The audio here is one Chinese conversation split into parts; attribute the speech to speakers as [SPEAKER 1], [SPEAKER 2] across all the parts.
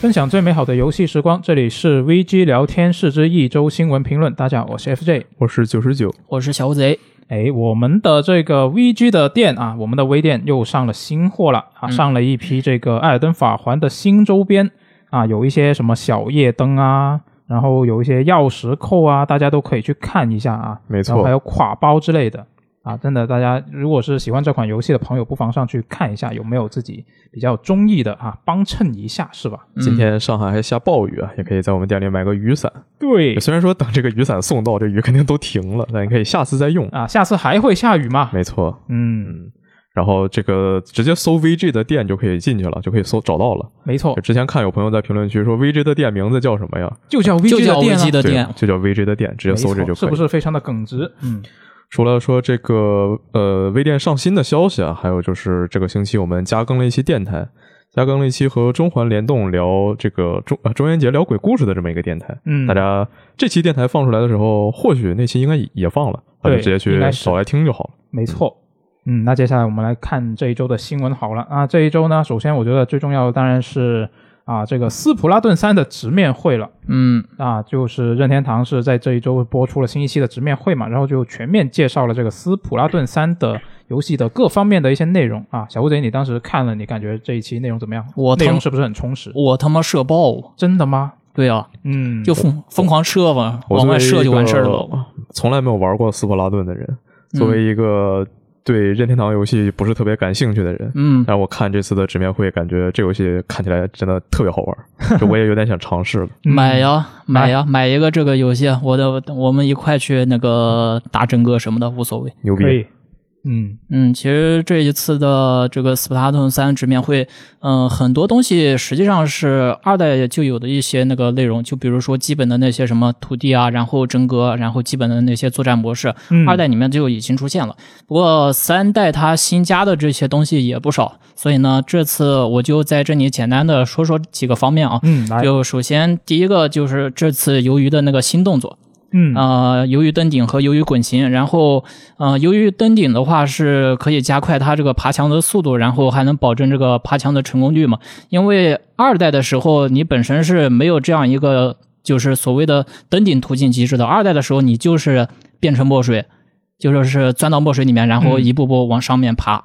[SPEAKER 1] 分享最美好的游戏时光，这里是 VG 聊天室之一周新闻评论。大家好，我是 FJ。
[SPEAKER 2] 我是九十九，
[SPEAKER 3] 我是小乌贼，
[SPEAKER 1] 哎，我们的这个 VG 的店啊，我们的微店又上了新货了
[SPEAKER 2] 嗯
[SPEAKER 1] 啊，上了一批这个《艾尔登法环》的新周边啊，有一些什么小夜灯啊，然后有一些钥匙扣啊，大家都可以去看一下啊。
[SPEAKER 2] 没
[SPEAKER 1] 然后还
[SPEAKER 2] 错，
[SPEAKER 1] 有挎包之类的啊，真的，大家如果是喜欢这款游戏的朋友，不妨上去看一下有没有自己比较中意的啊，帮衬一下是吧？
[SPEAKER 2] 今天上海还下暴雨啊，也可以在我们店里买个雨伞。
[SPEAKER 1] 对
[SPEAKER 2] 虽然说等这个雨伞送到，这雨肯定都停了，但你可以下次再用。
[SPEAKER 1] 啊，下次还会下雨吗？
[SPEAKER 2] 没错，
[SPEAKER 1] 嗯，
[SPEAKER 2] 然后这个直接搜 VG 的店就可以进去了，就可以搜找到了。
[SPEAKER 1] 没错
[SPEAKER 2] 就，之前看有朋友在评论区说 VG 的店名字叫什么呀？
[SPEAKER 1] 就叫 VG
[SPEAKER 3] 就叫
[SPEAKER 1] 的店啊
[SPEAKER 3] VG 的
[SPEAKER 2] 对
[SPEAKER 3] 店，，
[SPEAKER 2] 就叫 VG 的店，直接
[SPEAKER 1] 没
[SPEAKER 2] 搜这就
[SPEAKER 1] 错，是
[SPEAKER 2] 可以。
[SPEAKER 1] 不是非常的耿直？嗯，
[SPEAKER 2] 除了说这个呃微店上新的消息啊，还有就是这个星期我们加更了一期电台，加更了一期和中环联动聊这个中呃中元节聊鬼故事的这么一个电台。
[SPEAKER 1] 嗯
[SPEAKER 2] 大家这期电台放出来的时候，或许那期应该也也放了，大家
[SPEAKER 1] 对
[SPEAKER 2] 直接去
[SPEAKER 1] 应该是
[SPEAKER 2] 找来听就好了。
[SPEAKER 1] 没错。嗯，那接下来我们来看这一周的新闻好了啊。这一周呢，首先我觉得最重要的当然是啊，这个斯普拉顿三的直面会了。
[SPEAKER 3] 嗯
[SPEAKER 1] 啊，就是任天堂是在这一周播出了新一期的直面会嘛，然后就全面介绍了这个《斯普拉顿三》的游戏的各方面的一些内容啊。小乌贼，你当时看了，你感觉这一期内容怎么样？
[SPEAKER 3] 我
[SPEAKER 1] 内
[SPEAKER 3] 疼
[SPEAKER 1] 容是不是很充实？
[SPEAKER 3] 我他妈射爆，
[SPEAKER 1] 真的吗？
[SPEAKER 3] 对啊，
[SPEAKER 1] 嗯，
[SPEAKER 3] 就疯疯狂射吧，
[SPEAKER 2] 我
[SPEAKER 3] 往外射就完事儿
[SPEAKER 2] 作为
[SPEAKER 3] 了嗯
[SPEAKER 2] 一个。 从来没有玩过斯普拉顿的人，作为一个对任天堂游戏不是特别感兴趣的人，
[SPEAKER 3] 嗯，
[SPEAKER 2] 但我看这次的直面会，感觉这游戏看起来真的特别好 玩，就我也有点想尝试了。
[SPEAKER 3] 买呀买呀买一个这个游戏，啊我的我们一块去那个打整个什么的无所谓。
[SPEAKER 2] 牛逼！
[SPEAKER 1] 可以，嗯，
[SPEAKER 3] 嗯，其实这一次的这个《斯普拉顿三》直面会，嗯、很多东西实际上是二代就有的一些那个内容，就比如说基本的那些什么土地啊，然后真格，然后基本的那些作战模式，
[SPEAKER 1] 嗯
[SPEAKER 3] 二代里面就已经出现了。不过三代它新加的这些东西也不少，所以呢，这次我就在这里简单的说说几个方面啊。
[SPEAKER 1] 嗯，来，
[SPEAKER 3] 就首先第一个就是这次鱿鱼的那个新动作，
[SPEAKER 1] 嗯
[SPEAKER 3] 呃，鱿鱼登顶和鱿鱼滚行，然后呃，鱿鱼登顶的话是可以加快它这个爬墙的速度，然后还能保证这个爬墙的成功率嘛？因为二代的时候你本身是没有这样一个就是所谓的登顶途径机制的，二代的时候你就是变成墨水，就说是钻到墨水里面，然后
[SPEAKER 1] 嗯
[SPEAKER 3] 一步步往上面爬。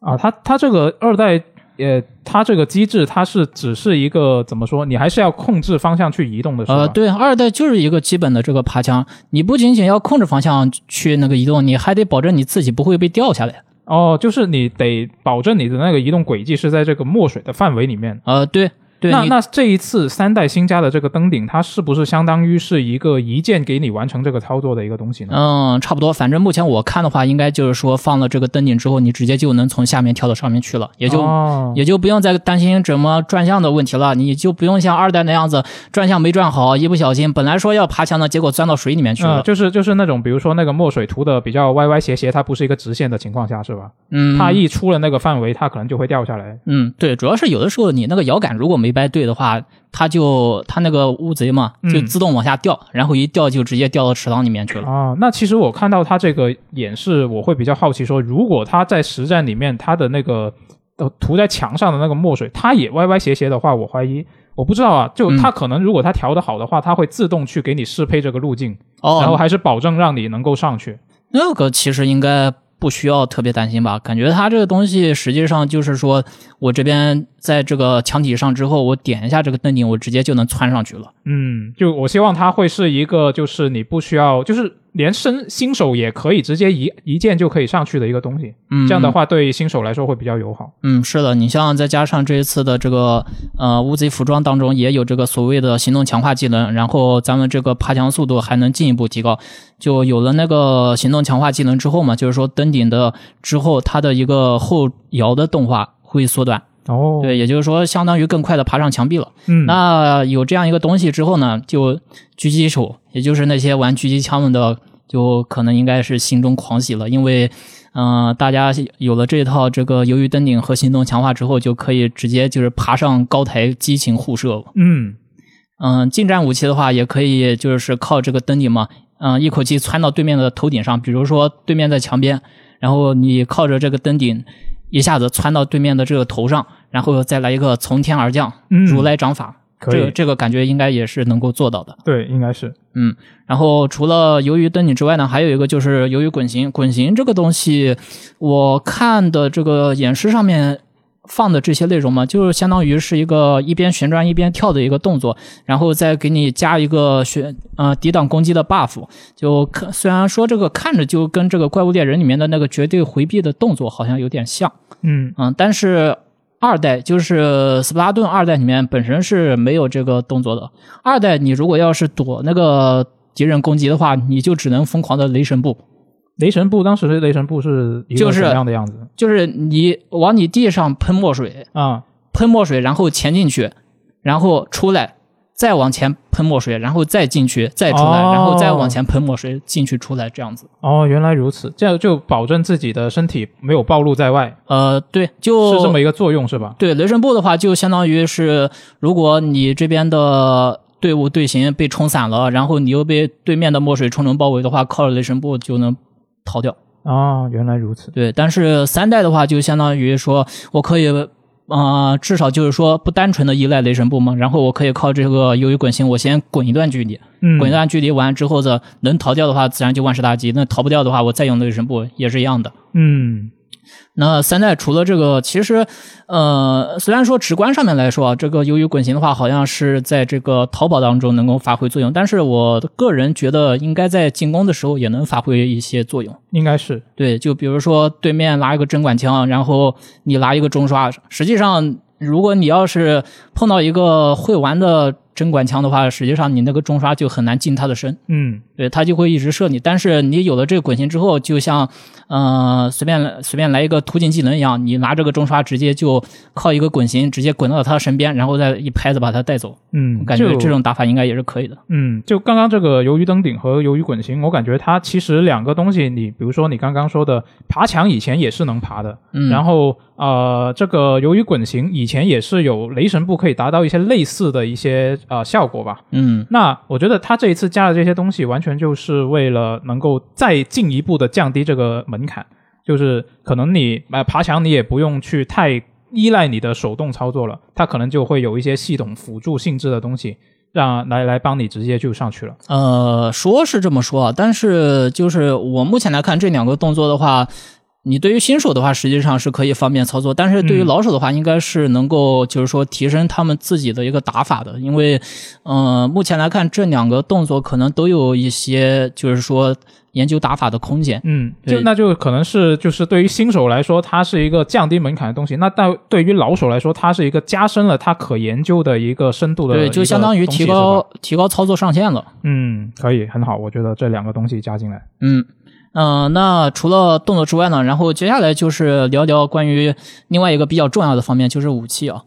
[SPEAKER 1] 啊，它它这个二代。呃，它这个机制，它是只是一个怎么说？你还是要控制方向去移动的，是吧？
[SPEAKER 3] 呃，，对，二代就是一个基本的这个爬墙，你不仅仅要控制方向去那个移动，你还得保证你自己不会被掉下来。
[SPEAKER 1] 哦，就是你得保证你的那个移动轨迹是在这个墨水的范围里面，
[SPEAKER 3] 呃，对，对，
[SPEAKER 1] 那
[SPEAKER 3] 你
[SPEAKER 1] 那这一次三代新加的这个登顶，它是不是相当于是一个一键给你完成这个操作的一个东西呢？
[SPEAKER 3] 嗯，差不多，反正目前我看的话，应该就是说放了这个登顶之后，你直接就能从下面跳到上面去了，也就、
[SPEAKER 1] 哦、
[SPEAKER 3] 也就不用再担心什么转向的问题了，你就不用像二代那样子转向没转好，一不小心本来说要爬墙的，结果钻到水里面
[SPEAKER 1] 嗯、
[SPEAKER 3] 去了。
[SPEAKER 1] 就是就是那种比如说那个墨水涂的比较歪歪斜斜，它不是一个直线的情况下是吧？
[SPEAKER 3] 嗯，
[SPEAKER 1] 它一出了那个范围，它可能就会掉下来。
[SPEAKER 3] 嗯，对，主要是有的时候你那个摇杆如果没掰对的话，它就它那个乌贼嘛，就
[SPEAKER 1] 嗯
[SPEAKER 3] 自动往下掉，然后一掉就直接掉到池塘里面去了。
[SPEAKER 1] 哦，那其实我看到它这个演示，我会比较好奇说，如果它在实战里面，它的那个呃涂在墙上的那个墨水，它也歪歪斜斜的话，我怀疑。我不知道啊，就
[SPEAKER 3] 嗯
[SPEAKER 1] 它可能如果它调的好的话，它会自动去给你适配这个路径，然后
[SPEAKER 3] 哦，
[SPEAKER 1] 还是保证让你能够上去。
[SPEAKER 3] 那个其实应该不需要特别担心吧？感觉它这个东西实际上就是说我这边在这个墙体上之后，我点一下这个登顶，我直接就能窜上去了。
[SPEAKER 1] 嗯，就我希望它会是一个，就是你不需要，就是连新新手也可以直接一一键就可以上去的一个东西。
[SPEAKER 3] 嗯，
[SPEAKER 1] 这样的话，对新手来说会比较友好。
[SPEAKER 3] 嗯，是的，你像再加上这一次的这个呃乌贼服装当中也有这个所谓的行动强化技能，然后咱们这个爬墙速度还能进一步提高，就有了那个行动强化技能之后嘛，就是说登顶的之后它的一个后摇的动画会缩短，
[SPEAKER 1] 哦，
[SPEAKER 3] 对，也就是说相当于更快的爬上墙壁了。
[SPEAKER 1] 嗯，
[SPEAKER 3] 那有这样一个东西之后呢，就狙击手，也就是那些玩狙击枪们的，就可能应该是心中狂喜了，因为，嗯、大家有了这套这个鱿鱼登顶和行动强化之后，就可以直接就是爬上高台激情互射了。
[SPEAKER 1] 嗯，
[SPEAKER 3] 嗯、近战武器的话，也可以就是靠这个登顶嘛，嗯、一口气窜到对面的头顶上，比如说对面在墙边，然后你靠着这个登顶。一下子窜到对面的这个头上，然后再来一个从天而降，
[SPEAKER 1] 嗯
[SPEAKER 3] 如来掌法，
[SPEAKER 1] 可
[SPEAKER 3] 这个
[SPEAKER 1] 以，
[SPEAKER 3] 这个感觉应该也是能够做到的。
[SPEAKER 1] 对，应该是
[SPEAKER 3] 嗯，然后除了鱿鱼登顶之外呢，还有一个就是鱿鱼滚行。滚行这个东西，我看的这个演示上面放的这些内容嘛，就是相当于是一个一边旋转一边跳的一个动作，然后再给你加一个旋呃抵挡攻击的 buff。就看虽然说这个看着就跟这个怪物猎人里面的那个绝对回避的动作好像有点像，
[SPEAKER 1] 嗯，
[SPEAKER 3] 嗯，但是二代就是斯普拉顿二代里面本身是没有这个动作的。二代你如果要是躲那个敌人攻击的话，你就只能疯狂的雷神步，
[SPEAKER 1] 雷神部当时的雷神部是一个
[SPEAKER 3] 就是
[SPEAKER 1] 什么样的样子
[SPEAKER 3] 就是你往你地上喷墨水，
[SPEAKER 1] 啊？
[SPEAKER 3] 喷墨水，然后潜进去，然后出来。再往前喷墨水，然后再进去，再出来，然后再往前喷墨水，进去出来，这样子。
[SPEAKER 1] 哦，原来如此，这样就保证自己的身体没有暴露在外，
[SPEAKER 3] 呃，对，就是
[SPEAKER 1] 这么一个作用是吧？
[SPEAKER 3] 对，雷神部的话，就相当于是，如果你这边的队伍队形被冲散了，然后你又被对面的墨水冲成包围的话，靠着雷神部就能逃掉。
[SPEAKER 1] 哦，原来如此，
[SPEAKER 3] 对，但是三代的话，就相当于说我可以，呃，至少就是说不单纯的依赖雷神部嘛，然后我可以靠这个鱿鱼滚行，我先滚一段距离，
[SPEAKER 1] 嗯，
[SPEAKER 3] 滚一段距离完之后的能逃掉的话，自然就万事大吉；那逃不掉的话，我再用雷神部也是一样的。
[SPEAKER 1] 嗯，
[SPEAKER 3] 那三代除了这个，其实，呃，虽然说直观上面来说啊，这个由于滚行的话，好像是在这个淘宝当中能够发挥作用，但是我个人觉得应该在进攻的时候也能发挥一些作用。
[SPEAKER 1] 应该是
[SPEAKER 3] 对，就比如说对面拿一个针管枪，然后你拿一个中刷，实际上如果你要是碰到一个会玩的针管枪的话，实际上你那个中刷就很难近他的身。
[SPEAKER 1] 嗯，
[SPEAKER 3] 对，它就会一直射你。但是你有了这个滚行之后，就像，呃，随便随便来一个突进技能一样，你拿这个中刷直接就靠一个滚行直接滚到他身边，然后再一拍子把他带走。
[SPEAKER 1] 嗯，
[SPEAKER 3] 感觉
[SPEAKER 1] 就
[SPEAKER 3] 这种打法应该也是可以的。
[SPEAKER 1] 嗯，就刚刚这个鱿鱼登顶和鱿鱼滚行，我感觉它其实两个东西，你比如说你刚刚说的爬墙以前也是能爬的，
[SPEAKER 3] 嗯，
[SPEAKER 1] 然后呃，这个鱿鱼滚行以前也是有雷神步可以达到一些类似的一些呃效果吧。
[SPEAKER 3] 嗯，
[SPEAKER 1] 那我觉得他这一次加的这些东西，完全就是为了能够再进一步的降低这个门槛，就是可能你呃爬墙你也不用去太依赖你的手动操作了，它可能就会有一些系统辅助性质的东西，让来来帮你直接就上去了。
[SPEAKER 3] 呃，说是这么说啊，但是就是我目前来看这两个动作的话。你对于新手的话，实际上是可以方便操作，但是对于
[SPEAKER 1] 嗯
[SPEAKER 3] 老手的话，应该是能够就是说提升他们自己的一个打法的，因为，呃，目前来看这两个动作可能都有一些就是说研究打法的空间。
[SPEAKER 1] 嗯，就
[SPEAKER 3] 对
[SPEAKER 1] 那就可能是就是对于新手来说，它是一个降低门槛的东西；那但对于老手来说，它是一个加深了它可研究的一个深度的一个
[SPEAKER 3] 对，
[SPEAKER 1] 东西，
[SPEAKER 3] 就相当于提
[SPEAKER 1] 是吧
[SPEAKER 3] 高。提高操作上限了。
[SPEAKER 1] 嗯，可以，很好，我觉得这两个东西加进来。
[SPEAKER 3] 嗯。嗯、那除了动作之外呢，然后接下来就是聊聊关于另外一个比较重要的方面，就是武器啊。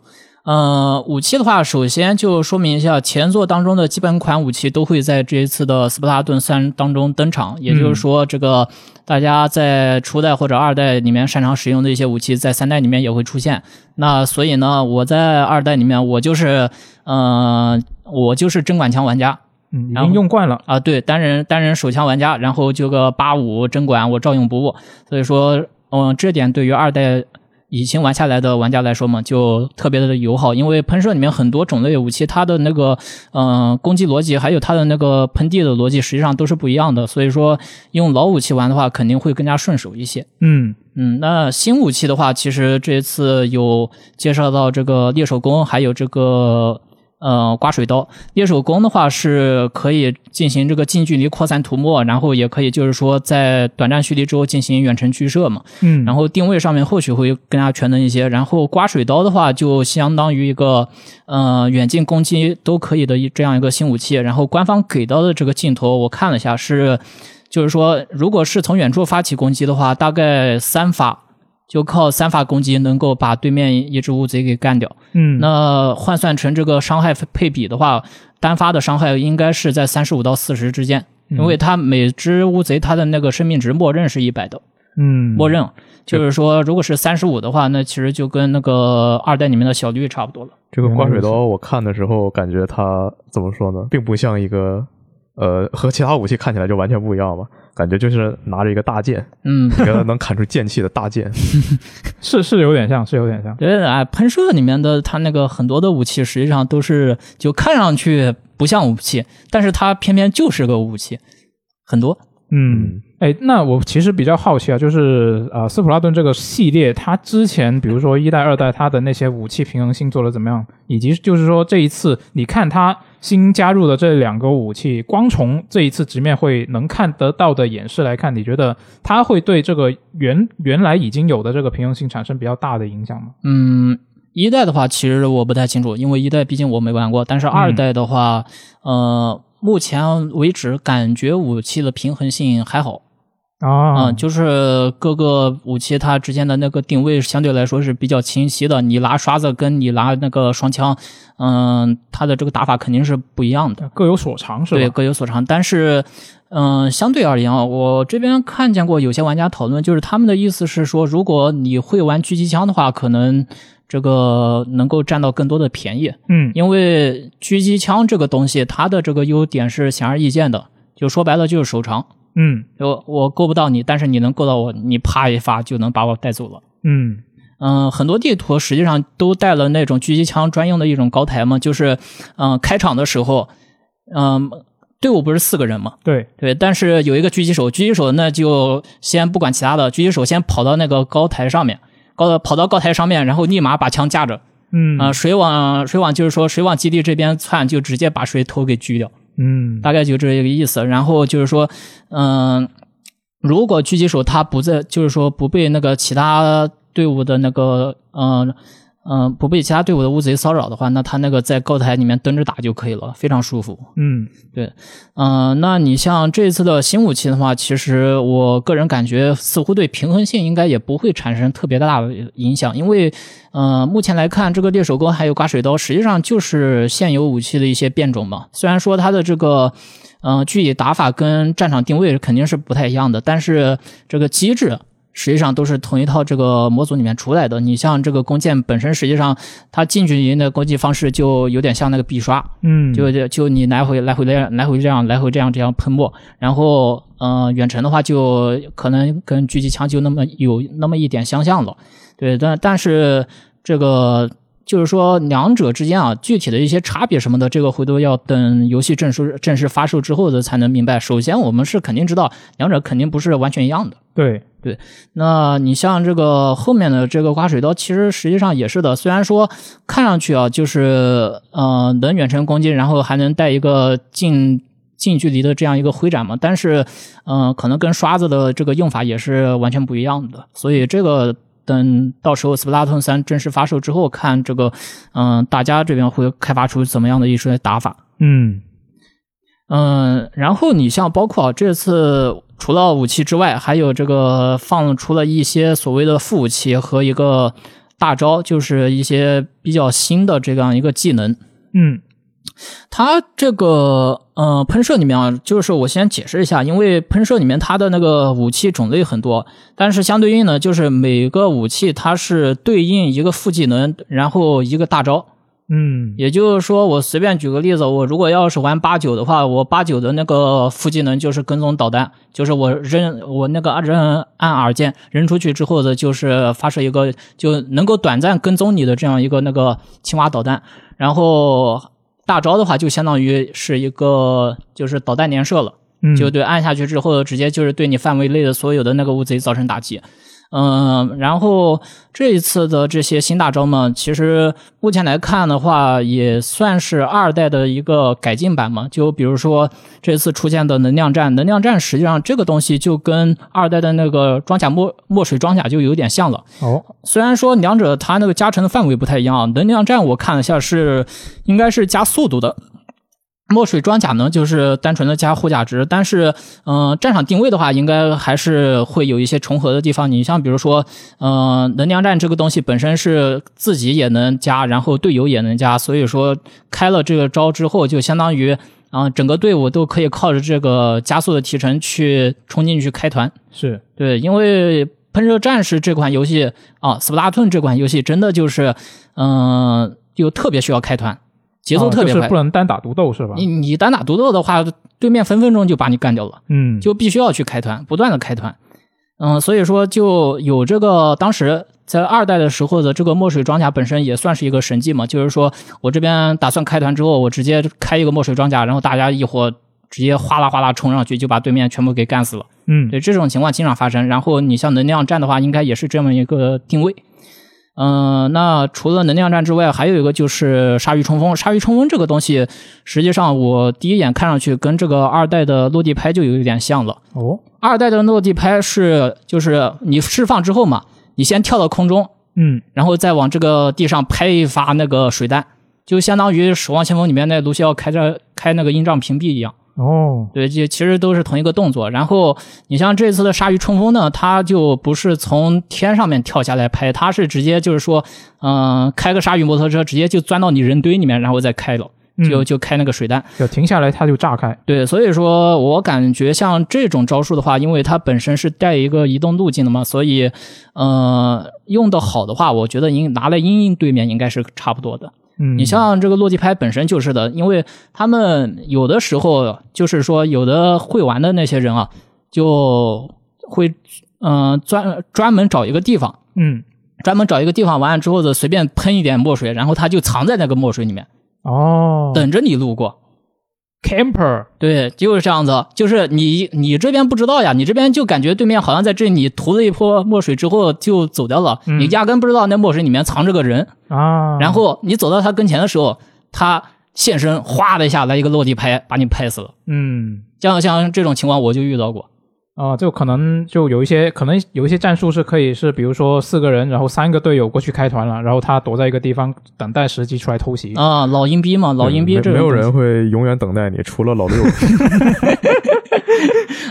[SPEAKER 3] 呃，武器的话，首先就说明一下，前作当中的基本款武器都会在这一次的斯普拉顿三当中登场，也就是说，这个大家在初代或者二代里面擅长使用的一些武器，在三代里面也会出现。那所以呢，我在二代里面，我就是，呃，我就是针管枪玩家，
[SPEAKER 1] 嗯，已
[SPEAKER 3] 然后
[SPEAKER 1] 经用惯了。
[SPEAKER 3] 啊，对，单人单人手枪玩家，然后这个八五针管我照用不误，所以说，嗯，这点对于二代已经玩下来的玩家来说嘛，就特别的友好，因为喷射里面很多种类武器，它的那个嗯、呃攻击逻辑，还有它的那个喷地的逻辑，实际上都是不一样的，所以说用老武器玩的话，肯定会更加顺手一些。
[SPEAKER 1] 嗯，
[SPEAKER 3] 嗯，那新武器的话，其实这次有介绍到这个猎手弓，还有这个呃刮水刀。猎手弓的话是可以进行这个近距离扩散涂抹，然后也可以就是说在短暂蓄力之后进行远程狙射嘛。
[SPEAKER 1] 嗯，
[SPEAKER 3] 然
[SPEAKER 1] 后
[SPEAKER 3] 后定位上面或许会更加全能一些。然后刮水刀的话，就相当于一个呃远近攻击都可以的一这样一个新武器。然后官方给到的这个镜头，我看了一下是，就是说如果是从远处发起攻击的话，大概三发。就靠三发攻击能够把对面一只乌贼给干掉。
[SPEAKER 1] 嗯，
[SPEAKER 3] 那换算成这个伤害配比的话，单发的伤害应该是在三十五到四十之间，
[SPEAKER 1] 嗯
[SPEAKER 3] 因为它每只乌贼它的那个生命值默认是一百的。
[SPEAKER 1] 嗯，
[SPEAKER 3] 默认，就是说，如果是三十五的话，那其实就跟那个二代里面的小绿差不多了。
[SPEAKER 2] 这个刮水刀，我看的时候感觉它怎么说呢，并不像一个呃，和其他武器看起来就完全不一样嘛，感觉就是拿着一个大剑，
[SPEAKER 3] 嗯，
[SPEAKER 2] 一个能砍出剑气的大 剑。
[SPEAKER 1] 是是有点像，是有点像。
[SPEAKER 3] 觉得哎，喷射里面的它那个很多的武器，实际上都是就看上去不像武器，但是它偏偏就是个武器，很多。
[SPEAKER 1] 嗯，哎，那我其实比较好奇啊，就是呃，斯普拉顿这个系列，它之前比如说一代、二代，它的那些武器平衡性做的怎么样？以及就是说这一次，你看它新加入的这两个武器，光从这一次直面会能看得到的演示来看，你觉得它会对这个原原来已经有的这个平衡性产生比较大的影响吗？
[SPEAKER 3] 嗯，一代的话其实我不太清楚，因为一代毕竟我没玩过，但是二代的话，呃，目前为止感觉武器的平衡性还好。
[SPEAKER 1] 啊，
[SPEAKER 3] 嗯，就是各个武器它之间的那个定位相对来说是比较清晰的。你拿刷子跟你拿那个双枪，嗯，它的这个打法肯定是不一样的，
[SPEAKER 1] 各有所长是
[SPEAKER 3] 对，
[SPEAKER 1] 吧？
[SPEAKER 3] 各有所长。但是，嗯，相对而言啊，我这边看见过有些玩家讨论，就是他们的意思是说，如果你会玩狙击枪的话，可能这个能够占到更多的便宜。
[SPEAKER 1] 嗯
[SPEAKER 3] 因为狙击枪这个东西，它的这个优点是显而易见的，就说白了就是手长。
[SPEAKER 1] 嗯
[SPEAKER 3] 我我够不到你，但是你能够到我，你啪一发就能把我带走了。
[SPEAKER 1] 嗯
[SPEAKER 3] 嗯，很多地图实际上都带了那种狙击枪专用的一种高台嘛，就是嗯、开场的时候，嗯、队伍不是四个人嘛，
[SPEAKER 1] 对，
[SPEAKER 3] 对，但是有一个狙击手，狙击手那就先不管其他的，狙击手先跑到那个高台上面，高跑到高台上面，然后立马把枪架着。
[SPEAKER 1] 嗯
[SPEAKER 3] 啊、水网水网就是说水网基地这边窜，就直接把谁头给狙掉。
[SPEAKER 1] 嗯
[SPEAKER 3] 大概就这个意思。然后就是说，嗯、如果狙击手他不在，就是说不被那个其他队伍的那个，嗯、嗯、不被其他队伍的乌贼骚扰的话，那他那个在高台里面蹲着打就可以了，非常舒服。
[SPEAKER 1] 嗯
[SPEAKER 3] 嗯、那你像这次的新武器的话，其实我个人感觉似乎对平衡性应该也不会产生特别大的影响，因为，呃，目前来看，这个猎手钩还有刮水刀，实际上就是现有武器的一些变种嘛。虽然说它的这个，嗯、具体打法跟战场定位肯定是不太一样的，但是这个机制。实际上都是同一套这个模组里面出来的。你像这个弓箭本身，实际上它近距离的攻击方式就有点像那个必刷，
[SPEAKER 1] 嗯，
[SPEAKER 3] 就就就你来回来回这样来回这样来回这样这样喷墨，然后嗯、呃远程的话就可能跟狙击枪就那么有那么一点相像了，对，但但是这个就是说两者之间啊，具体的一些差别什么的，这个回头要等游戏正式正式发售之后的才能明白。首先我们是肯定知道两者肯定不是完全一样的。
[SPEAKER 1] 对，
[SPEAKER 3] 那你像这个后面的这个刮水刀，其实实际上也是的。虽然说看上去啊，就是呃能远程攻击，然后还能带一个近近距离的这样一个挥斩嘛，但是嗯、呃可能跟刷子的这个用法也是完全不一样的。所以这个等到时候《Splatoon 三》正式发售之后，看这个嗯、大家这边会开发出怎么样的一些打法。
[SPEAKER 1] 嗯
[SPEAKER 3] 嗯，然后你像包括啊，这次除了武器之外，还有这个放出了一些所谓的副武器和一个大招，就是一些比较新的这样一个技能。
[SPEAKER 1] 嗯
[SPEAKER 3] 它这个呃喷射里面啊，就是我先解释一下，因为喷射里面它的那个武器种类很多，但是相对应呢，就是每个武器它是对应一个副技能，然后一个大招。
[SPEAKER 1] 嗯
[SPEAKER 3] 也就是说，我随便举个例子，我如果要是玩八九的话，我八九的那个副技能就是跟踪导弹，就是我扔我那个扔按 R 键扔出去之后的，就是发射一个就能够短暂跟踪你的这样一个那个青蛙导弹。然后大招的话，就相当于是一个就是导弹连射了。
[SPEAKER 1] 嗯，
[SPEAKER 3] 就对，按下去之后，直接就是对你范围内的所有的那个乌贼造成打击。嗯，然后这一次的这些新大招嘛，其实目前来看的话，也算是二代的一个改进版嘛。就比如说这次出现的能量战，能量战实际上这个东西就跟二代的那个装甲墨墨水装甲就有点像了。
[SPEAKER 1] 哦，
[SPEAKER 3] 虽然说两者它那个加成的范围不太一样，能量战我看了一下是应该是加速度的。墨水装甲呢，就是单纯的加护甲值，但是，嗯、战场定位的话，应该还是会有一些重合的地方。你像比如说，嗯，能量战这个东西本身是自己也能加，然后队友也能加，所以说开了这个招之后，就相当于，啊、整个队伍都可以靠着这个加速的提成去冲进去开团。
[SPEAKER 1] 是，
[SPEAKER 3] 对，因为《喷射战士》这款游戏啊，《Splatoon》这款游戏真的就是，嗯、又特别需要开团，节奏特别
[SPEAKER 1] 啊就
[SPEAKER 3] 快。嗯
[SPEAKER 1] 是不能单打独斗是吧？
[SPEAKER 3] 你你单打独斗的话，对面分分钟就把你干掉了，
[SPEAKER 1] 嗯，
[SPEAKER 3] 就必须要去开团，不断的开团。嗯，所以说就有这个当时在二代的时候的这个墨水装甲本身也算是一个神技嘛，就是说我这边打算开团之后，我直接开一个墨水装甲，然后大家一伙直接哗啦哗啦冲上去，就把对面全部给干死了。
[SPEAKER 1] 嗯
[SPEAKER 3] 对这种情况经常发生。然后你像能量战的话，应该也是这么一个定位。嗯、那除了能量战之外，还有一个就是鲨鱼冲锋。鲨鱼冲锋这个东西，实际上我第一眼看上去跟这个二代的落地拍就有一点像了。
[SPEAKER 1] 哦
[SPEAKER 3] 二代的落地拍是就是你释放之后嘛，你先跳到空中，
[SPEAKER 1] 嗯
[SPEAKER 3] 然后再往这个地上拍一发那个水弹，就相当于《守望先锋》里面那卢西奥开着开那个音障屏蔽一样。
[SPEAKER 1] 哦
[SPEAKER 3] 对，这其实都是同一个动作。然后你像这次的鲨鱼冲锋呢，它就不是从天上面跳下来拍，它是直接就是说，嗯、开个鲨鱼摩托车直接就钻到你人堆里面，然后再开了，就就开那个水弹。
[SPEAKER 1] 嗯就停下来它就炸开，
[SPEAKER 3] 对，所以说我感觉像这种招数的话，因为它本身是带一个移动路径的嘛，所以，呃，用的好的话，我觉得应拿来应应对面应该是差不多的。
[SPEAKER 1] 嗯，
[SPEAKER 3] 你像这个落地拍本身就是的，因为他们有的时候就是说，有的会玩的那些人啊，就会嗯、呃专专门找一个地方，
[SPEAKER 1] 嗯
[SPEAKER 3] 专门找一个地方完了之后呢，随便喷一点墨水，然后他就藏在那个墨水里面，
[SPEAKER 1] 哦
[SPEAKER 3] 等着你路过。
[SPEAKER 1] camper
[SPEAKER 3] 对，就是这样子，就是你你这边不知道呀，你这边就感觉对面好像在这里涂了一泼墨水之后就走掉了，
[SPEAKER 1] 嗯
[SPEAKER 3] 你压根不知道那墨水里面藏着个人。
[SPEAKER 1] 啊，
[SPEAKER 3] 然后你走到他跟前的时候，他现身，哗的一下来一个落地拍，把你拍死了。
[SPEAKER 1] 嗯
[SPEAKER 3] 像像这种情况我就遇到过，
[SPEAKER 1] 啊，就可能就有一些可能有一些战术是可以是，比如说四个人，然后三个队友过去开团了，然后他躲在一个地方等待时机出来偷袭。
[SPEAKER 3] 啊、老阴逼嘛，老阴逼
[SPEAKER 2] 嗯没
[SPEAKER 3] 这种
[SPEAKER 2] 没有
[SPEAKER 3] 东西
[SPEAKER 2] 人会永远等待你，除了老 六。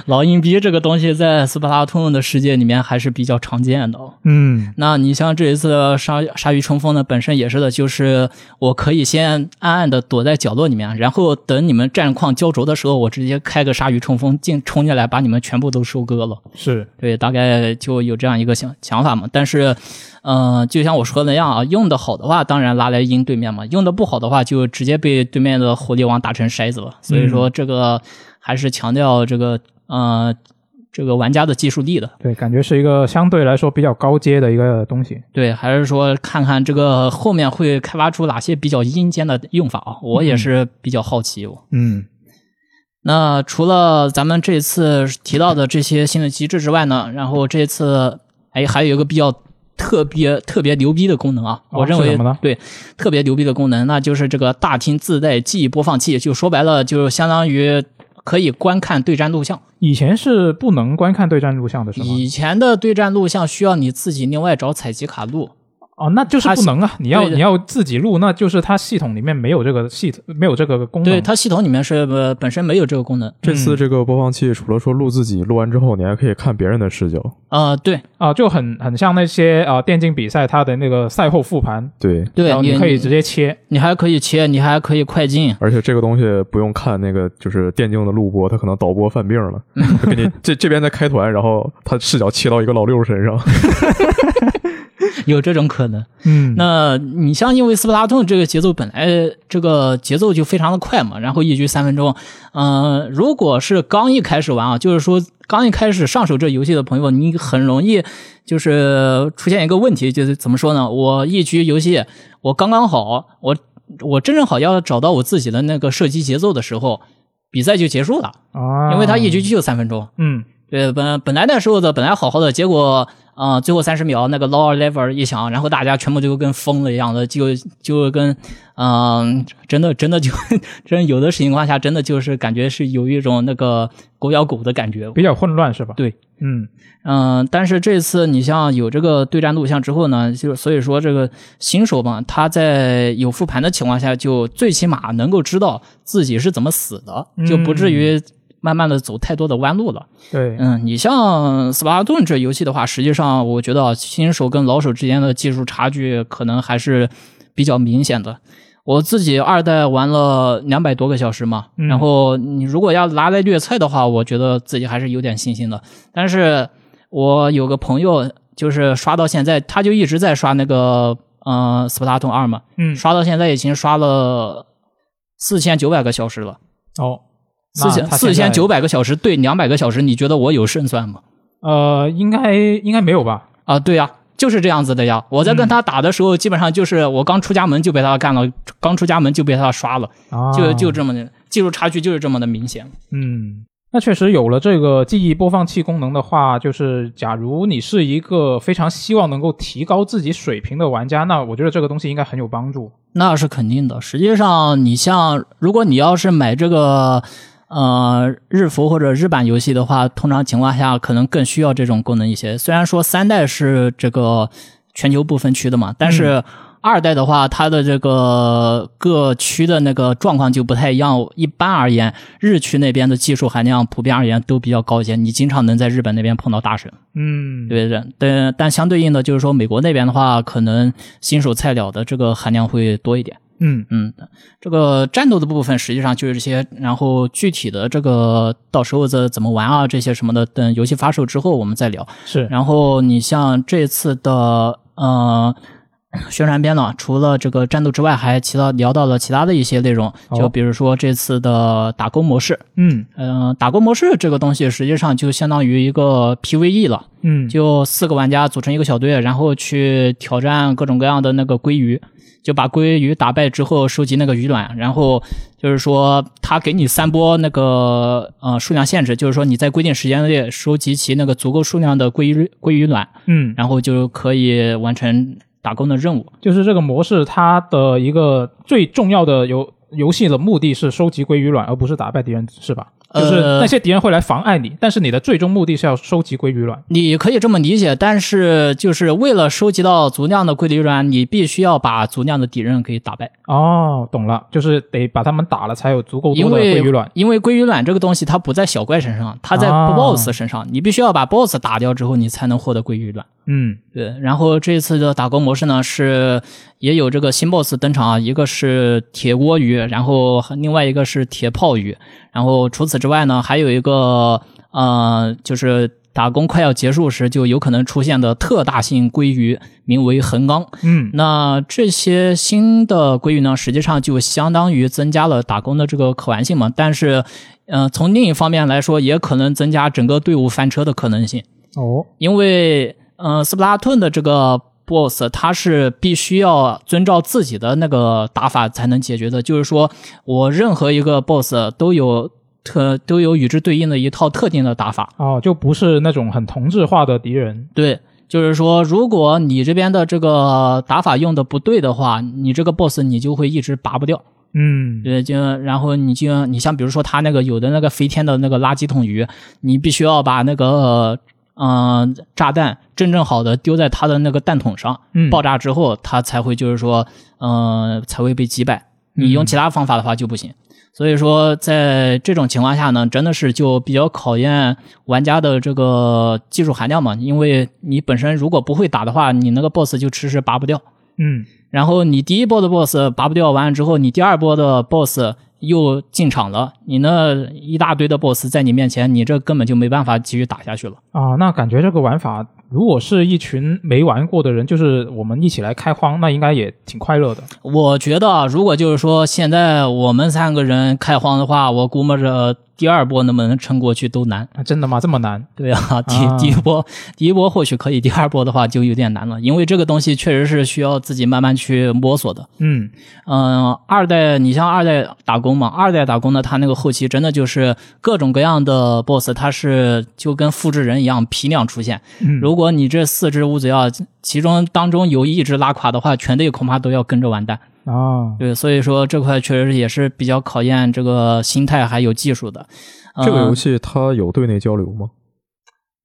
[SPEAKER 3] 老阴逼这个东西在斯巴达通的世界里面还是比较常见的哦。
[SPEAKER 1] 嗯
[SPEAKER 3] 那你像这一次的鲨鲨鱼冲锋呢，本身也是的，就是我可以先暗暗的躲在角落里面，然后等你们战况焦灼的时候，我直接开个鲨鱼冲锋进冲进来，把你们全部都收割了。
[SPEAKER 1] 是
[SPEAKER 3] 对，大概就有这样一个想想法嘛。但是，嗯、就像我说的那样啊，用的好的话，当然拉来阴对面嘛；用的不好的话，就直接被对面的狐狸王打成筛子了。所以说，这个还是强调这个，呃，这个玩家的技术力的。
[SPEAKER 1] 对，感觉是一个相对来说比较高阶的一个东西。
[SPEAKER 3] 对，还是说看看这个后面会开发出哪些比较阴间的用法啊？我也是比较好奇哦。
[SPEAKER 1] 嗯
[SPEAKER 3] 那除了咱们这次提到的这些新的机制之外呢，然后这次哎还有一个比较特别特别牛逼的功能啊，
[SPEAKER 1] 哦
[SPEAKER 3] 我认为、
[SPEAKER 1] 是什么呢
[SPEAKER 3] 对特别牛逼的功能，那就是这个大厅自带记忆播放器，就说白了就是相当于可以观看对战录像。
[SPEAKER 1] 以前是不能观看对战录像的是吗？
[SPEAKER 3] 以前的对战录像需要你自己另外找采集卡录，
[SPEAKER 1] 哦，那就是不能啊！你要
[SPEAKER 3] 对的
[SPEAKER 1] 你要自己录，那就是它系统里面没有这个系统，没有这个功能。
[SPEAKER 3] 对它系统里面是呃本身没有这个功能。
[SPEAKER 2] 这次这个播放器除了说录自己，录完之后你还可以看别人的视角。
[SPEAKER 3] 啊，对
[SPEAKER 1] 啊、就很很像那些啊、呃电竞比赛它的那个赛后复盘，
[SPEAKER 2] 对，
[SPEAKER 3] 对
[SPEAKER 1] 然，后
[SPEAKER 3] 你
[SPEAKER 1] 你可以直接切。
[SPEAKER 3] 你还可以切，你还可以快进，
[SPEAKER 2] 而且这个东西不用看那个就是电竞的录播，他可能导播犯病 了，就给你这这边在开团，然后他视角切到一个老六身上。
[SPEAKER 3] 有这种可能。
[SPEAKER 1] 嗯
[SPEAKER 3] 那你像因为斯巴达顿这个节奏本来这个节奏就非常的快嘛，然后一局三分钟，嗯、如果是刚一开始玩啊，就是说刚一开始上手这游戏的朋友，你很容易就是出现一个问题，就是怎么说呢？我一局游戏我刚刚好，我我正正好要找到我自己的那个射击节奏的时候，比赛就结束了，
[SPEAKER 1] 啊，
[SPEAKER 3] 因为它一局就三分钟。
[SPEAKER 1] 嗯
[SPEAKER 3] 对，本本来那时候的本来好好的，结果，嗯、最后三十秒那个 lower lever 一响，然后大家全部就跟疯了一样的，就就跟，嗯、真的真的就真有的情况下，真的就是感觉是有一种那个狗咬狗的感觉。
[SPEAKER 1] 比较混乱是吧？
[SPEAKER 3] 对，
[SPEAKER 1] 嗯
[SPEAKER 3] 嗯、但是这次你像有这个对战录像之后呢，就所以说这个新手嘛，他在有复盘的情况下，就最起码能够知道自己是怎么死的，就不至于慢慢的走太多的弯路了。
[SPEAKER 1] 对，
[SPEAKER 3] 嗯，你像《斯巴达顿》这游戏的话，实际上我觉得啊新手跟老手之间的技术差距可能还是比较明显的。我自己二代玩了两百多个小时嘛，
[SPEAKER 1] 嗯
[SPEAKER 3] 然后你如果要拿来虐菜的话，我觉得自己还是有点信心的。但是我有个朋友就是刷到现在，他就一直在刷那个呃《斯巴达顿二》嘛，
[SPEAKER 1] 嗯
[SPEAKER 3] 刷到现在已经刷了四千九百个小时了，
[SPEAKER 1] 哦，
[SPEAKER 3] 四千四千九百个小时对两百个小时，你觉得我有胜算吗？
[SPEAKER 1] 呃，应该应该没有吧？
[SPEAKER 3] 啊，对呀、就是这样子的呀。我在跟他打的时候，基本上就是我刚出家门就被他干了，刚出家门就被他刷了，
[SPEAKER 1] 啊，
[SPEAKER 3] 就就这么的技术差距就是这么的明显。
[SPEAKER 1] 嗯，那确实有了这个记忆播放器功能的话，就是假如你是一个非常希望能够提高自己水平的玩家，那我觉得这个东西应该很有帮助。
[SPEAKER 3] 那是肯定的。实际上，你像如果你要是买这个呃日服或者日版游戏的话，通常情况下可能更需要这种功能一些。虽然说三代是这个全球不分区的嘛，但是二代的话，它的这个各区的那个状况就不太一样。哦一般而言，日区那边的技术含量普遍而言都比较高一些，你经常能在日本那边碰到大神。
[SPEAKER 1] 嗯，，
[SPEAKER 3] 对对，但但相对应的就是说，美国那边的话，可能新手菜鸟的这个含量会多一点。
[SPEAKER 1] 嗯
[SPEAKER 3] 嗯，这个战斗的部分实际上就是这些，然后具体的这个到时候这怎么玩啊，这些什么的，等游戏发售之后我们再聊。
[SPEAKER 1] 是，
[SPEAKER 3] 然后你像这次的呃宣传片呢，除了这个战斗之外，还其他聊到了其他的一些内容，
[SPEAKER 1] 哦
[SPEAKER 3] 就比如说这次的打工模式，
[SPEAKER 1] 嗯
[SPEAKER 3] 嗯、打工模式这个东西实际上就相当于一个 PVE 了，
[SPEAKER 1] 嗯，
[SPEAKER 3] 就四个玩家组成一个小队，然后去挑战各种各样的那个鲑鱼，就把鲑鱼打败之后收集那个鱼卵，然后就是说他给你三波那个呃数量限制，就是说你在规定时间内收集齐那个足够数量的鲑鱼鲑鱼卵，
[SPEAKER 1] 嗯，
[SPEAKER 3] 然后就可以完成打工的任务。
[SPEAKER 1] 就是这个模式它的一个最重要的游游戏的目的是收集鲑鱼卵，而不是打败敌人，是吧？就是
[SPEAKER 3] 呃
[SPEAKER 1] 那些敌人会来妨碍你，但是你的最终目的是要收集鲑鱼卵。
[SPEAKER 3] 你可以这么理解，但是就是为了收集到足量的鲑鱼卵，你必须要把足量的敌人给打败。
[SPEAKER 1] 哦，懂了，就是得把他们打了才有足够
[SPEAKER 3] 因
[SPEAKER 1] 多的
[SPEAKER 3] 为
[SPEAKER 1] 鲑鱼卵。
[SPEAKER 3] 因为鲑鱼卵这个东西它不在小怪身上，它在
[SPEAKER 1] 啊
[SPEAKER 3] BOSS 身上，你必须要把 BOSS 打掉之后，你才能获得鲑鱼卵。
[SPEAKER 1] 嗯
[SPEAKER 3] 对，然后这次的打工模式呢是也有这个新 BOSS 登场啊，一个是铁锅鱼，然后另外一个是铁炮鱼，然后除此之外呢，还有一个呃，就是打工快要结束时就有可能出现的特大性鲑鱼，名为横纲。
[SPEAKER 1] 嗯，
[SPEAKER 3] 那这些新的规矩呢，实际上就相当于增加了打工的这个可玩性嘛。但是，呃，从另一方面来说，也可能增加整个队伍翻车的可能性，
[SPEAKER 1] 哦，
[SPEAKER 3] 因为，呃，斯普拉顿的这个 BOSS 他是必须要遵照自己的那个打法才能解决的，就是说我任何一个 BOSS 都有特都有与之对应的一套特定的打法。
[SPEAKER 1] 哦，就不是那种很同质化的敌人。
[SPEAKER 3] 对，就是说，如果你这边的这个打法用的不对的话，你这个 boss 你就会一直拔不掉。
[SPEAKER 1] 嗯，
[SPEAKER 3] 对，就然后你就你像比如说他那个有的那个飞天的那个垃圾桶鱼，你必须要把那个嗯、呃炸弹正正好的丢在他的那个弹筒上，
[SPEAKER 1] 嗯
[SPEAKER 3] 爆炸之后它才会就是说嗯、呃才会被击败。你用其他方法的话就不行。所以说，在这种情况下呢，真的是就比较考验玩家的这个技术含量嘛，因为你本身如果不会打的话，你那个 boss 就迟迟拔不掉。
[SPEAKER 1] 嗯，
[SPEAKER 3] 然后你第一波的 BOSS 拔不掉完了之后，你第二波的 BOSS 又进场了，你那一大堆的 BOSS 在你面前，你这根本就没办法继续打下去了。
[SPEAKER 1] 啊，那感觉这个玩法，如果是一群没玩过的人，就是我们一起来开荒，那应该也挺快乐的。
[SPEAKER 3] 我觉得啊，如果就是说现在我们三个人开荒的话，我估摸着第二波能不能撑过去都难。
[SPEAKER 1] 啊、真的吗？这么难？
[SPEAKER 3] 对啊，第
[SPEAKER 1] 啊
[SPEAKER 3] 第一波第一波或许可以，第二波的话就有点难了，因为这个东西确实是需要自己慢慢去摸索的。
[SPEAKER 1] 嗯
[SPEAKER 3] 嗯，二代，你像二代打工嘛，二代打工呢，它那个后期真的就是各种各样的 BOSS，它是就跟复制人一样批量出现。
[SPEAKER 1] 嗯，
[SPEAKER 3] 如果你这四只乌贼啊，其中当中有一只拉垮的话，全队恐怕都要跟着完蛋。
[SPEAKER 1] 啊，
[SPEAKER 3] 对，所以说这块确实也是比较考验这个心态还有技术的。
[SPEAKER 2] 这个
[SPEAKER 3] 嗯
[SPEAKER 2] 游戏它有对内交流吗？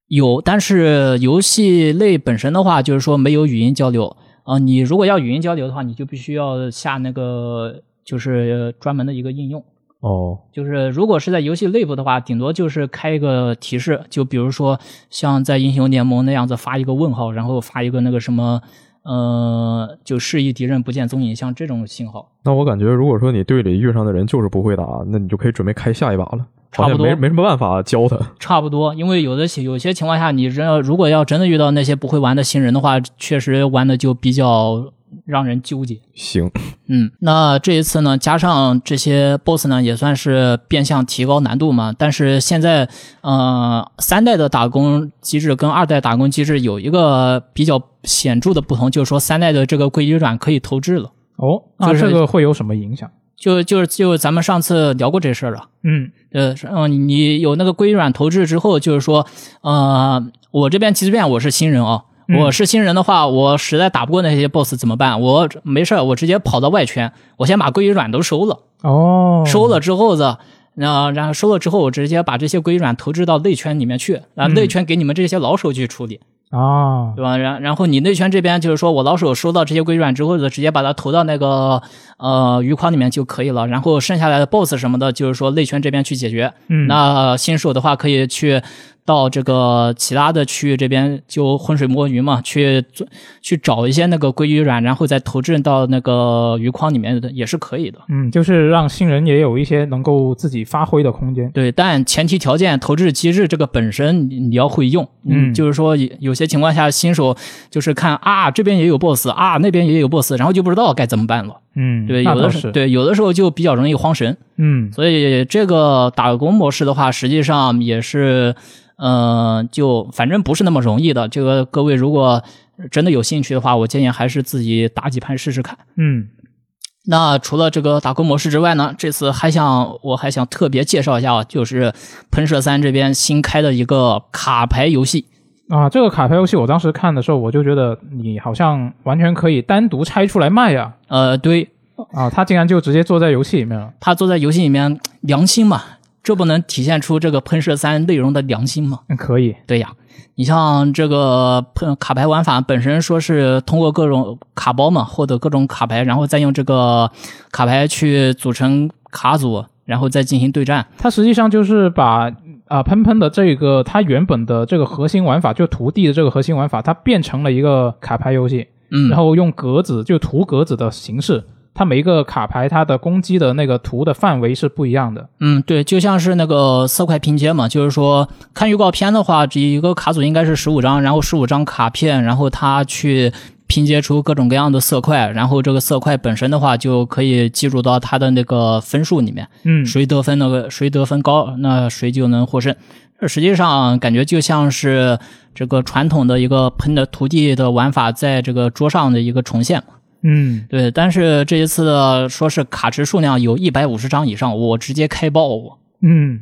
[SPEAKER 3] 有，但是游戏类本身的话，就是说没有语音交流。啊、你如果要语音交流的话，你就必须要下那个就是专门的一个应用。
[SPEAKER 2] 哦，
[SPEAKER 3] 就是如果是在游戏内部的话，顶多就是开一个提示，就比如说像在英雄联盟那样子发一个问号，然后发一个那个什么，呃，就示意敌人不见踪影，像这种信号。
[SPEAKER 2] 那我感觉，如果说你队里遇上的人就是不会打，那你就可以准备开下一把了。
[SPEAKER 3] 差不多
[SPEAKER 2] 好像没没什么办法教他。
[SPEAKER 3] 差不多，因为有的情有些情况下，你真要如果要真的遇到那些不会玩的新人的话，确实玩的就比较让人纠结。
[SPEAKER 2] 行，
[SPEAKER 3] 嗯，那这一次呢，加上这些 BOSS 呢，也算是变相提高难度嘛。但是现在，呃，三代的打工机制跟二代打工机制有一个比较显著的不同，就是说三代的这个硅基软可以投掷了。
[SPEAKER 1] 哦，那
[SPEAKER 3] 就是
[SPEAKER 1] 这个会有什么影响？
[SPEAKER 3] 就就是就咱们上次聊过这事儿了，
[SPEAKER 1] 嗯，
[SPEAKER 3] 呃，是嗯，你有那个硅基软投掷之后，就是说，呃，我这边即便我是新人啊、
[SPEAKER 1] 嗯
[SPEAKER 3] 我是新人的话，我实在打不过那些 boss 怎么办？我没事儿，我直接跑到外圈，我先把硅基软都收了。
[SPEAKER 1] 哦，
[SPEAKER 3] 收了之后的，然后然后收了之后，我直接把这些硅软投掷到内圈里面去，然
[SPEAKER 1] 嗯
[SPEAKER 3] 后内圈给你们这些老手去处理，
[SPEAKER 1] 啊，
[SPEAKER 3] 对吧？然然后你内圈这边就是说我老手收到这些硅软之后，就直接把它投到那个呃鱼筐里面就可以了。然后剩下来的 BOSS 什么的，就是说内圈这边去解决。
[SPEAKER 1] 嗯，
[SPEAKER 3] 那呃新手的话可以去到这个其他的区域这边就浑水摸鱼嘛，去做去找一些那个硅鱼软，然后再投掷到那个鱼筐里面的也是可以的。
[SPEAKER 1] 嗯，就是让新人也有一些能够自己发挥的空间。
[SPEAKER 3] 对，但前提条件，投掷机制这个本身你你要会用，
[SPEAKER 1] 嗯
[SPEAKER 3] 就是说有有些情况下新手就是看啊这边也有 boss 啊那边也有 boss，然后就不知道该怎么办了，
[SPEAKER 1] 嗯，
[SPEAKER 3] 对，
[SPEAKER 1] 那
[SPEAKER 3] 有
[SPEAKER 1] 倒
[SPEAKER 3] 的时
[SPEAKER 1] 是，
[SPEAKER 3] 对有的时候就比较容易慌神，
[SPEAKER 1] 嗯
[SPEAKER 3] 所以这个打工模式的话，实际上也是，呃，就反正不是那么容易的。这个各位如果真的有兴趣的话，我建议还是自己打几盘试试看。
[SPEAKER 1] 嗯，
[SPEAKER 3] 那除了这个打工模式之外呢，这次还想我还想特别介绍一下啊，就是喷射三这边新开的一个卡牌游戏。
[SPEAKER 1] 啊，这个卡牌游戏我当时看的时候，我就觉得你好像完全可以单独拆出来卖呀、
[SPEAKER 3] 呃，对
[SPEAKER 1] 啊！他竟然就直接坐在游戏里面了。
[SPEAKER 3] 他坐在游戏里面良心嘛，这不能体现出这个喷射三内容的良心吗？
[SPEAKER 1] 嗯，可以，
[SPEAKER 3] 对呀，你像这个喷卡牌玩法本身，说是通过各种卡包嘛，获得各种卡牌，然后再用这个卡牌去组成卡组，然后再进行对战。
[SPEAKER 1] 它实际上就是把啊、喷喷的这个它原本的这个核心玩法，就涂地的这个核心玩法，它变成了一个卡牌游戏，
[SPEAKER 3] 嗯，
[SPEAKER 1] 然后用格子就涂格子的形式，它每一个卡牌它的攻击的那个图的范围是不一样的。
[SPEAKER 3] 嗯，对，就像是那个色块拼接嘛，就是说看预告片的话，这一个卡组应该是十五张，然后十五张卡片，然后它去拼接出各种各样的色块，然后这个色块本身的话就可以记录到它的那个分数里面。
[SPEAKER 1] 嗯
[SPEAKER 3] 谁得分那个谁得分高，那谁就能获胜。这实际上感觉就像是这个传统的一个喷的徒弟的玩法，在这个桌上的一个重现嘛。
[SPEAKER 1] 嗯，
[SPEAKER 3] 对，但是这一次的说是卡池数量有一百五十张以上，我直接开爆我。
[SPEAKER 1] 嗯，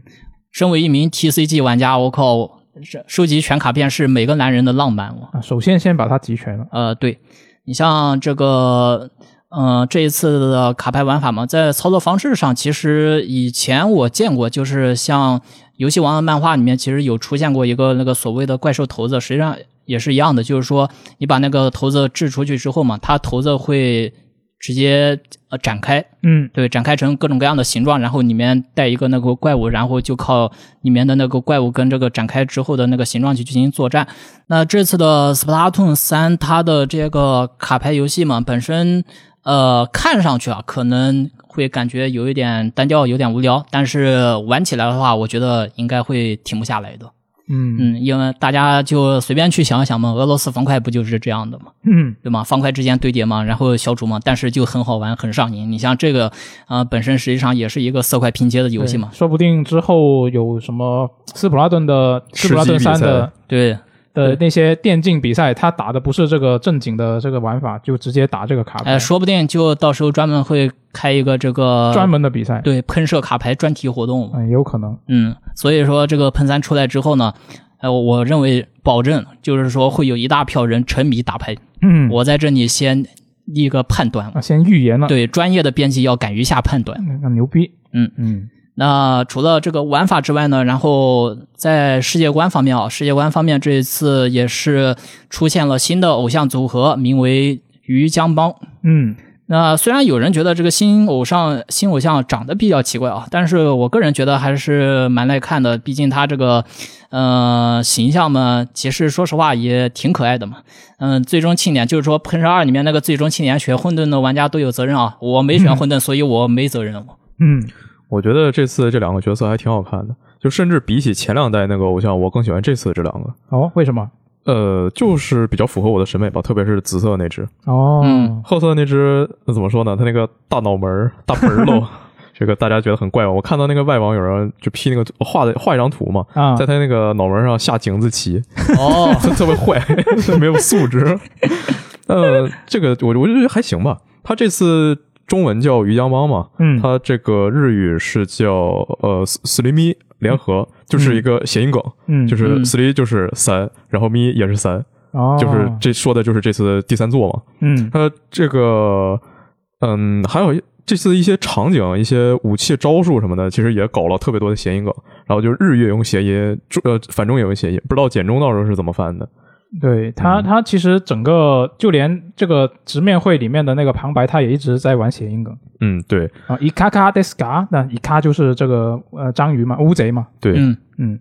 [SPEAKER 3] 身为一名 TCG 玩家，我靠，这收集全卡片是每个男人的浪漫。我
[SPEAKER 1] 啊，首先先把它集全了。
[SPEAKER 3] 呃，对你像这个，呃，这一次的卡牌玩法嘛，在操作方式上，其实以前我见过，就是像游戏王的漫画里面，其实有出现过一个那个所谓的怪兽头子，实际上也是一样的，就是说你把那个头子掷出去之后嘛，它头子会直接呃展开，
[SPEAKER 1] 嗯
[SPEAKER 3] 对，展开成各种各样的形状，然后里面带一个那个怪物，然后就靠里面的那个怪物跟这个展开之后的那个形状去进行作战。那这次的 Splatoon 三，它的这个卡牌游戏嘛，本身呃看上去啊，可能会感觉有一点单调，有点无聊，但是玩起来的话，我觉得应该会停不下来的。
[SPEAKER 1] 嗯
[SPEAKER 3] 嗯，因为大家就随便去想一想嘛，俄罗斯方块不就是这样的吗？
[SPEAKER 1] 嗯
[SPEAKER 3] 对吗？方块之间堆叠嘛，然后消除嘛，但是就很好玩，很上瘾。你像这个啊、呃本身实际上也是一个色块拼接的游戏嘛，
[SPEAKER 1] 对说不定之后有什么斯普拉顿的斯普拉顿
[SPEAKER 2] 实际比
[SPEAKER 1] 三
[SPEAKER 2] 赛
[SPEAKER 1] 的
[SPEAKER 3] 对
[SPEAKER 1] 的那些电竞比赛，他打的不是这个正经的这个玩法，就直接打这个卡牌
[SPEAKER 3] 呃，，说不定就到时候专门会开一个这个
[SPEAKER 1] 专门的比赛，
[SPEAKER 3] 对喷射卡牌专题活动。
[SPEAKER 1] 嗯，有可能，
[SPEAKER 3] 嗯，所以说这个喷三出来之后呢，呃，我我认为保证就是说会有一大票人沉迷打牌。
[SPEAKER 1] 嗯，
[SPEAKER 3] 我在这里先立一个判断，
[SPEAKER 1] 啊，先预言了，
[SPEAKER 3] 对专业的编辑要敢于下判断。
[SPEAKER 1] 嗯，那牛逼，
[SPEAKER 3] 嗯
[SPEAKER 1] 嗯
[SPEAKER 3] 那除了这个玩法之外呢，然后在世界观方面啊，世界观方面这一次也是出现了新的偶像组合，名为鱼江帮。
[SPEAKER 1] 嗯
[SPEAKER 3] 那虽然有人觉得这个新偶像新偶像长得比较奇怪啊，但是我个人觉得还是蛮耐看的，毕竟他这个呃形象嘛，其实说实话也挺可爱的嘛。嗯，最终庆典就是说《喷射二》里面那个最终庆典选混沌的玩家都有责任啊，我没选混沌，所以我没责任。
[SPEAKER 1] 嗯
[SPEAKER 2] 我觉得这次这两个角色还挺好看的，就甚至比起前两代那个偶像，我更喜欢这次这两个。
[SPEAKER 1] 哦，为什么？
[SPEAKER 2] 呃，就是比较符合我的审美吧，特别是紫色那只，
[SPEAKER 1] 哦，
[SPEAKER 3] 嗯
[SPEAKER 2] 褐色那只呃怎么说呢？它那个大脑门儿、大盆儿漏， 这个大家觉得很怪吧？我看到那个外网有人就 P 那个画的画一张图嘛，
[SPEAKER 1] 啊
[SPEAKER 2] 在他那个脑门上下井字旗，
[SPEAKER 3] 哦，
[SPEAKER 2] 特特别坏，没有素质。呃，这个我我就觉得还行吧。他这次中文叫鱼江帮嘛，
[SPEAKER 1] 嗯
[SPEAKER 2] 他这个日语是叫呃斯斯里咪联合，就是一个谐音梗，
[SPEAKER 1] 嗯，
[SPEAKER 2] 就是
[SPEAKER 3] 嗯
[SPEAKER 2] 斯里就是三，然后咪也是三，
[SPEAKER 1] 哦，
[SPEAKER 2] 就是这说的就是这次的第三座嘛。
[SPEAKER 1] 嗯
[SPEAKER 2] 它这个，嗯，还有一这次的一些场景、一些武器招数什么的，其实也搞了特别多的谐音梗。然后就是日月用谐音，中呃反中也用谐音，不知道简中到时候是怎么翻的。
[SPEAKER 1] 对他，
[SPEAKER 2] 嗯
[SPEAKER 1] 他其实整个就连这个直面会里面的那个旁白，他也一直在玩谐音梗
[SPEAKER 2] 嗯，对
[SPEAKER 1] 啊。伊卡卡德斯卡，那伊卡就是这个呃章鱼嘛，乌贼嘛，
[SPEAKER 2] 对，
[SPEAKER 3] 嗯
[SPEAKER 1] 嗯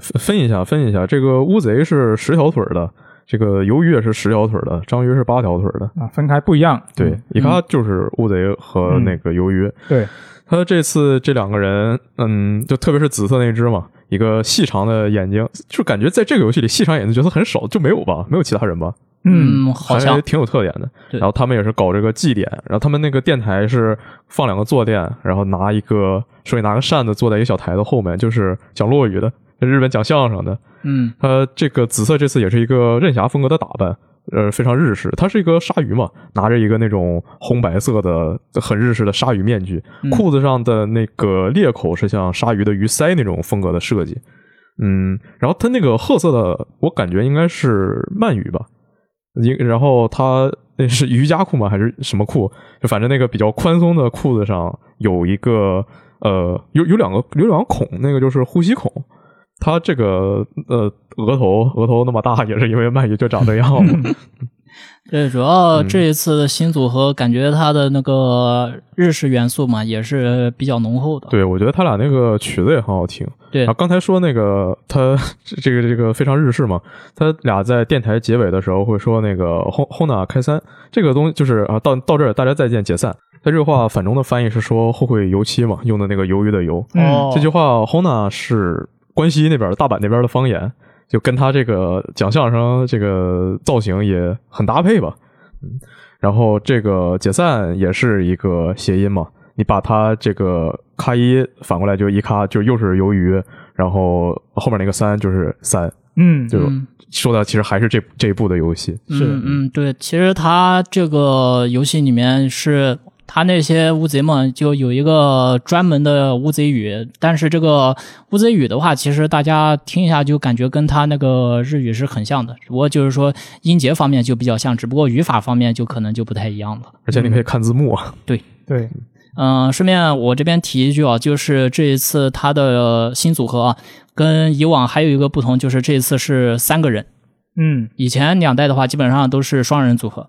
[SPEAKER 2] 分分一下，分一下，这个乌贼是十条腿儿的，这个鱿鱼也是十条腿儿的，章鱼是八条腿儿的。
[SPEAKER 1] 啊，分开不一样。
[SPEAKER 2] 对
[SPEAKER 1] 嗯，
[SPEAKER 2] 伊卡就是乌贼和那个鱿鱼。
[SPEAKER 1] 对，
[SPEAKER 2] 他这次这两个人，嗯，就特别是紫色那只嘛，一个细长的眼睛，就感觉在这个游戏里细长眼睛角色很少，就没有吧，没有其他人吧，
[SPEAKER 1] 嗯
[SPEAKER 3] 嗯，好
[SPEAKER 2] 还
[SPEAKER 3] 像
[SPEAKER 2] 挺有特点的。
[SPEAKER 3] 对
[SPEAKER 2] 然后他们也是搞这个祭典，然后他们那个电台是放两个坐垫，然后拿一个手里拿个扇子坐在一个小台子后面，就是讲落语的，日本讲相声的。
[SPEAKER 3] 嗯
[SPEAKER 2] 他呃这个紫色这次也是一个任侠风格的打扮。呃，非常日式，他是一个鲨鱼嘛，拿着一个那种红白色的很日式的鲨鱼面具，
[SPEAKER 3] 嗯
[SPEAKER 2] 裤子上的那个裂口是像鲨鱼的鱼鳃那种风格的设计。嗯，然后它那个褐色的，我感觉应该是鳗鱼吧。一然后它那是瑜伽裤吗？还是什么裤？就反正那个比较宽松的裤子上有一个呃，有有两个有两个孔，那个就是呼吸孔。它这个呃额头额头那么大，也是因为鳗鱼就长这样嘛。
[SPEAKER 3] 对，主要
[SPEAKER 2] 嗯
[SPEAKER 3] 这一次的新组合，感觉它的那个日式元素嘛，也是比较浓厚的。
[SPEAKER 2] 对，我觉得他俩那个曲子也很好听。
[SPEAKER 3] 对
[SPEAKER 2] 啊，刚才说那个他这个这个非常日式嘛，他俩在电台结尾的时候会说那个 “hon hona 开三”这个东西，就是啊，到到这儿大家再见解散。他这句话反中的翻译是说“后会油漆”嘛，用的那个鱿鱼的油。
[SPEAKER 1] 嗯
[SPEAKER 3] 哦，
[SPEAKER 2] 这句话 “hona” 是关西那边大阪那边的方言，就跟他这个讲相声这个造型也很搭配吧。嗯，然后这个解散也是一个谐音嘛，你把它这个咔一反过来就一咔，就又是鱿鱼，然后后面那个三就是三，
[SPEAKER 1] 嗯，
[SPEAKER 2] 对吧？
[SPEAKER 3] 嗯
[SPEAKER 2] 说的其实还是这这一部的游戏，
[SPEAKER 1] 是
[SPEAKER 3] 嗯嗯，对，其实它这个游戏里面是。它那些乌贼嘛，就有一个专门的乌贼语，但是这个乌贼语的话，其实大家听一下就感觉跟它那个日语是很像的，只不过就是说音节方面就比较像，只不过语法方面就可能就不太一样了。
[SPEAKER 2] 而且你可以看字幕啊。
[SPEAKER 1] 对，
[SPEAKER 3] 嗯，顺便我这边提一句啊，就是这一次他的新组合啊，跟以往还有一个不同，就是这一次是三个人，
[SPEAKER 1] 嗯
[SPEAKER 3] 以前两代的话基本上都是双人组合。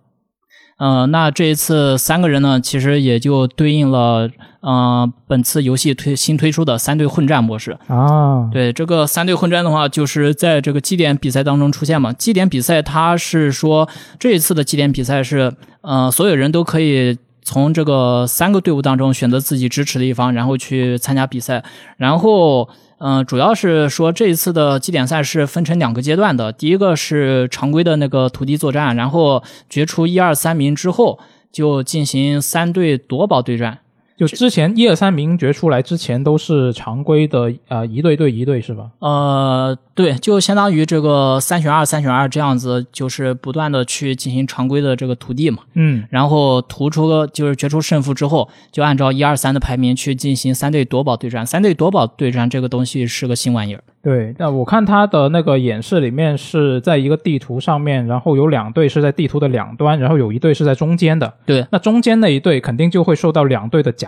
[SPEAKER 3] 嗯、那这一次三个人呢，其实也就对应了，嗯，本次游戏推新推出的三队混战模式。
[SPEAKER 1] 啊，
[SPEAKER 3] 对这个三队混战的话，就是在这个绩点比赛当中出现嘛。绩点比赛它是说这一次的绩点比赛是，呃，所有人都可以从这个三个队伍当中选择自己支持的一方，然后去参加比赛。然后，嗯、主要是说这一次的绩点赛是分成两个阶段的，第一个是常规的那个土地作战，然后决出一二三名之后，就进行三队夺宝对战。
[SPEAKER 1] 就之前一二三名角出来之前都是常规的啊，呃一队对一队是吧？
[SPEAKER 3] 呃，对，就相当于这个三选二、三选二这样子，就是不断的去进行常规的这个涂地嘛，
[SPEAKER 1] 嗯
[SPEAKER 3] 然后涂出个就是决出胜负之后，就按照一二三的排名去进行三队夺宝对战。三队夺宝对战这个东西是个新玩意儿，
[SPEAKER 1] 对，那我看他的那个演示里面是在一个地图上面，然后有两队是在地图的两端，然后有一队是在中间的。
[SPEAKER 3] 对
[SPEAKER 1] 那中间那一队肯定就会受到两队的夹击。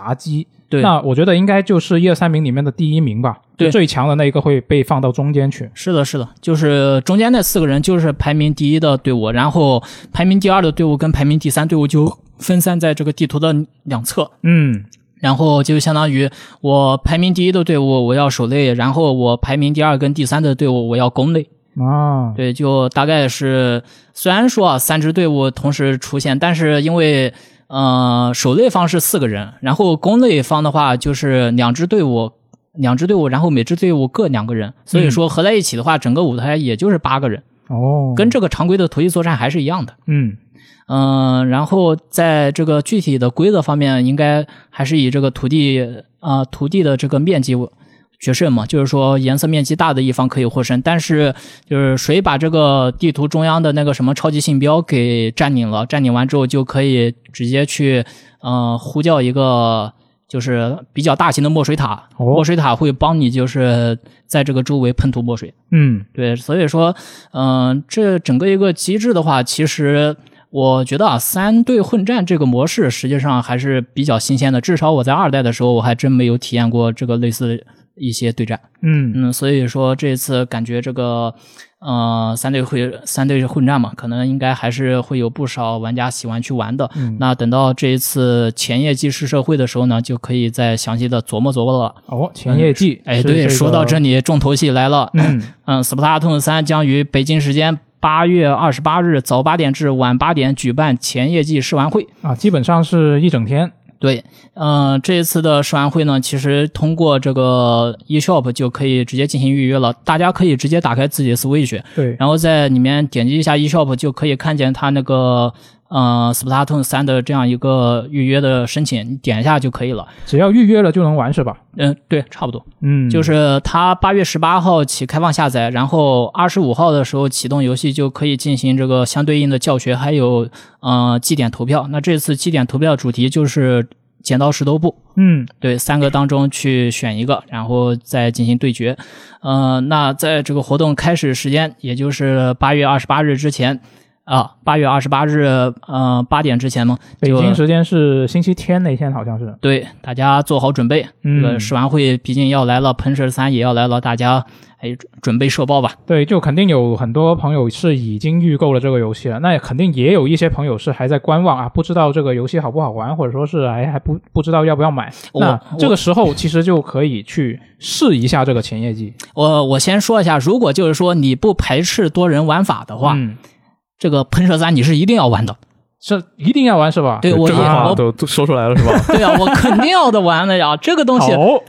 [SPEAKER 3] 对，
[SPEAKER 1] 那我觉得应该就是一二三名里面的第一名吧，
[SPEAKER 3] 对
[SPEAKER 1] 就最强的那一个会被放到中间去。
[SPEAKER 3] 是的，是的，就是中间那四个人就是排名第一的队伍，然后排名第二的队伍跟排名第三队伍就分散在这个地图的两侧，
[SPEAKER 1] 嗯
[SPEAKER 3] 然后就相当于我排名第一的队伍我要守擂，然后我排名第二跟第三的队伍我要攻擂。
[SPEAKER 1] 啊，
[SPEAKER 3] 对，就大概是虽然说啊三支队伍同时出现，但是因为呃守擂方是四个人，然后攻擂方的话就是两支队伍。两支队伍，然后每支队伍各两个人，所以说合在一起的话，整个舞台也就是八个人。
[SPEAKER 1] 哦，
[SPEAKER 3] 跟这个常规的图一作战还是一样的。
[SPEAKER 1] 嗯
[SPEAKER 3] 嗯，然后在这个具体的规则方面，应该还是以这个土地啊、呃土地的这个面积决胜嘛，就是说颜色面积大的一方可以获胜。但是就是谁把这个地图中央的那个什么超级信标给占领了，占领完之后就可以直接去嗯、呃呼叫一个。就是比较大型的墨水塔，
[SPEAKER 1] 哦
[SPEAKER 3] 墨水塔会帮你，就是在这个周围喷涂墨水。
[SPEAKER 1] 嗯
[SPEAKER 3] 对，所以说，嗯、这整个一个机制的话，其实我觉得啊，三队混战这个模式实际上还是比较新鲜的，至少我在二代的时候，我还真没有体验过这个类似的一些对战。
[SPEAKER 1] 嗯
[SPEAKER 3] 嗯，所以说这次感觉这个，呃，三队会三队混战嘛，可能应该还是会有不少玩家喜欢去玩的。
[SPEAKER 1] 嗯
[SPEAKER 3] 那等到这一次前夜祭事社会的时候呢，就可以再详细的琢磨琢磨了。
[SPEAKER 1] 哦，前夜祭，
[SPEAKER 3] 哎，
[SPEAKER 1] 是
[SPEAKER 3] 对，
[SPEAKER 1] 这个
[SPEAKER 3] 说到这，里，重头戏来了。
[SPEAKER 1] 嗯
[SPEAKER 3] 嗯，Splatoon 三将于北京时间八月二十八日早八点至晚八点举办前夜季试玩会。
[SPEAKER 1] 啊，基本上是一整天，
[SPEAKER 3] 对，嗯、这一次的试玩会呢，其实通过这个 eShop 就可以直接进行预约了。大家可以直接打开自己的 Switch，
[SPEAKER 1] 对，
[SPEAKER 3] 然后在里面点击一下 eShop，就可以看见它那个呃 Splatoon 三的这样一个预约的申请，你点一下就可以了。
[SPEAKER 1] 只要预约了就能玩是吧？
[SPEAKER 3] 嗯，对，差不多。
[SPEAKER 1] 嗯，
[SPEAKER 3] 就是它八月十八号起开放下载，然后二十五号的时候启动游戏就可以进行这个相对应的教学，还有呃绩点投票。那这次绩点投票主题就是剪刀石头布，
[SPEAKER 1] 嗯
[SPEAKER 3] 对，三个当中去选一个，然后再进行对决。呃，那在这个活动开始时间，也就是八月二十八日之前。啊，八月二十八日，呃，八点之前嘛，
[SPEAKER 1] 北
[SPEAKER 3] 就
[SPEAKER 1] 京时间是星期天那天好像是，
[SPEAKER 3] 对，大家做好准备。
[SPEAKER 1] 嗯
[SPEAKER 3] 这个试玩会毕竟要来了，喷射三也要来了，大家哎准准备社爆吧。
[SPEAKER 1] 对，就肯定有很多朋友是已经预购了这个游戏了，那也肯定也有一些朋友是还在观望啊，不知道这个游戏好不好玩，或者说是哎还不不知道要不要买。
[SPEAKER 3] 我
[SPEAKER 1] 那
[SPEAKER 3] 我
[SPEAKER 1] 这个时候其实就可以去试一下这个前夜祭。
[SPEAKER 3] 我我先说一下，如果就是说你不排斥多人玩法的话，
[SPEAKER 1] 嗯，
[SPEAKER 3] 这个喷射三你是一定要 玩的。
[SPEAKER 1] 是一定要玩是吧？
[SPEAKER 3] 对我
[SPEAKER 2] 这个
[SPEAKER 3] 也
[SPEAKER 2] 话
[SPEAKER 3] 我
[SPEAKER 2] 都都说出来 了是吧？
[SPEAKER 3] 对啊，我肯定要的玩的呀， 这个东西
[SPEAKER 1] 好，嗯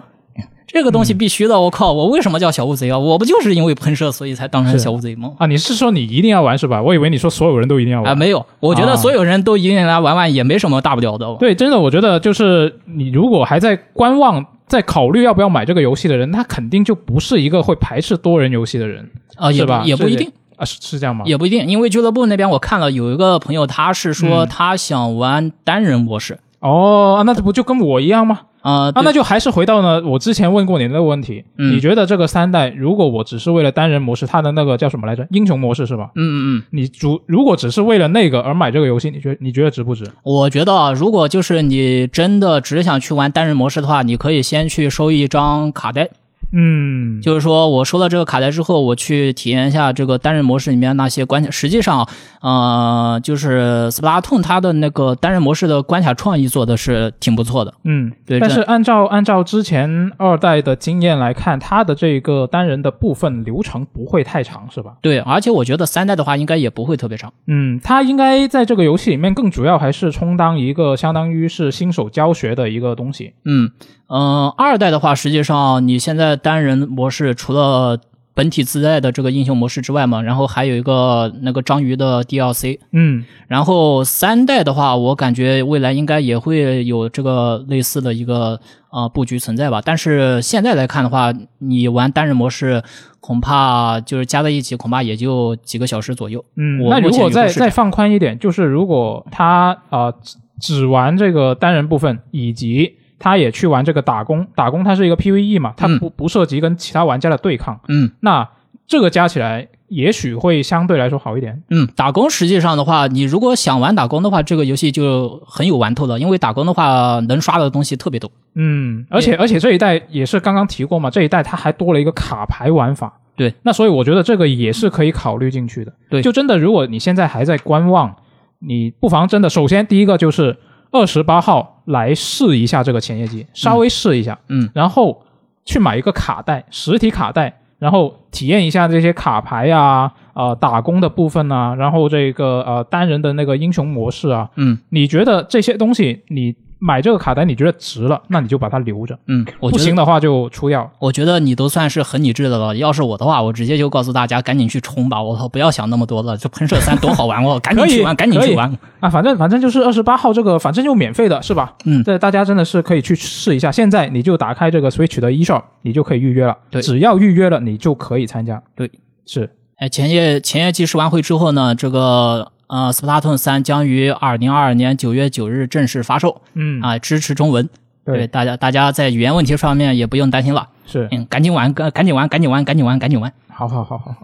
[SPEAKER 3] 这个东西必须的。我靠，我为什么叫小乌贼啊？我不就是因为喷射所以才当成小乌贼吗？
[SPEAKER 1] 啊，你是说你一定要玩是吧？我以为你说所有人都一定要
[SPEAKER 3] 啊、
[SPEAKER 1] 玩。
[SPEAKER 3] 没有，我觉
[SPEAKER 1] 啊
[SPEAKER 3] 得所有人都一定来玩玩也没什么大不了的。
[SPEAKER 1] 对，真的，我觉得就是你如果还在观望、在考虑要不要买这个游戏的人，他肯定就不是一个会排斥多人游戏的人
[SPEAKER 3] 啊、也
[SPEAKER 1] 是
[SPEAKER 3] 不
[SPEAKER 1] 吧
[SPEAKER 3] 也不
[SPEAKER 1] 是
[SPEAKER 3] 一定。
[SPEAKER 1] 啊，是是这样吗？
[SPEAKER 3] 也不一定，因为俱乐部那边我看了有一个朋友，他是说
[SPEAKER 1] 嗯
[SPEAKER 3] 他想玩单人模式，
[SPEAKER 1] 哦，啊那这不就跟我一样吗？
[SPEAKER 3] 啊、
[SPEAKER 1] 啊，
[SPEAKER 3] 对
[SPEAKER 1] 那就还是回到呢，我之前问过你的那个问题，
[SPEAKER 3] 嗯
[SPEAKER 1] 你觉得这个三代，如果我只是为了单人模式，它的那个叫什么来着？英雄模式是吧？
[SPEAKER 3] 嗯嗯
[SPEAKER 1] 你主如果只是为了那个而买这个游戏，你觉你觉得值不值？
[SPEAKER 3] 嗯，我觉得啊，如果就是你真的只想去玩单人模式的话，你可以先去收一张卡带，
[SPEAKER 1] 嗯，
[SPEAKER 3] 就是说我收了这个卡带之后，我去体验一下这个单人模式里面那些关卡。实际上，呃，就是 Splatoon 它的那个单人模式的关卡创意做的是挺不错的。
[SPEAKER 1] 嗯，
[SPEAKER 3] 对
[SPEAKER 1] 但
[SPEAKER 3] 这
[SPEAKER 1] 是按照按照之前二代的经验来看，它的这个单人的部分流程不会太长，是吧？
[SPEAKER 3] 对，而且我觉得三代的话应该也不会特别长。
[SPEAKER 1] 嗯，它应该在这个游戏里面更主要还是充当一个相当于是新手教学的一个东西。
[SPEAKER 3] 嗯嗯、呃二代的话，实际上你现在单人模式除了本体自带的这个英雄模式之外嘛，然后还有一个那个章鱼的 DLC。
[SPEAKER 1] 嗯，
[SPEAKER 3] 然后三代的话，我感觉未来应该也会有这个类似的一个呃布局存在吧。但是现在来看的话，你玩单人模式恐怕就是加在一起，恐怕也就几个小时左右。
[SPEAKER 1] 嗯，
[SPEAKER 3] 我
[SPEAKER 1] 那
[SPEAKER 3] 目
[SPEAKER 1] 如
[SPEAKER 3] 前
[SPEAKER 1] 果
[SPEAKER 3] 也不
[SPEAKER 1] 再
[SPEAKER 3] 是这样
[SPEAKER 1] 再放宽一点，就是如果他啊、呃只只玩这个单人部分，以及他也去玩这个打工，打工它是一个 PVE 嘛，它
[SPEAKER 3] 嗯
[SPEAKER 1] 不、不涉及跟其他玩家的对抗，
[SPEAKER 3] 嗯
[SPEAKER 1] 那这个加起来也许会相对来说好一点。
[SPEAKER 3] 嗯，打工实际上的话，你如果想玩打工的话，这个游戏就很有玩头了，因为打工的话能刷的东西特别多。
[SPEAKER 1] 嗯，而且而且这一代也是刚刚提过嘛，这一代它还多了一个卡牌玩法。
[SPEAKER 3] 对，
[SPEAKER 1] 那所以我觉得这个也是可以考虑进去的。
[SPEAKER 3] 对
[SPEAKER 1] 就真的如果你现在还在观望，你不妨真的首先第一个就是二十八号来试一下这个前夜机，稍微试一下，
[SPEAKER 3] 嗯
[SPEAKER 1] 然后去买一个卡带，实体卡带，然后体验一下这些卡牌啊，呃，打工的部分啊，然后这个呃单人的那个英雄模式啊，
[SPEAKER 3] 嗯，
[SPEAKER 1] 你觉得这些东西你买这个卡带你觉得值了，那你就把它留着，
[SPEAKER 3] 嗯，我
[SPEAKER 1] 不
[SPEAKER 3] 觉
[SPEAKER 1] 行
[SPEAKER 3] 得。
[SPEAKER 1] 的话就出药。
[SPEAKER 3] 我觉得你都算是很理智的了。要是我的话，我直接就告诉大家，赶紧去冲吧！我操，不要想那么多了，这喷射三多好玩哦，赶紧去玩，赶紧去玩。
[SPEAKER 1] 啊，反正反正就是二十八号这个，反正就免费的是吧？
[SPEAKER 3] 嗯
[SPEAKER 1] 这大家真的是可以去试一下。现在你就打开这个 Switch 的 eShop，你就可以预约了。
[SPEAKER 3] 对
[SPEAKER 1] 只要预约了，你就可以参加。
[SPEAKER 3] 对，
[SPEAKER 1] 是
[SPEAKER 3] 哎，前夜前夜祭试完会之后呢，这个呃《Splatoon 三》将于二零二二年九月九日正式发售
[SPEAKER 1] 嗯，
[SPEAKER 3] 啊、支持中文。
[SPEAKER 1] 对
[SPEAKER 3] 大家大家在语言问题上面也不用担心了。
[SPEAKER 1] 是，
[SPEAKER 3] 嗯，赶紧玩，赶赶紧玩，赶紧玩，赶紧玩，赶紧玩。
[SPEAKER 1] 好好好 好。好。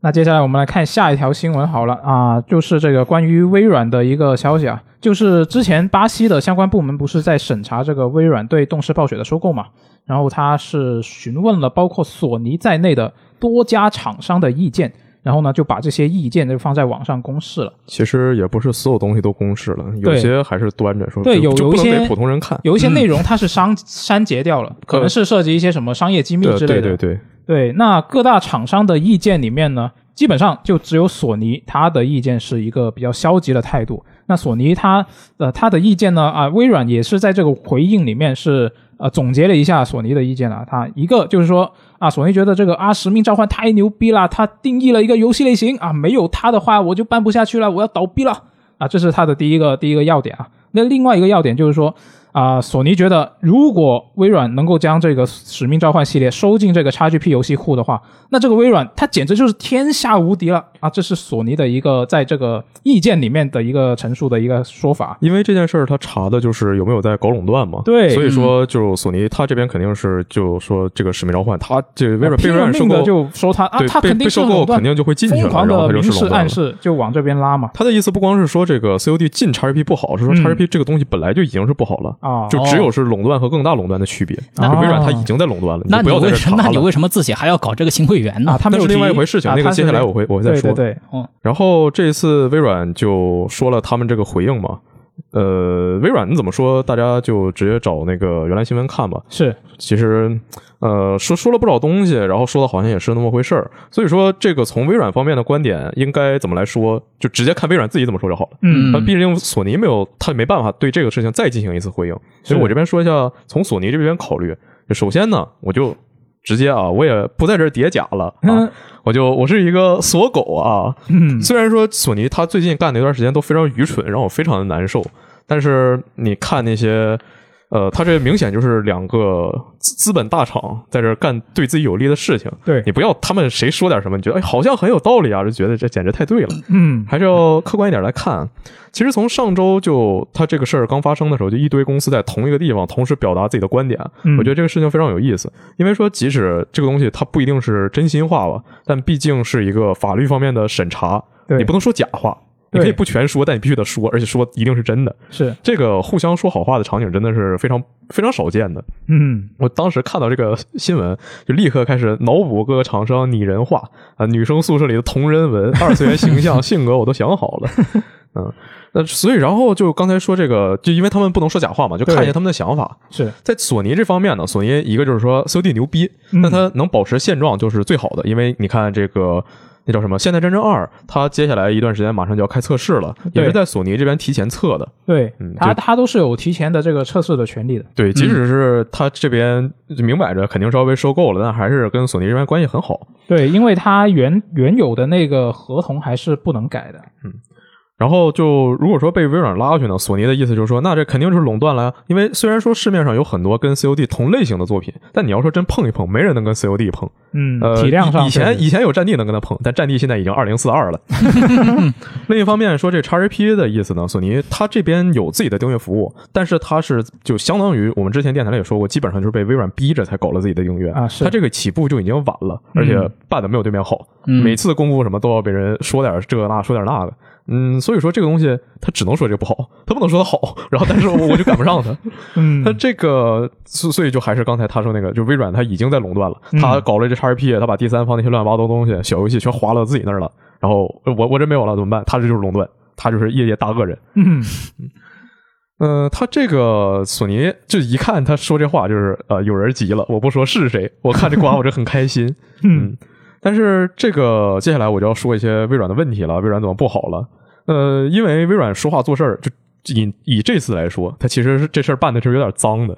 [SPEAKER 1] 那接下来我们来看下一条新闻好了啊，就是这个关于微软的一个消息啊，就是之前巴西的相关部门不是在审查这个微软对动视暴雪的收购嘛，然后他是询问了包括索尼在内的多家厂商的意见，然后呢就把这些意见就放在网上公示了。
[SPEAKER 2] 其实也不是所有东西都公示了，有
[SPEAKER 1] 对
[SPEAKER 2] 些还是端着说，
[SPEAKER 1] 对
[SPEAKER 2] 就
[SPEAKER 1] 有
[SPEAKER 2] 就
[SPEAKER 1] 有
[SPEAKER 2] 不
[SPEAKER 1] 一
[SPEAKER 2] 能给
[SPEAKER 1] 些
[SPEAKER 2] 普通人看。
[SPEAKER 1] 有一些内容它是删删节掉了，可能是涉及一些什么商业机密
[SPEAKER 2] 对
[SPEAKER 1] 之类
[SPEAKER 2] 对
[SPEAKER 1] 的。
[SPEAKER 2] 对对，
[SPEAKER 1] 对，那各大厂商的意见里面呢，基本上就只有索尼，他的意见是一个比较消极的态度。那索尼他呃他的意见呢啊，微软也是在这个回应里面是呃总结了一下索尼的意见啊，他一个就是说啊，索尼觉得这个《啊使命召唤》太牛逼了，它定义了一个游戏类型啊，没有它的话我就办不下去了，我要倒闭了啊，这是他的第一个第一个要点啊。那另外一个要点就是说，啊、索尼觉得如果微软能够将这个《使命召唤》系列收进这个 XGP 游戏库的话，那这个微软它简直就是天下无敌了啊！这是索尼的一个在这个意见里面的一个陈述的一个说法。
[SPEAKER 2] 因为这件事儿，他查的就是有没有在搞垄断嘛。
[SPEAKER 1] 对
[SPEAKER 2] 所以说就索尼他这边肯定是就说这个使命召唤，他这微软
[SPEAKER 1] 啊
[SPEAKER 2] 被
[SPEAKER 1] 拼
[SPEAKER 2] 微
[SPEAKER 1] 了
[SPEAKER 2] 软收
[SPEAKER 1] 命
[SPEAKER 2] 购
[SPEAKER 1] 的，就说他啊，
[SPEAKER 2] 对
[SPEAKER 1] 他
[SPEAKER 2] 被
[SPEAKER 1] 肯定
[SPEAKER 2] 被
[SPEAKER 1] 是
[SPEAKER 2] 收购
[SPEAKER 1] 垄断
[SPEAKER 2] 肯定就会进去
[SPEAKER 1] 疯
[SPEAKER 2] 了，
[SPEAKER 1] 狂
[SPEAKER 2] 然后
[SPEAKER 1] 的
[SPEAKER 2] 他就
[SPEAKER 1] 明
[SPEAKER 2] 是
[SPEAKER 1] 示
[SPEAKER 2] 垄断
[SPEAKER 1] 暗
[SPEAKER 2] 了。
[SPEAKER 1] 示就往这边拉嘛
[SPEAKER 2] 他的意思不光是说这个 COD 进 XGP 不好，是说
[SPEAKER 1] 嗯
[SPEAKER 2] XGP 这个东西本来就已经是不好了，
[SPEAKER 1] 啊，
[SPEAKER 2] 就只有是垄断和更大垄断的区别。
[SPEAKER 1] 那
[SPEAKER 2] 就微软它已经在垄断了，
[SPEAKER 3] 那
[SPEAKER 2] 你不
[SPEAKER 3] 你
[SPEAKER 2] 要在
[SPEAKER 3] 为
[SPEAKER 2] 这查
[SPEAKER 3] 那你
[SPEAKER 2] 了。
[SPEAKER 3] 为什么自己还要搞这个新会员呢
[SPEAKER 1] 啊，？他们
[SPEAKER 2] 那是另外一回
[SPEAKER 1] 事。
[SPEAKER 2] 事情，
[SPEAKER 1] 啊
[SPEAKER 2] 那个
[SPEAKER 1] 它是
[SPEAKER 2] 接下来
[SPEAKER 1] 另
[SPEAKER 2] 我会我会再
[SPEAKER 1] 对
[SPEAKER 2] 说。
[SPEAKER 1] 对对，
[SPEAKER 2] 然后这次微软就说了他们这个回应嘛，呃，微软你怎么说？大家就直接找那个原来新闻看吧。
[SPEAKER 1] 是
[SPEAKER 2] 其实，呃，说说了不少东西，然后说的好像也是那么回事儿。所以说，这个从微软方面的观点，应该怎么来说，就直接看微软自己怎么说就好了。
[SPEAKER 1] 嗯
[SPEAKER 2] 那毕竟索尼没有，他没办法对这个事情再进行一次回应，所以我这边说一下，从索尼这边考虑，就首先呢，我就直接啊，我也不在这儿叠甲了啊
[SPEAKER 1] 嗯，
[SPEAKER 2] 我就我是一个锁狗啊，
[SPEAKER 1] 嗯
[SPEAKER 2] 虽然说索尼他最近干的一段时间都非常愚蠢，让我非常的难受，但是你看那些。呃，他这明显就是两个资资本大厂在这儿干对自己有利的事情。
[SPEAKER 1] 对
[SPEAKER 2] 你不要他们谁说点什么，你觉得哎好像很有道理啊，就觉得这简直太对了。
[SPEAKER 1] 嗯
[SPEAKER 2] 还是要客观一点来看。啊其实从上周就他这个事儿刚发生的时候，就一堆公司在同一个地方同时表达自己的观点。啊
[SPEAKER 1] 嗯
[SPEAKER 2] 我觉得这个事情非常有意思，因为说即使这个东西它不一定是真心话吧，但毕竟是一个法律方面的审查，
[SPEAKER 1] 对
[SPEAKER 2] 你不能说假话。你
[SPEAKER 1] 对
[SPEAKER 2] 可以不全说，但你必须得说，而且说一定是真的。
[SPEAKER 1] 是
[SPEAKER 2] 这个互相说好话的场景真的是非常非常少见的。
[SPEAKER 1] 嗯
[SPEAKER 2] 我当时看到这个新闻，就立刻开始脑补各个厂商拟人化啊，女生宿舍里的同 人文、二次元形象、性格我都想好了。嗯，那所以然后就刚才说这个，就因为他们不能说假话嘛，就看一下
[SPEAKER 1] 对
[SPEAKER 2] 他们的想法。
[SPEAKER 1] 是
[SPEAKER 2] 在索尼这方面呢，索尼一个就是说 COD 牛逼，
[SPEAKER 1] 嗯
[SPEAKER 2] 那它能保持现状就是最好的，因为你看这个。那叫什么？《现代战争二》它接下来一段时间马上就要开测试了，也
[SPEAKER 1] 对
[SPEAKER 2] 是在索尼这边提前测的。
[SPEAKER 1] 对
[SPEAKER 2] 嗯，
[SPEAKER 1] 他
[SPEAKER 2] 就
[SPEAKER 1] 他都是有提前的这个测试的权利的。
[SPEAKER 2] 对，即使是他这边明摆着肯定是要被收购了，但还是跟索尼这边关系很好。
[SPEAKER 1] 对，因为它原原有的那个合同还是不能改的。
[SPEAKER 2] 然后就如果说被微软拉过去呢，索尼的意思就是说，那这肯定就是垄断了呀。因为虽然说市面上有很多跟 COD 同类型的作品，但你要说真碰一碰，没人能跟 COD 碰。
[SPEAKER 1] 嗯，
[SPEAKER 2] 呃，
[SPEAKER 1] 体量上
[SPEAKER 2] 以以前
[SPEAKER 1] 确实
[SPEAKER 2] 以前有战地能跟他碰，但战地现在已经二零 四二了。另一方面说，这 XGP 的意思呢，索尼它这边有自己的订阅服务，但是它是就相当于我们之前电台里也说过，基本上就是被微软逼着才搞了自己的订阅
[SPEAKER 1] 啊是嗯
[SPEAKER 2] 它这个起步就已经晚了，而且办的没有对面好，
[SPEAKER 3] 嗯
[SPEAKER 2] 每次公布什么都要被人说点这个那，说点那个。嗯，所以说这个东西，它只能说这个不好，它不能说它好，然后但是我我就赶不上它。
[SPEAKER 1] 嗯
[SPEAKER 2] 那这个，所所以就还是刚才他说那个，就微软它已经在垄断了，
[SPEAKER 1] 嗯
[SPEAKER 2] 他搞了这 XRP，他把第三方那些乱七八糟东西、小游戏全划到自己那儿了，然后呃我我这没有了怎么办？他这就是垄断，他就是业界大恶人。
[SPEAKER 1] 嗯
[SPEAKER 2] 嗯、他这个索尼就一看他说这话就是呃，有人急了，我不说是谁，我看这瓜我这很开心。
[SPEAKER 1] 嗯
[SPEAKER 2] 但是这个接下来我就要说一些微软的问题了，微软怎么不好了？呃，因为微软说话做事儿就以以这次来说，它其实是这事儿办的是有点脏的，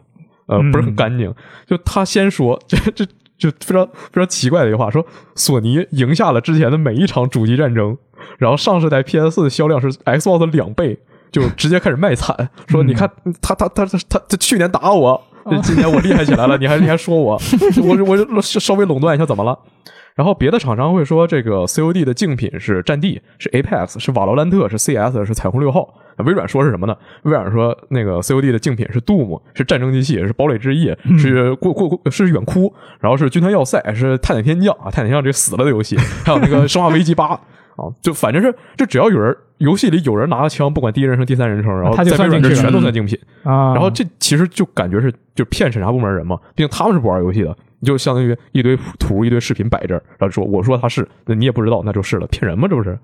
[SPEAKER 2] 呃，不是很干净。就他先说， 这这就非常非常奇怪的一句话，说索尼赢下了之前的每一场主机战争，然后上世代 PS 的销量是 Xbox 的两倍，就直接开始卖惨，说你看他他他他他他去年打我，这今年我厉害起来了，你还你还说我， 我我我稍微垄断一下怎么了？然后别的厂商会说，这个 COD 的竞品是《战地》、是 Apex、是《瓦罗兰特》、是 CS、是《彩虹六号》。微软说是什么呢？微软说那个 COD 的竞品是 Doom、是《战争机器》、是《堡垒之夜》、
[SPEAKER 1] 嗯
[SPEAKER 2] 是过过是远哭，然后是《军团要塞》、是《泰坦天降》啊，《泰坦天降》这个死了的 游戏，还有那个《生化危机八》啊，就反正是就只要有人游戏里有人拿了枪，不管第一人称、第三人称，然后
[SPEAKER 1] 他就
[SPEAKER 2] 在
[SPEAKER 1] 算
[SPEAKER 2] 微
[SPEAKER 1] 进
[SPEAKER 2] 软这
[SPEAKER 1] 去了
[SPEAKER 2] 全都算竞品。
[SPEAKER 1] 啊，
[SPEAKER 2] 嗯然后这其实就感觉是就骗审查部门人嘛，毕竟他们是不玩游戏的，你就相当于一堆图、一堆视频摆这儿，然后说我说他是，那你也不知道，那就是了，骗人嘛，这不是？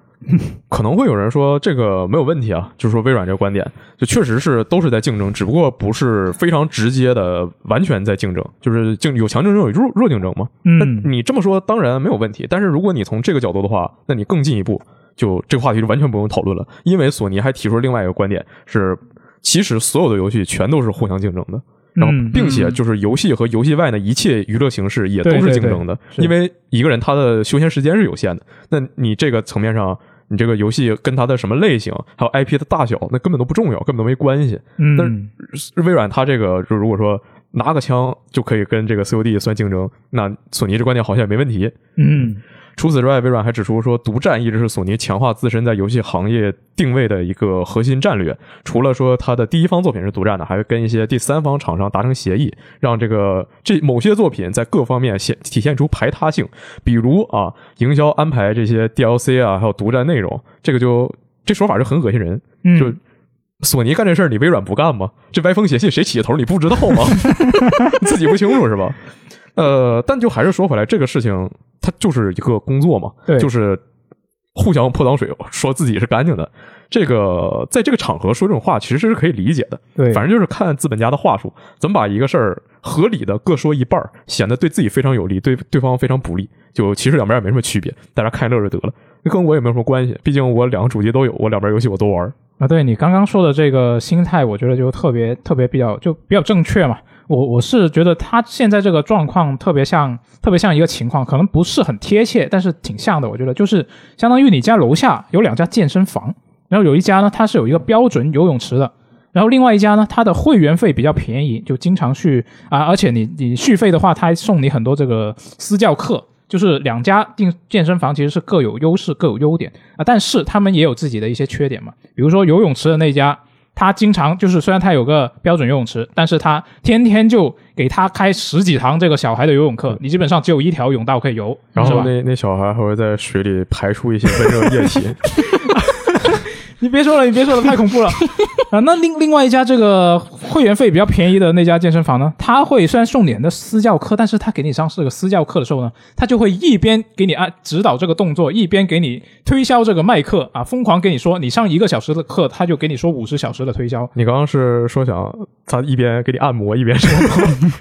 [SPEAKER 2] 可能会有人说这个没有问题啊，就是说微软这个观点，就确实是都是在竞争，只不过不是非常直接的完全在竞争，就是竞有强竞争有弱弱竞争嘛。那
[SPEAKER 1] 嗯
[SPEAKER 2] 你这么说当然没有问题，但是如果你从这个角度的话，那你更进一步，就这个话题就完全不用讨论了，因为索尼还提出另外一个观点是，其实所有的游戏全都是互相竞争的。然后
[SPEAKER 1] 嗯，
[SPEAKER 2] 并且就是游戏和游戏外的一切娱乐形式也都
[SPEAKER 1] 对
[SPEAKER 2] 是
[SPEAKER 1] 对
[SPEAKER 2] 竞
[SPEAKER 1] 对
[SPEAKER 2] 争的，
[SPEAKER 1] 是
[SPEAKER 2] 因为一个人他的休闲时间是有限的。那你这个层面上，你这个游戏跟它的什么类型，还有 IP 的大小，那根本都不重要，根本都没关系。但是
[SPEAKER 1] 嗯，
[SPEAKER 2] 微软它这个，就如果说拿个枪就可以跟这个 COD 算竞争，那索尼这观点好像也没问题。
[SPEAKER 1] 嗯，
[SPEAKER 2] 除此之外，微软还指出说，独占一直是索尼强化自身在游戏行业定位的一个核心战略。除了说它的第一方作品是独占的，还会跟一些第三方厂商达成协议，让这个这某些作品在各方面显体现出排他性，比如啊，营销安排这些 DLC 啊，还有独占内容，这个就这说法就很恶心人。
[SPEAKER 1] 嗯
[SPEAKER 2] 就索尼干这事儿，你微软不干吗？这歪风邪气谁起的头，你不知道吗？ 自己不清楚是吧？呃，但就还是说回来，这个事情它就是一个工作嘛，
[SPEAKER 1] 对
[SPEAKER 2] 就是互相泼脏水，说自己是干净的。这个在这个场合说这种话，其实是可以理解的。
[SPEAKER 1] 对，
[SPEAKER 2] 反正就是看资本家的话术，怎么把一个事儿合理的各说一半儿，显得对自己非常有利，对对方非常不利。就其实两边也没什么区别，大家看乐就得了，跟我也没有什么关系。毕竟我两个主机都有，我两边游戏我都玩儿。
[SPEAKER 1] 啊，对你刚刚说的这个心态，我觉得就特别特别比较就比较正确嘛。我我是觉得他现在这个状况特别像特别像一个情况，可能不是很贴切，但是挺像的。我觉得就是相当于你家楼下有两家健身房，然后有一家呢它是有一个标准游泳池的，然后另外一家呢它的会员费比较便宜，就经常去啊，而且你你续费的话，它还送你很多这个私教课。就是两家健健身房其实是各有优势、各有优点啊，但是他们也有自己的一些缺点嘛。比如说游泳池的那家，他经常就是虽然他有个标准游泳池，但是他天天就给他开十几堂这个小孩的游泳课，你基本上只有一条泳道可以游，
[SPEAKER 2] 然
[SPEAKER 1] 是
[SPEAKER 2] 后
[SPEAKER 1] 吧？
[SPEAKER 2] 那那小孩还会在水里排出一些温热液 体，
[SPEAKER 1] 你别说了，你别说了，太恐怖了啊！那另另外一家这个会员费比较便宜的那家健身房呢，他会虽然送你的私教课，但是他给你上这个私教课的时候呢，他就会一边给你按指导这个动作，一边给你推销这个卖课啊，疯狂给你说，你上一个小时的课，他就给你说五十小时的推销，
[SPEAKER 2] 你刚刚是说想他一边给你按摩一边说，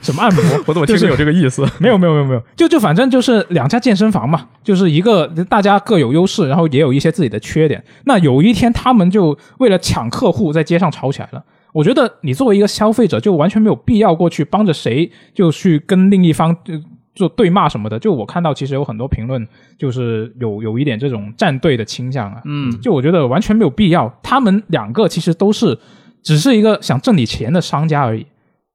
[SPEAKER 1] 什么按摩，
[SPEAKER 2] 我怎么听着有这个 意思？
[SPEAKER 1] 没有没有没有没有，就就反正就是两家健身房嘛，就是一个大家各有优势，然后也有一些自己的缺点。那有一天他们就为了抢客户在街上吵起来了。我觉得你作为一个消费者，就完全没有必要过去帮着谁就去跟另一方就做对骂什么的。就我看到其实有很多评论，就是有有一点这种站队的倾向啊。
[SPEAKER 3] 嗯，
[SPEAKER 1] 就我觉得完全没有必要。他们两个其实都是只是一个想挣你钱的商家而已，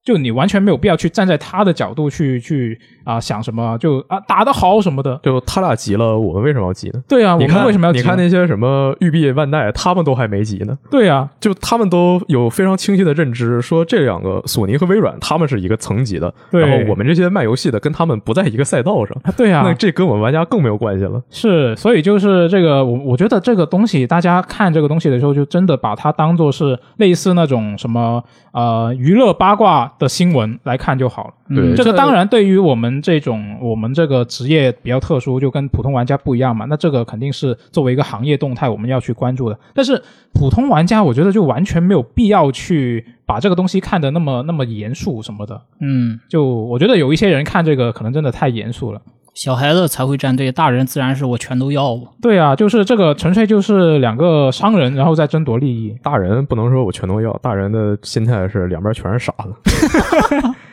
[SPEAKER 1] 就你完全没有必要去站在他的角度去去啊、想什么就啊打得好什么的。
[SPEAKER 2] 就他俩急了，我们为什么要急呢？
[SPEAKER 1] 对啊，我
[SPEAKER 2] 你看
[SPEAKER 1] 们为什么要
[SPEAKER 2] 你
[SPEAKER 1] 急
[SPEAKER 2] 看
[SPEAKER 1] 呢
[SPEAKER 2] 那些什么育碧、万代，他们都还没急呢。
[SPEAKER 1] 对啊，
[SPEAKER 2] 就他们都有非常清晰的认知，说这两个索尼和微软他们是一个层级的，
[SPEAKER 1] 对
[SPEAKER 2] 然后我们这些卖游戏的跟他们不在一个赛道上，
[SPEAKER 1] 啊对啊，
[SPEAKER 2] 那这跟我们玩家更没有关系了。
[SPEAKER 1] 是，所以就是这个，我我觉得这个东西，大家看这个东西的时候，就真的把它当做是类似那种什么呃娱乐八卦的新闻来看就好了。
[SPEAKER 2] 对
[SPEAKER 1] 这个当然对于我们这种我们这个职业比较特殊，就跟普通玩家不一样嘛。那这个肯定是作为一个行业动态，我们要去关注的。但是普通玩家，我觉得就完全没有必要去把这个东西看得那么那么严肃什么的。
[SPEAKER 3] 嗯，
[SPEAKER 1] 就我觉得有一些人看这个可能真的太严肃了。
[SPEAKER 3] 小孩子才会站队，大人自然是我全都要我。
[SPEAKER 1] 对啊，就是这个纯粹就是两个商人，然后再争夺利益。
[SPEAKER 2] 大人不能说我全都要，大人的心态是两边全是傻 子。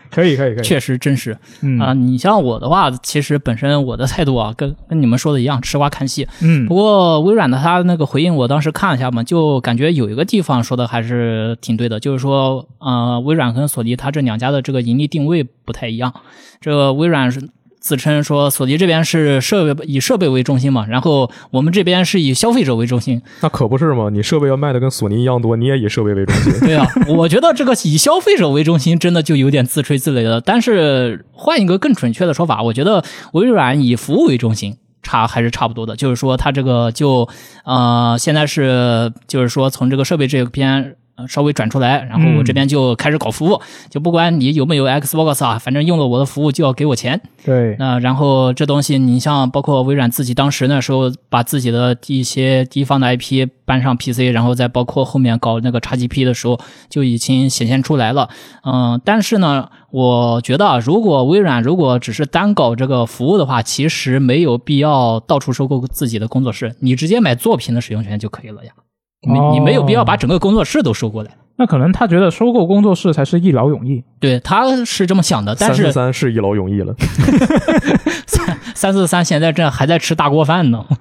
[SPEAKER 1] 可以，可以，可以。
[SPEAKER 3] 确实真是
[SPEAKER 1] 嗯
[SPEAKER 3] 啊、你像我的话，其实本身我的态度啊，跟跟你们说的一样，吃瓜看戏。
[SPEAKER 1] 嗯
[SPEAKER 3] 不过微软的它那个回应，我当时看了一下嘛，就感觉有一个地方说的还是挺对的，就是说，呃，微软跟索尼它这两家的这个盈利定位不太一样。这个微软是自称说，索尼这边是设备以设备为中心嘛，然后我们这边是以消费者为中心。
[SPEAKER 2] 那可不是嘛，你设备要卖的跟索尼一样多，你也以设备为中心。
[SPEAKER 3] 对啊，我觉得这个以消费者为中心，真的就有点自吹自擂了。但是换一个更准确的说法，我觉得微软以服务为中心。差还是差不多的，就是说它这个就呃，现在是就是说从这个设备这边呃稍微转出来，然后我这边就开始搞服务，就不管你有没有 Xbox 啊，反正用了我的服务就要给我钱。
[SPEAKER 1] 对，
[SPEAKER 3] 那然后这东西，你像包括微软自己当时那时候把自己的一些地方的 IP 搬上 PC，然后再包括后面搞那个 XGP 的时候，就已经显现出来了。嗯，但是呢，我觉得啊，如果微软如果只是单搞这个服务的话，其实没有必要到处收购自己的工作室，你直接买作品的使用权就可以了呀。你你没有必要把整个工作室都收过来。
[SPEAKER 1] 那可能他觉得收购工作室才是一劳永逸。
[SPEAKER 3] 对，他是这么想的，但
[SPEAKER 2] 三
[SPEAKER 3] 是
[SPEAKER 2] 十三是一劳永逸了，
[SPEAKER 3] 三四三现在这还在吃大锅饭呢。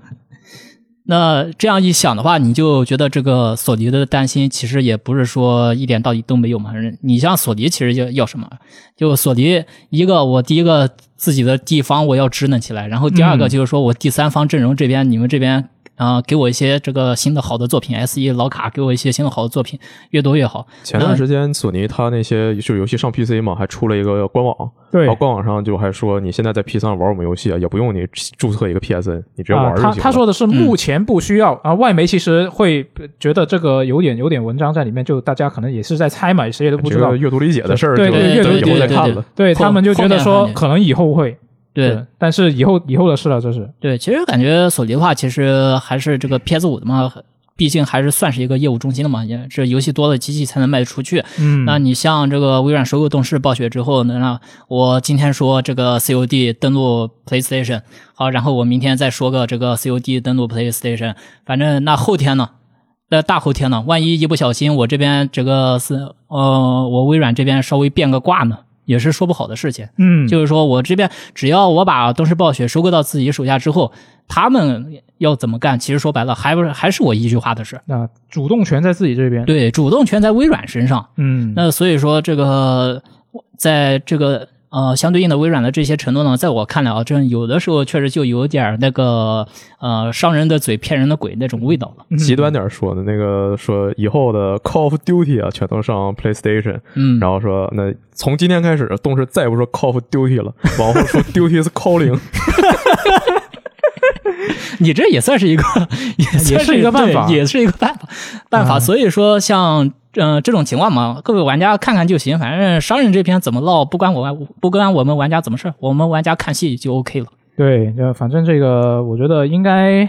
[SPEAKER 3] 那这样一想的话，你就觉得这个索尼的担心其实也不是说一点道理都没有嘛。人你像索尼，其实要要什么？就索尼一个，我第一个自己的地方我要支棱起来，然后第二个就是说我第三方阵容这边，你们这边啊、给我一些这个新的好的作品，S E 老卡给我一些新的好的作品，越多越好。
[SPEAKER 2] 前段时间索尼它那些就游戏上 PC 嘛，还出了一个官网，
[SPEAKER 1] 对
[SPEAKER 2] 然后官网上就还说你现在在 PC 上玩我们游戏啊，也不用你注册一个 PSN，你直接
[SPEAKER 1] 啊
[SPEAKER 2] 玩，就行了。嗯
[SPEAKER 1] 他他说的是目前不需要、啊，外媒其实会呃觉得这个有点有点文章在里面，就大家可能也是在猜嘛，谁也都不
[SPEAKER 2] 这
[SPEAKER 1] 知道
[SPEAKER 2] 个。阅读理解的事儿，
[SPEAKER 1] 对
[SPEAKER 2] 就
[SPEAKER 1] 对
[SPEAKER 2] 就
[SPEAKER 1] 对
[SPEAKER 2] 以后再
[SPEAKER 3] 对
[SPEAKER 2] 看
[SPEAKER 3] 对
[SPEAKER 2] 了。
[SPEAKER 1] 对
[SPEAKER 3] 后
[SPEAKER 1] 他们就觉得
[SPEAKER 3] 后
[SPEAKER 1] 说
[SPEAKER 3] 面
[SPEAKER 1] 可能以后会，
[SPEAKER 3] 对，
[SPEAKER 1] 但是以后以后的事了，这是
[SPEAKER 3] 对，其实感觉索尼的话，其实还是这个 PS 五的嘛，毕竟还是算是一个业务中心的嘛，也这游戏多了，机器才能卖得出去。
[SPEAKER 1] 嗯
[SPEAKER 3] 那你像这个微软收购动视暴雪之后呢，那我今天说这个 COD 登陆 PlayStation，好，然后我明天再说个这个 COD 登陆 PlayStation，反正那后天呢，那大后天呢，万一一不小心我这边这个是呃，我微软这边稍微变个卦呢，也是说不好的事情。
[SPEAKER 1] 嗯
[SPEAKER 3] 就是说我这边只要我把东视暴雪收购到自己手下之后，他们要怎么干，其实说白了还不是还是我一句话的事。
[SPEAKER 1] 啊，主动权在自己这边。
[SPEAKER 3] 对，主动权在微软身上。
[SPEAKER 1] 嗯，
[SPEAKER 3] 那所以说，这个在这个呃相对应的微软的这些承诺呢，在我看来啊，这有的时候确实就有点儿那个呃商人的嘴骗人的鬼那种味道了。
[SPEAKER 1] 嗯
[SPEAKER 2] 极端点儿说的那个说以后的 Call of Duty 啊，全都上 PlayStation，
[SPEAKER 3] 嗯，
[SPEAKER 2] 然后说那从今天开始，动视再也不说 Call of Duty 了，往后说 Duty is calling，
[SPEAKER 3] 你这也算是一个， 也
[SPEAKER 1] 也
[SPEAKER 3] 算
[SPEAKER 1] 是一个办法嗯
[SPEAKER 3] 对也是一个办法办法。所以说像，呃这种情况嘛，各位玩家看看就行，反正商人这篇怎么唠不关我玩，不关我们玩家怎么事儿，我们玩家看戏就 OK 了。
[SPEAKER 1] 对，呃，反正这个我觉得应该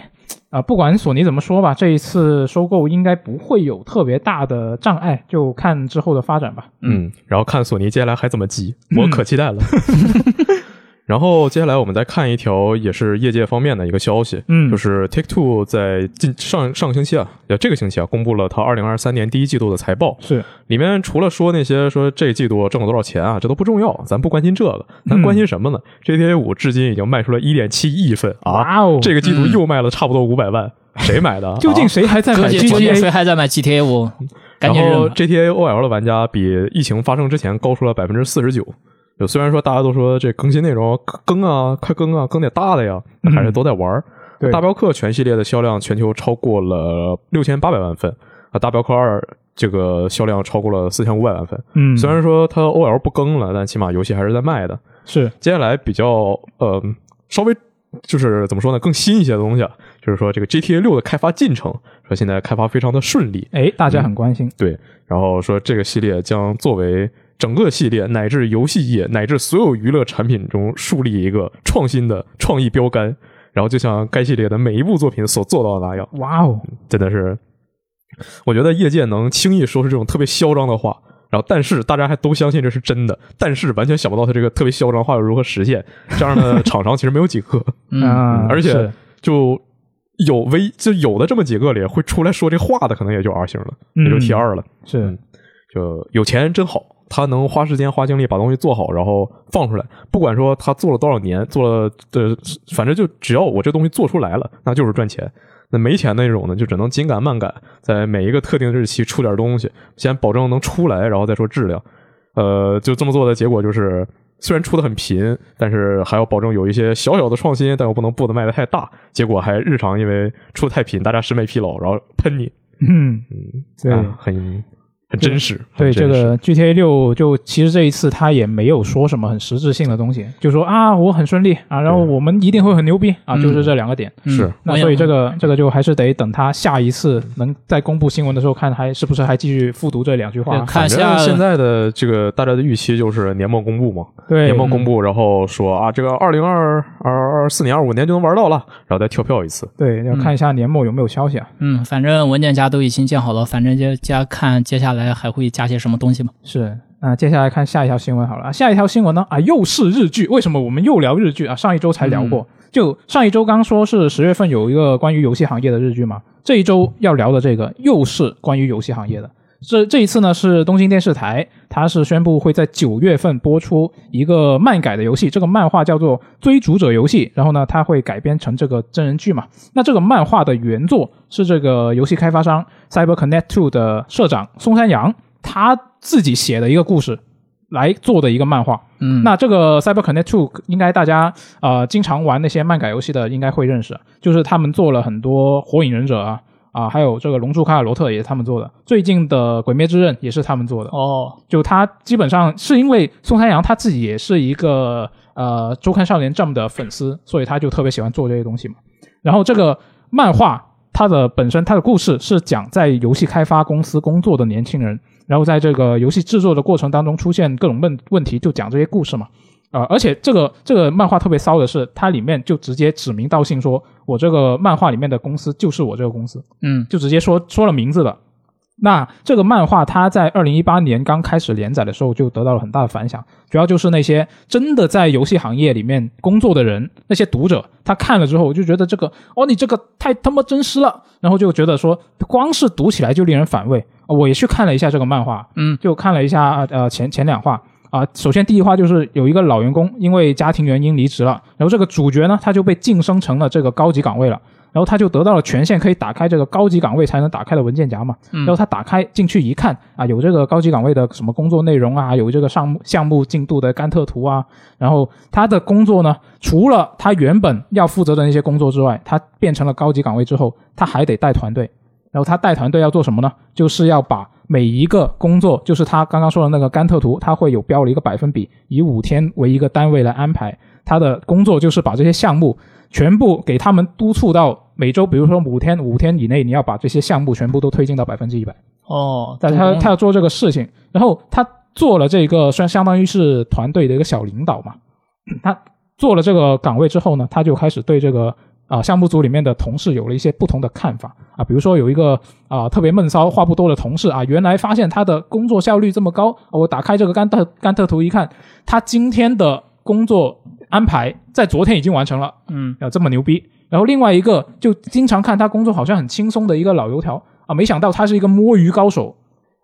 [SPEAKER 1] 啊、不管索尼怎么说吧，这一次收购应该不会有特别大的障碍，就看之后的发展吧。
[SPEAKER 2] 嗯，然后看索尼接下来还怎么激，
[SPEAKER 1] 嗯
[SPEAKER 2] 我可 期待了。然后接下来我们再看一条也是业界方面的一个消息，
[SPEAKER 1] 嗯
[SPEAKER 2] 就是 Take Two 在近上上星期啊，呃这个星期啊，公布了它二零二三年第一季度的财报，
[SPEAKER 1] 是，
[SPEAKER 2] 里面除了说那些说这季度挣了多少钱啊，这都不重要，咱不关心这个，咱关心什么呢、g t a 五至今已经卖出了一点七亿份啊，
[SPEAKER 1] 哇哦，
[SPEAKER 2] 这个季度又卖了差不多五百万，谁买的啊？
[SPEAKER 1] 究竟谁还在买
[SPEAKER 3] 究竟究竟谁
[SPEAKER 1] GTA？
[SPEAKER 3] 还在买 GTA 五？赶
[SPEAKER 2] 然
[SPEAKER 3] 紧
[SPEAKER 2] 后
[SPEAKER 3] 扔吧！
[SPEAKER 2] GTA OL 的玩家比疫情发生之前高出了百分之四十九。就虽然说大家都说这更新内容更啊，快更啊，更点大的呀，但
[SPEAKER 3] 嗯
[SPEAKER 2] 还是都在玩儿。
[SPEAKER 1] 对
[SPEAKER 2] 大镖客全系列的销量全球超过了六千八百万份啊，大镖客二这个销量超过了四千五百万份。
[SPEAKER 1] 嗯，
[SPEAKER 2] 虽然说它 OL 不更了，但起码游戏还是在卖的。
[SPEAKER 1] 是
[SPEAKER 2] 接下来比较呃稍微就是怎么说呢，更新一些的东西，啊，就是说这个 GTA 六的开发进程，说现在开发非常的顺利，
[SPEAKER 1] 哎，大家很关心，
[SPEAKER 2] 对，然后说这个系列将作为整个系列乃至游戏业乃至所有娱乐产品中树立一个创新的创意标杆。然后就像该系列的每一部作品所做到的那样，
[SPEAKER 1] 哇哦，
[SPEAKER 2] 真的是，我觉得业界能轻易说出这种特别嚣张的话，然后，但是大家还都相信这是真的，但是完全想不到它这个特别嚣张的话又如何实现。这样的厂商其实没有几个，
[SPEAKER 3] 嗯
[SPEAKER 1] 嗯，
[SPEAKER 2] 而且
[SPEAKER 1] 是
[SPEAKER 2] 就有唯就有的这么几个里会出来说这话的，可能也就 R 星了，也就
[SPEAKER 1] 嗯
[SPEAKER 2] T 二了。
[SPEAKER 1] 是
[SPEAKER 2] 就有钱真好，他能花时间花精力把东西做好，然后放出来。不管说他做了多少年，做了呃，反正就只要我这东西做出来了，那就是赚钱。那没钱那种呢，就只能紧赶慢赶，在每一个特定日期出点东西，先保证能出来，然后再说质量。呃，就这么做的结果就是，虽然出的很频，但是还要保证有一些小小的创新，但又不能步子迈的太大。结果还日常因为出的太频，大家审美疲劳，然后喷你，
[SPEAKER 1] 嗯，对
[SPEAKER 2] 啊很很真实。
[SPEAKER 1] 对
[SPEAKER 2] 很真
[SPEAKER 1] 这
[SPEAKER 2] 实
[SPEAKER 1] 个 GTA 六，就其实这一次他也没有说什么很实质性的东西，就说啊我很顺利啊，然后我们一定会很牛逼啊，就是这两个点。
[SPEAKER 3] 嗯
[SPEAKER 2] 是
[SPEAKER 1] 那
[SPEAKER 3] 我也
[SPEAKER 1] 所以这个这个就还是得等他下一次能在公布新闻的时候看还是不是还继续复读这两句话
[SPEAKER 3] 对。看
[SPEAKER 2] 反
[SPEAKER 3] 下
[SPEAKER 2] 正现在的这个大家的预期就是年末公布嘛，
[SPEAKER 1] 对，
[SPEAKER 2] 年末公布，然后说啊，这个二零二二二四年、二五年就能玩到了，然后再跳票一次。
[SPEAKER 1] 对要看一下年末有没有消息啊。
[SPEAKER 3] 嗯，反正文件夹都已经建好了，反正就加看接下来还会加些什么东西吧。
[SPEAKER 1] 是，那接下来看下一条新闻好了。下一条新闻呢？啊，又是日剧。为什么我们又聊日剧啊？上一周才聊过，就上一周刚说是十月份有一个关于游戏行业的日剧嘛，这一周要聊的这个又是关于游戏行业的。这这一次呢是东京电视台，它是宣布会在九月份播出一个漫改的游戏，这个漫画叫做《追逐者游戏》，然后呢它会改编成这个真人剧嘛。那这个漫画的原作是这个游戏开发商 Cyber Connect Two 的社长松山洋他自己写的一个故事来做的一个漫画。
[SPEAKER 3] 嗯，
[SPEAKER 1] 那这个 Cyber Connect Two 应该大家呃经常玩那些漫改游戏的应该会认识，就是他们做了很多《火影忍者》啊。啊，还有这个《龙珠》《卡卡罗特》也是他们做的，最近的《鬼灭之刃》也是他们做的。
[SPEAKER 3] 哦，
[SPEAKER 1] 就他基本上是因为宋山阳他自己也是一个呃周刊少年 Jump 的粉丝，所以他就特别喜欢做这些东西嘛。然后这个漫画它的本身它的故事是讲在游戏开发公司工作的年轻人，然后在这个游戏制作的过程当中出现各种问问题，就讲这些故事嘛。呃，而且这个这个漫画特别骚的是，它里面就直接指名道姓说，我这个漫画里面的公司就是我这个公司，
[SPEAKER 3] 嗯
[SPEAKER 1] 就直接说说了名字了。那这个漫画它在二零一八年刚开始连载的时候就得到了很大的反响，主要就是那些真的在游戏行业里面工作的人，那些读者，他看了之后就觉得这个哦，你这个太他妈真实了，然后就觉得说光是读起来就令人反胃。呃我也去看了一下这个漫画，
[SPEAKER 3] 嗯，
[SPEAKER 1] 就看了一下呃前前两话啊、首先第一话就是有一个老员工因为家庭原因离职了，然后这个主角呢他就被晋升成了这个高级岗位了。然后他就得到了权限，可以打开这个高级岗位才能打开的文件夹嘛。
[SPEAKER 3] 嗯
[SPEAKER 1] 然后他打开进去一看啊，有这个高级岗位的什么工作内容啊，有这个项目项目进度的甘特图啊。然后他的工作呢，除了他原本要负责的那些工作之外，他变成了高级岗位之后，他还得带团队。然后他带团队要做什么呢？就是要把每一个工作，就是他刚刚说的那个甘特图，他会有标了一个百分比，以五天为一个单位来安排。他的工作就是把这些项目全部给他们督促到每周，比如说五天，五天以内你要把这些项目全部都推进到百分之一百。
[SPEAKER 3] 哦，
[SPEAKER 1] 但他他要做这个事情，然后他做了这个，算相当于是团队的一个小领导嘛。他做了这个岗位之后呢，他就开始对这个啊、项目组里面的同事有了一些不同的看法啊，比如说有一个啊、特别闷骚、话不多的同事啊，原来发现他的工作效率这么高，啊我打开这个甘特甘特图一看，他今天的工作安排在昨天已经完成了，
[SPEAKER 3] 嗯
[SPEAKER 1] 啊，这么牛逼。然后另外一个就经常看他工作好像很轻松的一个老油条啊，没想到他是一个摸鱼高手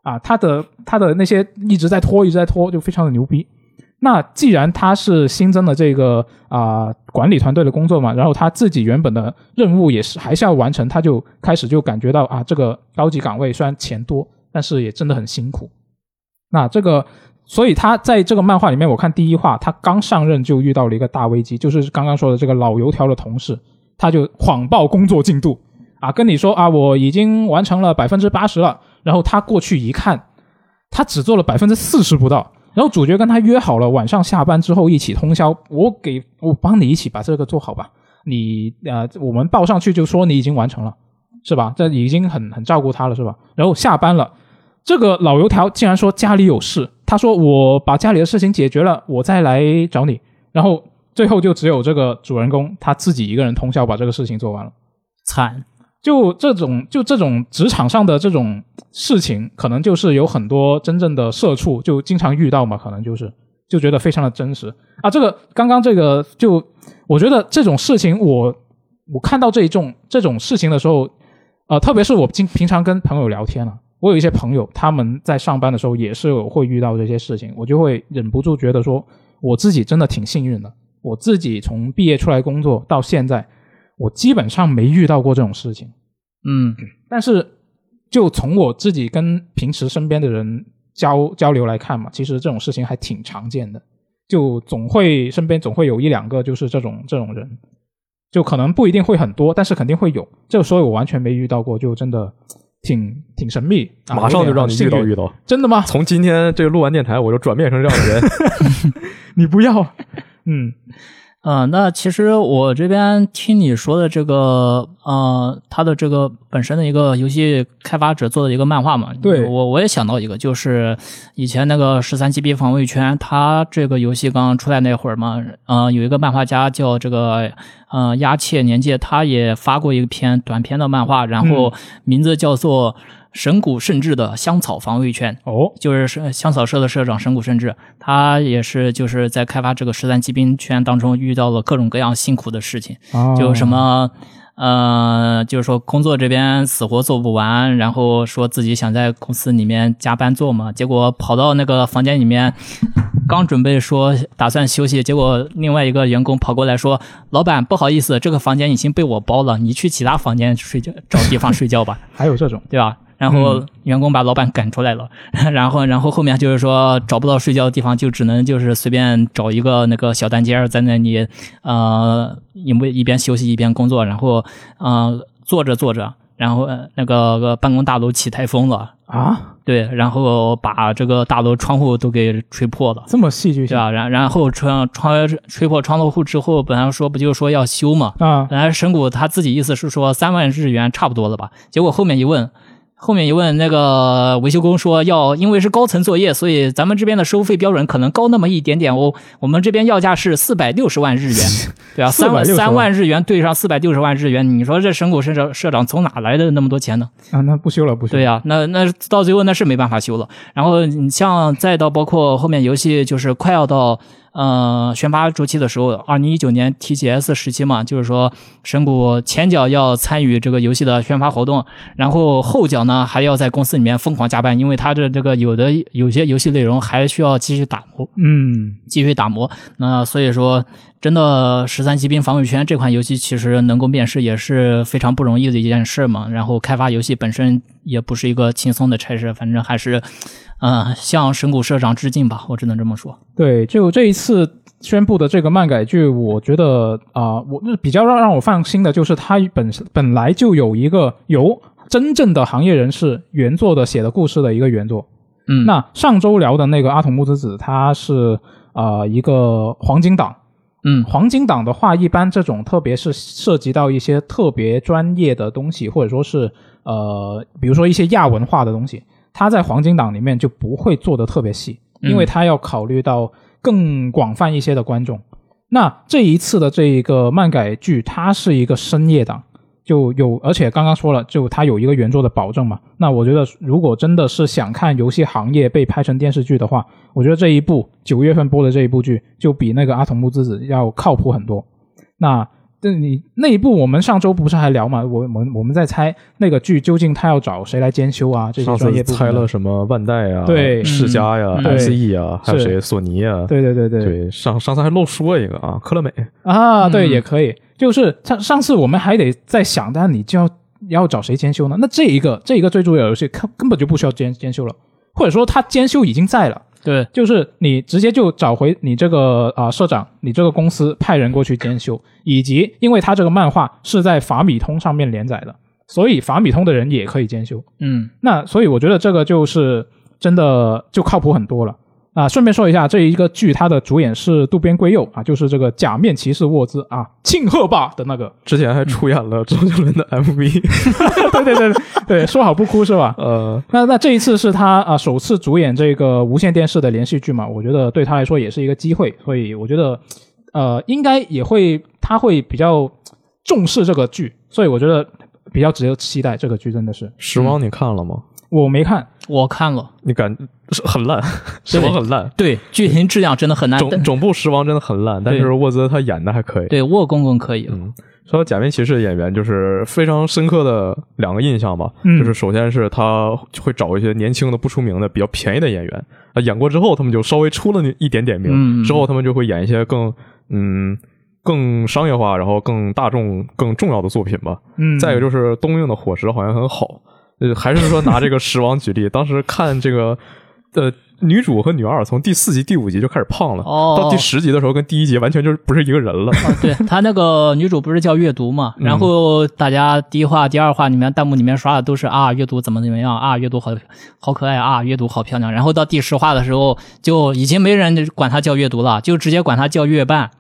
[SPEAKER 1] 啊，他的他的那些一直在拖，一直在拖，就非常的牛逼。那既然他是新增了这个啊、管理团队的工作嘛，然后他自己原本的任务也是还是要完成，他就开始就感觉到啊，这个高级岗位虽然钱多，但是也真的很辛苦。那这个，所以他在这个漫画里面，我看第一话，他刚上任就遇到了一个大危机，就是刚刚说的这个老油条的同事，他就谎报工作进度啊，跟你说啊，我已经完成了百分之八十了，然后他过去一看，他只做了百分之四十不到。然后主角跟他约好了晚上下班之后一起通宵，我给我帮你一起把这个做好吧，你呃我们报上去就说你已经完成了，是吧？这已经很很照顾他了，是吧？然后下班了，这个老油条竟然说家里有事，他说我把家里的事情解决了，我再来找你。然后最后就只有这个主人公他自己一个人通宵把这个事情做完了。
[SPEAKER 3] 惨，
[SPEAKER 1] 就这种就这种职场上的这种事情，可能就是有很多真正的社畜就经常遇到嘛，可能就是就觉得非常的真实啊。这个刚刚这个就我觉得这种事情我我看到这一种这种事情的时候，呃，特别是我经平常跟朋友聊天啊，我有一些朋友他们在上班的时候也是有会遇到这些事情，我就会忍不住觉得说我自己真的挺幸运的，我自己从毕业出来工作到现在，我基本上没遇到过这种事情。
[SPEAKER 3] 嗯
[SPEAKER 1] 但是就从我自己跟平时身边的人交交流来看嘛，其实这种事情还挺常见的，就总会身边总会有一两个就是这种这种人，就可能不一定会很多，但是肯定会有。这所以我完全没遇到过，就真的挺挺神秘。啊、
[SPEAKER 2] 马上就让你遇到
[SPEAKER 1] 有点幸运
[SPEAKER 2] 遇到。
[SPEAKER 1] 真 的吗？
[SPEAKER 2] 从今天这个录完电台，我就转变成这样的 人。
[SPEAKER 1] 你不要， 嗯
[SPEAKER 3] 呃，那其实我这边听你说的这个，呃，它的这个本身的一个游戏开发者做的一个漫画嘛，
[SPEAKER 1] 对
[SPEAKER 3] 我我也想到一个，就是以前那个十三 GB 防卫圈，它这个游戏刚出来那会儿嘛，呃，有一个漫画家叫这个呃鸦雀年介，他也发过一篇短篇的漫画，然后名字叫做《神谷慎治的香草防卫圈》。
[SPEAKER 1] 哦，
[SPEAKER 3] 就是是香草社的社长神谷慎治，他也是就是在开发这个十三骑兵圈当中遇到了各种各样辛苦的事情，
[SPEAKER 1] 哦
[SPEAKER 3] 就什么。呃，就是说工作这边死活做不完，然后说自己想在公司里面加班做嘛，结果跑到那个房间里面，刚准备说打算休息，结果另外一个员工跑过来说：“老板，不好意思，这个房间已经被我包了，你去其他房间睡觉，找地方睡觉吧。”
[SPEAKER 1] 啊还有这种，
[SPEAKER 3] 对吧？然后员工把老板赶出来了， 然后然后后面就是说找不到睡觉的地方，就只能就是随便找一个那个小单间儿在那里，呃，一边一边休息一边工作，然后呃坐着坐着，然后呃那个个办公大楼起台风了，
[SPEAKER 1] 啊，
[SPEAKER 3] 对，然后把这个大楼窗户都给吹破了。
[SPEAKER 1] 这么戏剧
[SPEAKER 3] 对
[SPEAKER 1] 性
[SPEAKER 3] 吧？然然后窗窗吹破窗户之后，本来说不就说要修嘛，
[SPEAKER 1] 啊，
[SPEAKER 3] 本来神谷他自己意思是说三万日元差不多了吧，结果后面一问，后面一问那个维修工说要，因为是高层作业，所以咱们这边的收费标准可能高那么一点点哦。我们这边要价是四百六十万日元，对啊，三万
[SPEAKER 1] 460
[SPEAKER 3] 三万日元对上四百六十万日元，你说这神谷社长社长从哪来的那么多钱呢？
[SPEAKER 1] 啊，那不修了，不修了，
[SPEAKER 3] 对呀、那那到最后那是没办法修了。然后你像再到包括后面游戏就是快要到呃宣发周期的时候，二零一九年 TGS 时期嘛，就是说神谷前脚要参与这个游戏的宣发活动，然后后脚呢还要在公司里面疯狂加班，因为他的这个有的有些游戏内容还需要继续打磨，
[SPEAKER 1] 嗯，
[SPEAKER 3] 继续打磨。那所以说，真的《十三骑兵防卫圈》这款游戏其实能够面世也是非常不容易的一件事嘛。然后开发游戏本身也不是一个轻松的差事，反正还是，呃，向神谷社长致敬吧，我只能这么说。
[SPEAKER 1] 对，就这一次宣布的这个漫改剧，我觉得啊、我那比较让让我放心的就是它本本来就有一个由真正的行业人士原作的写的故事的一个原作。
[SPEAKER 3] 嗯，
[SPEAKER 1] 那上周聊的那个阿童木之子，他是啊、一个黄金档，
[SPEAKER 3] 嗯
[SPEAKER 1] 黄金档的话，一般这种特别是涉及到一些特别专业的东西，或者说是呃，比如说一些亚文化的东西，它在黄金档里面就不会做的特别细，
[SPEAKER 3] 嗯
[SPEAKER 1] 因为它要考虑到更广泛一些的观众。那这一次的这一个漫改剧，它是一个深夜档，就有，而且刚刚说了，就它有一个原作的保证嘛。那我觉得，如果真的是想看游戏行业被拍成电视剧的话，我觉得这一部九月份播的这一部剧，就比那个《阿童木之子》要靠谱很多。那这你那一部，我们上周不是还聊嘛？我我们我们在猜那个剧究竟他要找谁来监修啊？这些
[SPEAKER 2] 上
[SPEAKER 1] 专业
[SPEAKER 2] 次
[SPEAKER 1] 部
[SPEAKER 2] 猜
[SPEAKER 1] 分的
[SPEAKER 2] 了。什么万代啊，
[SPEAKER 1] 对
[SPEAKER 2] 世嘉呀
[SPEAKER 3] 嗯
[SPEAKER 1] 对
[SPEAKER 2] ，SE 啊，还有
[SPEAKER 1] 是
[SPEAKER 2] 谁，索尼啊，
[SPEAKER 1] 对对对对
[SPEAKER 2] 对，上上次还漏说一个啊，科乐美，
[SPEAKER 1] 啊，对，
[SPEAKER 3] 嗯
[SPEAKER 1] 也可以。就是上上次我们还得在想，但你就要要找谁监修呢？那这一个这一个最重要的游戏，根根本就不需要监监修了，或者说他监修已经在了，
[SPEAKER 3] 对，
[SPEAKER 1] 就是你直接就找回你这个啊、社长，你这个公司派人过去监修，以及因为他这个漫画是在法米通上面连载的，所以法米通的人也可以监修。
[SPEAKER 3] 嗯
[SPEAKER 1] 那所以我觉得这个就是真的就靠谱很多了。啊，顺便说一下，这一个剧它的主演是渡边圭佑啊，就是这个假面骑士沃兹啊，庆贺吧的那个，
[SPEAKER 2] 之前还出演了周杰伦的 MV，
[SPEAKER 1] 对对对对，说好不哭是吧？
[SPEAKER 2] 呃，
[SPEAKER 1] 那那这一次是他啊、首次主演这个无线电视的连续剧嘛，我觉得对他来说也是一个机会，所以我觉得呃应该也会他会比较重视这个剧，所以我觉得比较值得期待这个剧真的是
[SPEAKER 2] 时王你看了吗？
[SPEAKER 1] 我没看，
[SPEAKER 3] 我看了，
[SPEAKER 2] 你感是很烂，时王很烂，
[SPEAKER 3] 对剧情质量真的很难。
[SPEAKER 2] 总
[SPEAKER 3] 但
[SPEAKER 2] 总部时王真的很烂，但是沃兹他演的还可以。
[SPEAKER 3] 啊对沃公公可以，
[SPEAKER 2] 嗯，说到假面骑士演员，就是非常深刻的两个印象吧，
[SPEAKER 1] 嗯
[SPEAKER 2] 就是首先是他会找一些年轻的、不出名的、比较便宜的演员，啊，演过之后他们就稍微出了那一点点名，
[SPEAKER 3] 嗯
[SPEAKER 2] 之后他们就会演一些更嗯更商业化，然后更大众、更重要的作品吧。
[SPEAKER 1] 嗯，
[SPEAKER 2] 再一个就是东映的伙食好像很好，呃，还是说拿这个食王举例， 当时看这个呃女主和女二从第四集、第五集就开始胖了，
[SPEAKER 3] 哦
[SPEAKER 2] 到第十集的时候跟第一集完全就是不是一个人了。
[SPEAKER 1] 啊
[SPEAKER 3] 对他那个女主不是叫阅读嘛，
[SPEAKER 1] 嗯
[SPEAKER 3] 然后大家第一话、第二话里面弹幕里面刷的都是啊阅读怎么怎么样啊阅读好好可爱啊阅读好漂亮，然后到第十话的时候就已经没人管她叫阅读了，就直接管她叫 月半，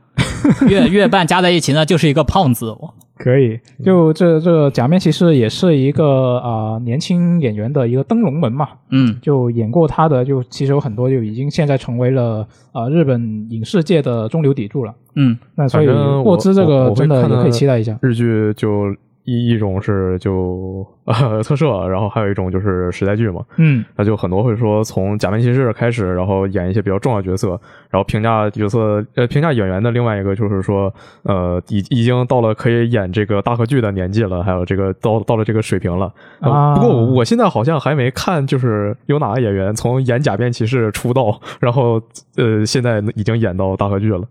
[SPEAKER 3] 月月半加在一起呢就是一个胖子，
[SPEAKER 1] 可以，就这这个假面骑士也是一个啊、呃年轻演员的一个登龙门嘛，
[SPEAKER 3] 嗯
[SPEAKER 1] 就演过他的就其实有很多就已经现在成为了呃日本影视界的中流砥柱了。
[SPEAKER 3] 嗯，
[SPEAKER 1] 那所以
[SPEAKER 2] 反正我
[SPEAKER 1] 沃兹这
[SPEAKER 2] 我
[SPEAKER 1] 个
[SPEAKER 2] 我会
[SPEAKER 1] 真的
[SPEAKER 2] 看
[SPEAKER 1] 也可以期待一下。
[SPEAKER 2] 日剧就一一种是就 呃特摄，然后还有一种就是时代剧嘛。
[SPEAKER 1] 嗯，
[SPEAKER 2] 那就很多会说从假面骑士开始，然后演一些比较重要角色，然后评价角色呃评价演员的另外一个就是说呃已已经到了可以演这个大合剧的年纪了，还有这个到到了这个水平了。呃
[SPEAKER 1] 啊
[SPEAKER 2] 不过我我现在好像还没看，就是有哪个演员从演假面骑士出道，然后呃现在已经演到大合剧了。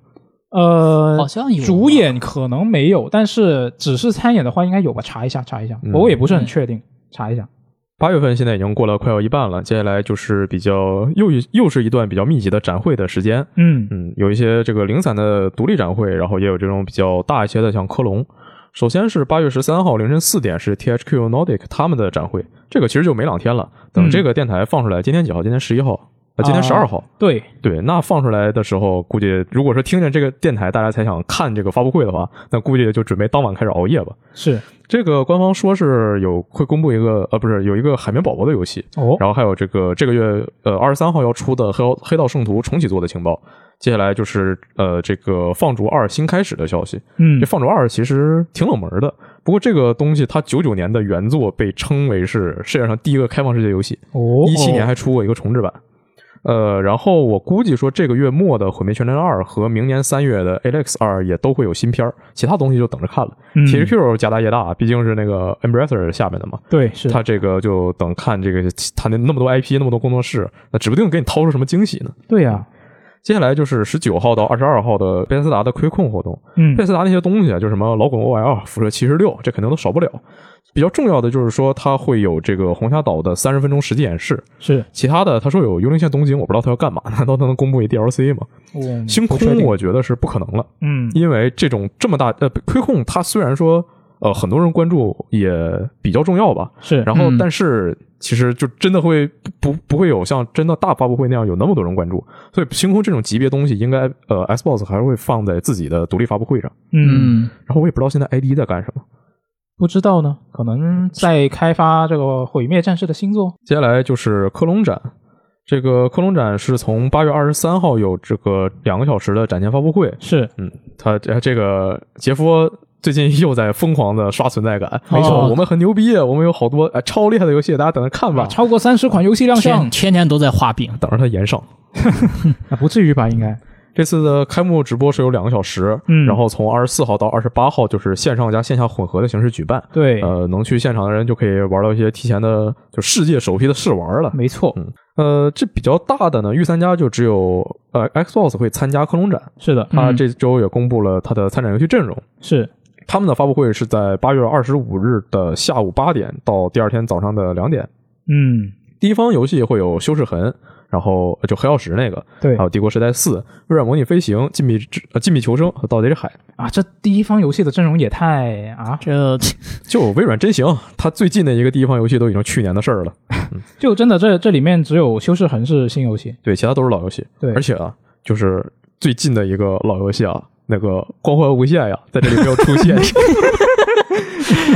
[SPEAKER 1] 呃，
[SPEAKER 3] 好像有
[SPEAKER 1] 主演可能没有，但是只是参演的话应该有吧？查一下，查一下，
[SPEAKER 2] 嗯
[SPEAKER 1] 我也不是很确定，查一下。
[SPEAKER 2] 八月份现在已经过了快要一半了，接下来就是比较又一又是一段比较密集的展会的时间。
[SPEAKER 1] 嗯
[SPEAKER 2] 嗯，有一些这个零散的独立展会，然后也有这种比较大一些的，像科隆。首先是八月十三号凌晨四点是 THQ Nordic 他们的展会，这个其实就没两天了。等
[SPEAKER 1] 嗯
[SPEAKER 2] 这个电台放出来，今天几号？今天十一号。啊，今天十二号，
[SPEAKER 1] 对，
[SPEAKER 2] 对，那放出来的时候，估计如果说听见这个电台，大家才想看这个发布会的话，那估计就准备当晚开始熬夜吧。
[SPEAKER 1] 是
[SPEAKER 2] 这个官方说是有会公布一个，呃，不是有一个海绵宝宝的游戏，
[SPEAKER 1] 哦，
[SPEAKER 2] 然后还有这个这个月呃二十三号要出的黑《黑道圣徒》重启做的情报，接下来就是呃这个《放逐二》新开始的消息。
[SPEAKER 1] 嗯
[SPEAKER 2] 这《放逐二》其实挺冷门的，不过这个东西它九九年的原作被称为是世界上第一个开放世界游戏，
[SPEAKER 1] 哦，
[SPEAKER 2] 一七年还出过一个重制版。呃，然后我估计说这个月末的《毁灭全战二》和明年三月的《Alex 二》也都会有新片儿，其他东西就等着看了。
[SPEAKER 1] 嗯
[SPEAKER 2] THQ 家大业大，毕竟是那个 Embracer 下面的嘛，
[SPEAKER 1] 对是
[SPEAKER 2] 他这个就等看这个他那那么多 IP 那么多工作室，那指不定给你掏出什么惊喜呢。
[SPEAKER 1] 对啊呀，
[SPEAKER 2] 接下来就是十九号到二十二号的贝斯达的亏空活动，
[SPEAKER 1] 嗯
[SPEAKER 2] 贝斯达那些东西啊，就什么老滚 OL、辐射七十六，这肯定都少不了。比较重要的就是说，它会有这个红霞岛的三十分钟实际演示，
[SPEAKER 1] 是，
[SPEAKER 2] 其他的他说有幽灵线东京，我不知道他要干嘛， 难道他能公布一 DLC 吗？
[SPEAKER 1] 我
[SPEAKER 2] 星
[SPEAKER 1] 嗯不确
[SPEAKER 2] 空
[SPEAKER 1] 定
[SPEAKER 2] 我觉得是不可能了。
[SPEAKER 1] 嗯
[SPEAKER 2] 因为这种这么大呃亏空，它虽然说呃很多人关注也比较重要吧，
[SPEAKER 1] 是，
[SPEAKER 2] 然后
[SPEAKER 3] 嗯
[SPEAKER 2] 但是其实就真的会不不不会有像真的大发布会那样有那么多人关注，所以星空这种级别东西应该呃 Xbox 还会放在自己的独立发布会上。
[SPEAKER 1] 嗯。
[SPEAKER 3] 嗯
[SPEAKER 2] 然后我也不知道现在 ID 在干什么。
[SPEAKER 1] 不知道呢，可能在开发这个毁灭战士的新作。
[SPEAKER 2] 接下来就是科隆展，这个科隆展是从八月二十三号有这个两个小时的展前发布会，
[SPEAKER 1] 是，
[SPEAKER 2] 嗯，他这这个杰夫最近又在疯狂的刷存在感，
[SPEAKER 1] 没错
[SPEAKER 2] 哦我们很牛逼，我们有好多、呃、超厉害的游戏，大家等着看吧，
[SPEAKER 1] 超过三十款游戏亮
[SPEAKER 3] 天
[SPEAKER 1] 相，
[SPEAKER 3] 天天都在画饼，
[SPEAKER 2] 等着他延上。
[SPEAKER 1] 啊，不至于吧？应该，
[SPEAKER 2] 这次的开幕直播是有两个小时，
[SPEAKER 1] 嗯
[SPEAKER 2] 然后从二十四号到二十八号就是线上加线下混合的形式举办，
[SPEAKER 1] 对，
[SPEAKER 2] 呃，能去现场的人就可以玩到一些提前的就世界首批的试玩了。
[SPEAKER 1] 没错，
[SPEAKER 2] 呃，这比较大的呢，御三家就只有呃 Xbox 会参加克隆展，
[SPEAKER 1] 是的，
[SPEAKER 2] 它
[SPEAKER 3] 嗯
[SPEAKER 2] 这周也公布了它的参展游戏阵容。
[SPEAKER 1] 是，
[SPEAKER 2] 他们的发布会是在八月二十五日的下午八点到第二天早上的两点。
[SPEAKER 1] 嗯，
[SPEAKER 2] 第一方游戏会有《修士痕》，然后呃就黑曜石那个，
[SPEAKER 1] 对
[SPEAKER 2] 还啊有《帝国时代四》、《微软模拟飞行》、《禁闭之呃禁闭求生》和《盗贼之海》。
[SPEAKER 1] 啊，这第一方游戏的阵容也太啊，
[SPEAKER 3] 这
[SPEAKER 2] 就微软真行，它最近的一个第一方游戏都已经去年的事儿了。
[SPEAKER 1] 就真的这这里面只有修饰痕是新游戏，
[SPEAKER 2] 对，其他都是老游戏。
[SPEAKER 1] 对
[SPEAKER 2] 而且啊，就是最近的一个老游戏啊，那个《光环无限》呀，在这里没有出 现。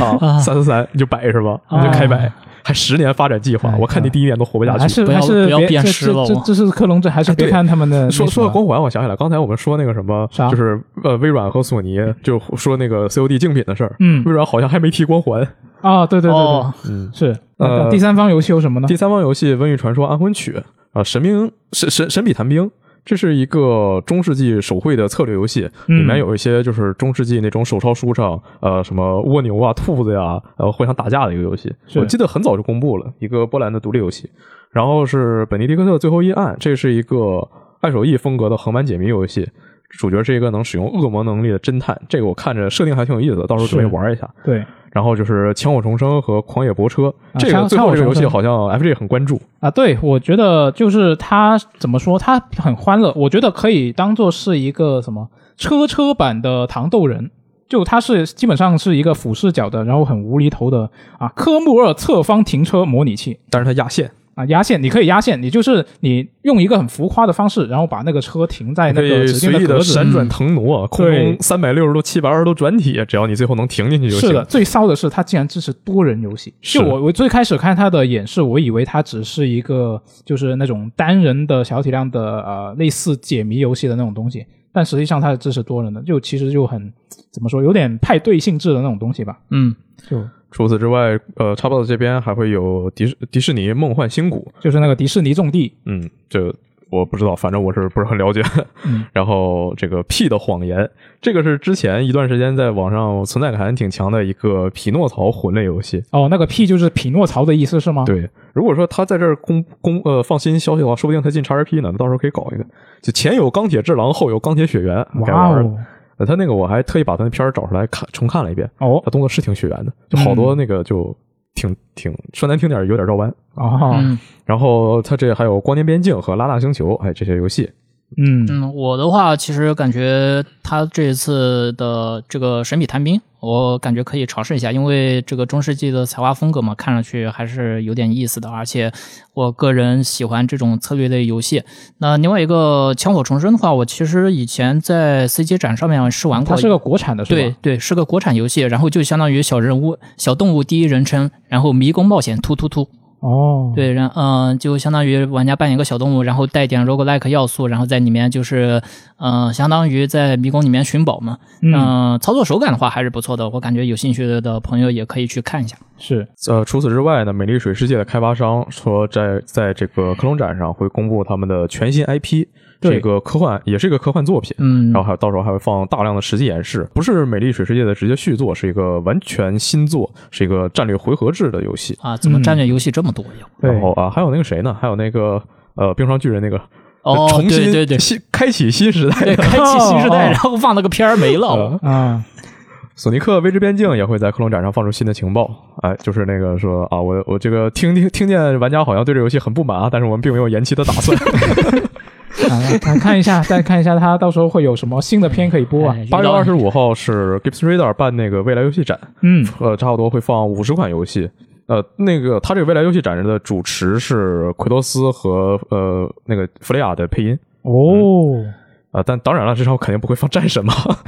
[SPEAKER 2] 啊，三三三，你就摆是吧？你就开摆，还十年发展计划，
[SPEAKER 1] 啊哎
[SPEAKER 2] 我看你第一年都活不下去。
[SPEAKER 1] 还是
[SPEAKER 3] 不要
[SPEAKER 1] 还是
[SPEAKER 3] 不要
[SPEAKER 1] 别
[SPEAKER 3] 变
[SPEAKER 1] 这
[SPEAKER 3] 失了
[SPEAKER 1] 这这
[SPEAKER 3] 我
[SPEAKER 1] 这是克隆这还是别
[SPEAKER 2] 啊对
[SPEAKER 1] 看他们的那
[SPEAKER 2] 说
[SPEAKER 1] 什
[SPEAKER 2] 说到
[SPEAKER 1] 么
[SPEAKER 2] 光环，我想起来，刚才我们说那个什么
[SPEAKER 1] 啥，
[SPEAKER 2] 就是呃，微软和索尼就说那个 COD 竞品的事儿。
[SPEAKER 1] 嗯
[SPEAKER 2] 微软好像还没提光环，
[SPEAKER 1] 啊，对对对对，
[SPEAKER 3] 哦
[SPEAKER 2] 嗯，
[SPEAKER 1] 是。
[SPEAKER 2] 呃
[SPEAKER 1] 第三方游戏有什么呢
[SPEAKER 2] 第？三方游戏《瘟疫传说：安魂曲》啊，《神兵神神神笔谈兵》，这是一个中世纪手绘的策略游戏，里面
[SPEAKER 1] 嗯
[SPEAKER 2] 有一些就是中世纪那种手抄书上，呃，什么蜗牛啊、兔子呀、呃，互相打架的一个游戏。
[SPEAKER 1] 是
[SPEAKER 2] 我记得很早就公布了，一个波兰的独立游戏。然后是《本尼迪克特最后一案》，这是一个爱手艺风格的横版解谜游戏。主角是一个能使用恶魔能力的侦探，这个我看着设定还挺有意思的，到时候准备
[SPEAKER 1] 是
[SPEAKER 2] 玩一下。
[SPEAKER 1] 对
[SPEAKER 2] 然后就是《枪火重生》和《狂野泊车》
[SPEAKER 1] 啊
[SPEAKER 2] 这
[SPEAKER 1] 枪
[SPEAKER 2] 个最后这个
[SPEAKER 1] 枪火
[SPEAKER 2] 游
[SPEAKER 1] 重
[SPEAKER 2] 戏
[SPEAKER 1] 生
[SPEAKER 2] 好像 FJ 很关注。
[SPEAKER 1] 啊，对，我觉得就是它怎么说，它很欢乐，我觉得可以当做是一个什么车车版的糖豆人。就它是基本上是一个俯视角的，然后很无厘头的啊，科目二侧方停车模拟器
[SPEAKER 2] 但是它压线，
[SPEAKER 1] 啊，压线，你可以压线，你就是你用一个很浮夸的方式，然后把那个车停在哎那
[SPEAKER 2] 可
[SPEAKER 1] 个
[SPEAKER 2] 以
[SPEAKER 1] 指
[SPEAKER 2] 随
[SPEAKER 1] 定
[SPEAKER 2] 意
[SPEAKER 1] 格
[SPEAKER 2] 的
[SPEAKER 1] 子，嗯
[SPEAKER 2] 闪转腾挪，空
[SPEAKER 1] 对
[SPEAKER 2] 中三百六十度、七百二十度转体，只要你最后能停进去就是行
[SPEAKER 1] 的，。最骚的是它竟然支持多人游戏。
[SPEAKER 2] 是
[SPEAKER 1] 就我我最开始看它的演示，我以为它只是一个就是那种单人的小体量的呃类似解谜游戏的那种东西，但实际上它是支持多人的，就其实就很怎么说，有点派对性质的那种东西吧。
[SPEAKER 3] 嗯，
[SPEAKER 1] 就
[SPEAKER 2] 除此之外，呃，Xbox 这边还会有迪士迪士尼梦幻星谷，
[SPEAKER 1] 就是那个迪士尼种地，
[SPEAKER 2] 嗯，这我不知道，反正我是不是很了解。
[SPEAKER 1] 嗯
[SPEAKER 2] 然后这个 P 的谎言，这个是之前一段时间在网上存在感挺强的一个匹诺曹魂类游戏。
[SPEAKER 1] 哦，那个 P 就是匹诺曹的意思是吗？，
[SPEAKER 2] 对，如果说他在这儿公公呃放新消息的话，说不定他进 XRP 呢，到时候可以搞一个，就前有钢铁之狼，后有钢铁血缘，该
[SPEAKER 1] 哇
[SPEAKER 2] 玩儿了
[SPEAKER 1] 哦。，
[SPEAKER 2] 呃，他那个我还特意把他那片儿找出来看重看了一遍，
[SPEAKER 1] 哦
[SPEAKER 2] 他动作是挺血缘的，就好多那个就挺挺说难听点儿有点绕弯。
[SPEAKER 1] 哦，
[SPEAKER 3] 嗯
[SPEAKER 2] 然后他这还有光年边境和拉大星球，哎，这些游戏，
[SPEAKER 1] 嗯
[SPEAKER 3] 嗯，我的话其实感觉他这一次的这个神笔谈兵，我感觉可以尝试一下，因为这个中世纪的彩画风格嘛，看上去还是有点意思的，而且我个人喜欢这种策略类游戏。那另外一个《枪火重生》的话，我其实以前在 CG 展上面试玩
[SPEAKER 1] 嗯
[SPEAKER 3] 过，
[SPEAKER 1] 它是个国产的是吧？
[SPEAKER 3] 对对，是个国产游戏，然后就相当于小人物、小动物第一人称，然后迷宫冒险，突突突，
[SPEAKER 1] 哦，
[SPEAKER 3] 对，然嗯、就相当于玩家扮演一个小动物，然后带点 roguelike 要素，然后在里面就是，嗯、相当于在迷宫里面寻宝嘛。
[SPEAKER 1] 嗯
[SPEAKER 3] 嗯、操作手感的话还是不错的，我感觉有兴趣的朋友也可以去看一下。
[SPEAKER 1] 是
[SPEAKER 2] 呃，除此之外呢，美丽水世界的开发商说在在这个克隆展上会公布他们的全新 IP，
[SPEAKER 1] 对
[SPEAKER 2] 这个科幻也是一个科幻作品，
[SPEAKER 3] 嗯
[SPEAKER 2] 然后还有到时候还会放大量的实际演示，不是《美丽水世界》的直接续作，是一个完全新作，是一个战略回合制的游戏。
[SPEAKER 3] 啊，怎么战略游戏这么多呀？
[SPEAKER 1] 对
[SPEAKER 2] 然后啊，还有那个谁呢？还有那个呃，冰霜巨人那个
[SPEAKER 3] 哦，
[SPEAKER 2] 重新
[SPEAKER 3] 对对对。
[SPEAKER 2] 新开启新时代
[SPEAKER 3] 对，
[SPEAKER 2] 的。嗯
[SPEAKER 3] 开启 新时代，
[SPEAKER 1] 哦
[SPEAKER 3] 然后放了个片儿没了。
[SPEAKER 1] 啊，
[SPEAKER 2] 索尼克《未知边境》也会在克隆展上放出新的情报，哎，就是那个说啊，我我这个听听听见玩家好像对这游戏很不满啊，但是我们并没有延期的打 算。
[SPEAKER 1] 啊，看看一下，再看一下它到时候会有什么新的片可以播啊
[SPEAKER 3] 哎？
[SPEAKER 2] 八月二十五号是 Gibbs Radar 办那个未来游戏展，
[SPEAKER 1] 嗯
[SPEAKER 2] 呃，差不多会放五十款游戏。呃，那个他这个未来游戏展的主持是奎多斯和呃那个弗雷亚的配音
[SPEAKER 1] 哦，
[SPEAKER 2] 啊、但当然了，这上肯定不会放战神嘛。 啊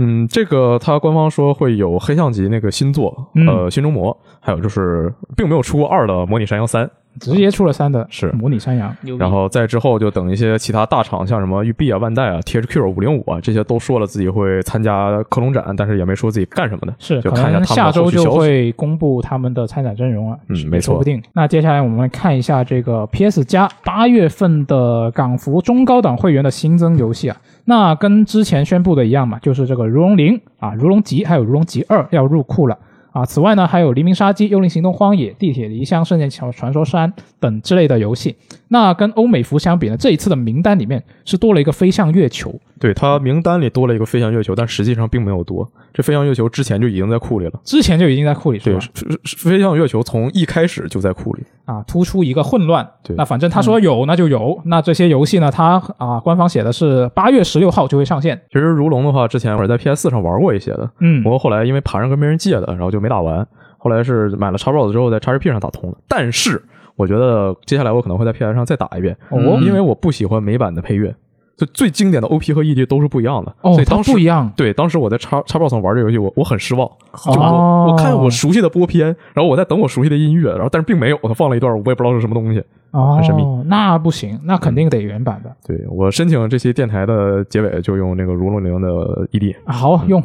[SPEAKER 2] 嗯，这个他官方说会有黑象级那个新作，
[SPEAKER 1] 嗯
[SPEAKER 2] 呃，新中魔，还有就是并没有出过二的模拟山羊三，
[SPEAKER 1] 直接出了三的
[SPEAKER 2] 是
[SPEAKER 1] 模拟山羊，
[SPEAKER 3] 牛逼哦
[SPEAKER 2] 然后在之后就等一些其他大厂，像什么育碧啊、万代啊、THQ 五零五啊，这些都说了自己会参加克隆展，但是也没说自己干什么的，
[SPEAKER 1] 是
[SPEAKER 2] 就
[SPEAKER 1] 可
[SPEAKER 2] 看一下
[SPEAKER 1] 能
[SPEAKER 2] 他们
[SPEAKER 1] 下
[SPEAKER 2] 的后
[SPEAKER 1] 周
[SPEAKER 2] 续
[SPEAKER 1] 就
[SPEAKER 2] 消息。
[SPEAKER 1] 会公布他们的参展阵容了。
[SPEAKER 2] 嗯
[SPEAKER 1] 也
[SPEAKER 2] 没错
[SPEAKER 1] 说不定。那接下来我们来看一下这个 PS 加八月份的港服中高档会员的新增游戏啊。那跟之前宣布的一样嘛，就是这个《如龙零》啊，《如龙级》还有《如龙级二》要入库了。啊，此外呢，还有《黎明杀机》《幽灵行动：荒野》《地铁离乡》《圣剑桥传说山》等之类的游戏。那跟欧美服相比呢，这一次的名单里面是多了一个飞向月球，
[SPEAKER 2] 对他名单里多了一个飞翔月球，但实际上并没有多。这飞翔月球之前就已经在库里了。
[SPEAKER 1] 之前就已经在库里是
[SPEAKER 2] 对，
[SPEAKER 1] 吧？
[SPEAKER 2] 是是是飞翔月球从一开始就在库里。
[SPEAKER 1] 啊，突出一个混乱。
[SPEAKER 2] 对嗯
[SPEAKER 1] 那反正他说有，那就有。那这些游戏呢，它啊，官方写的是八月十六号就会上线。
[SPEAKER 2] 其实如龙的话，之前我是在 PS 四上玩过一些的，
[SPEAKER 1] 嗯
[SPEAKER 2] 不过后来因为盘上跟没人借的，然后就没打完。后来是买了 Xbox 之后，在 XGP 上打通了。但是我觉得接下来我可能会在 PS 上再打一遍，
[SPEAKER 1] 哦
[SPEAKER 2] 因为我不喜欢美版的配乐，就最经典的 OP 和 ED 都是不一样的。所
[SPEAKER 1] 哦
[SPEAKER 2] 以，
[SPEAKER 1] 它
[SPEAKER 2] 当时
[SPEAKER 1] 不一样。
[SPEAKER 2] 对，当时我在叉叉 box 上玩这游戏，我我很失望，就我、
[SPEAKER 1] 哦
[SPEAKER 2] 我看我熟悉的播片，然后我在等我熟悉的音乐，然后但是并没有，他放了一段我也不知道是什么东西。
[SPEAKER 1] 哦
[SPEAKER 2] 很神秘，
[SPEAKER 1] 那不行，那肯定得原版的。
[SPEAKER 2] 对我申请这期电台的结尾就用那个《如龙零》的 ED
[SPEAKER 1] 啊好用，
[SPEAKER 2] E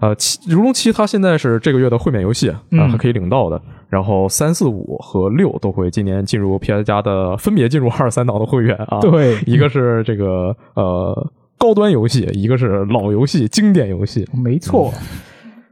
[SPEAKER 2] 呃，七《如龙七》它现在是这个月的会免游戏啊、呃
[SPEAKER 1] 嗯
[SPEAKER 2] 还可以领到的。然后三四五和六都会今年进入 PS 加的，分别进入二三档的会员啊。，
[SPEAKER 1] 对，
[SPEAKER 2] 一个是这个呃高端游戏，一个是老游戏、经典游戏。
[SPEAKER 1] 没错，
[SPEAKER 2] 嗯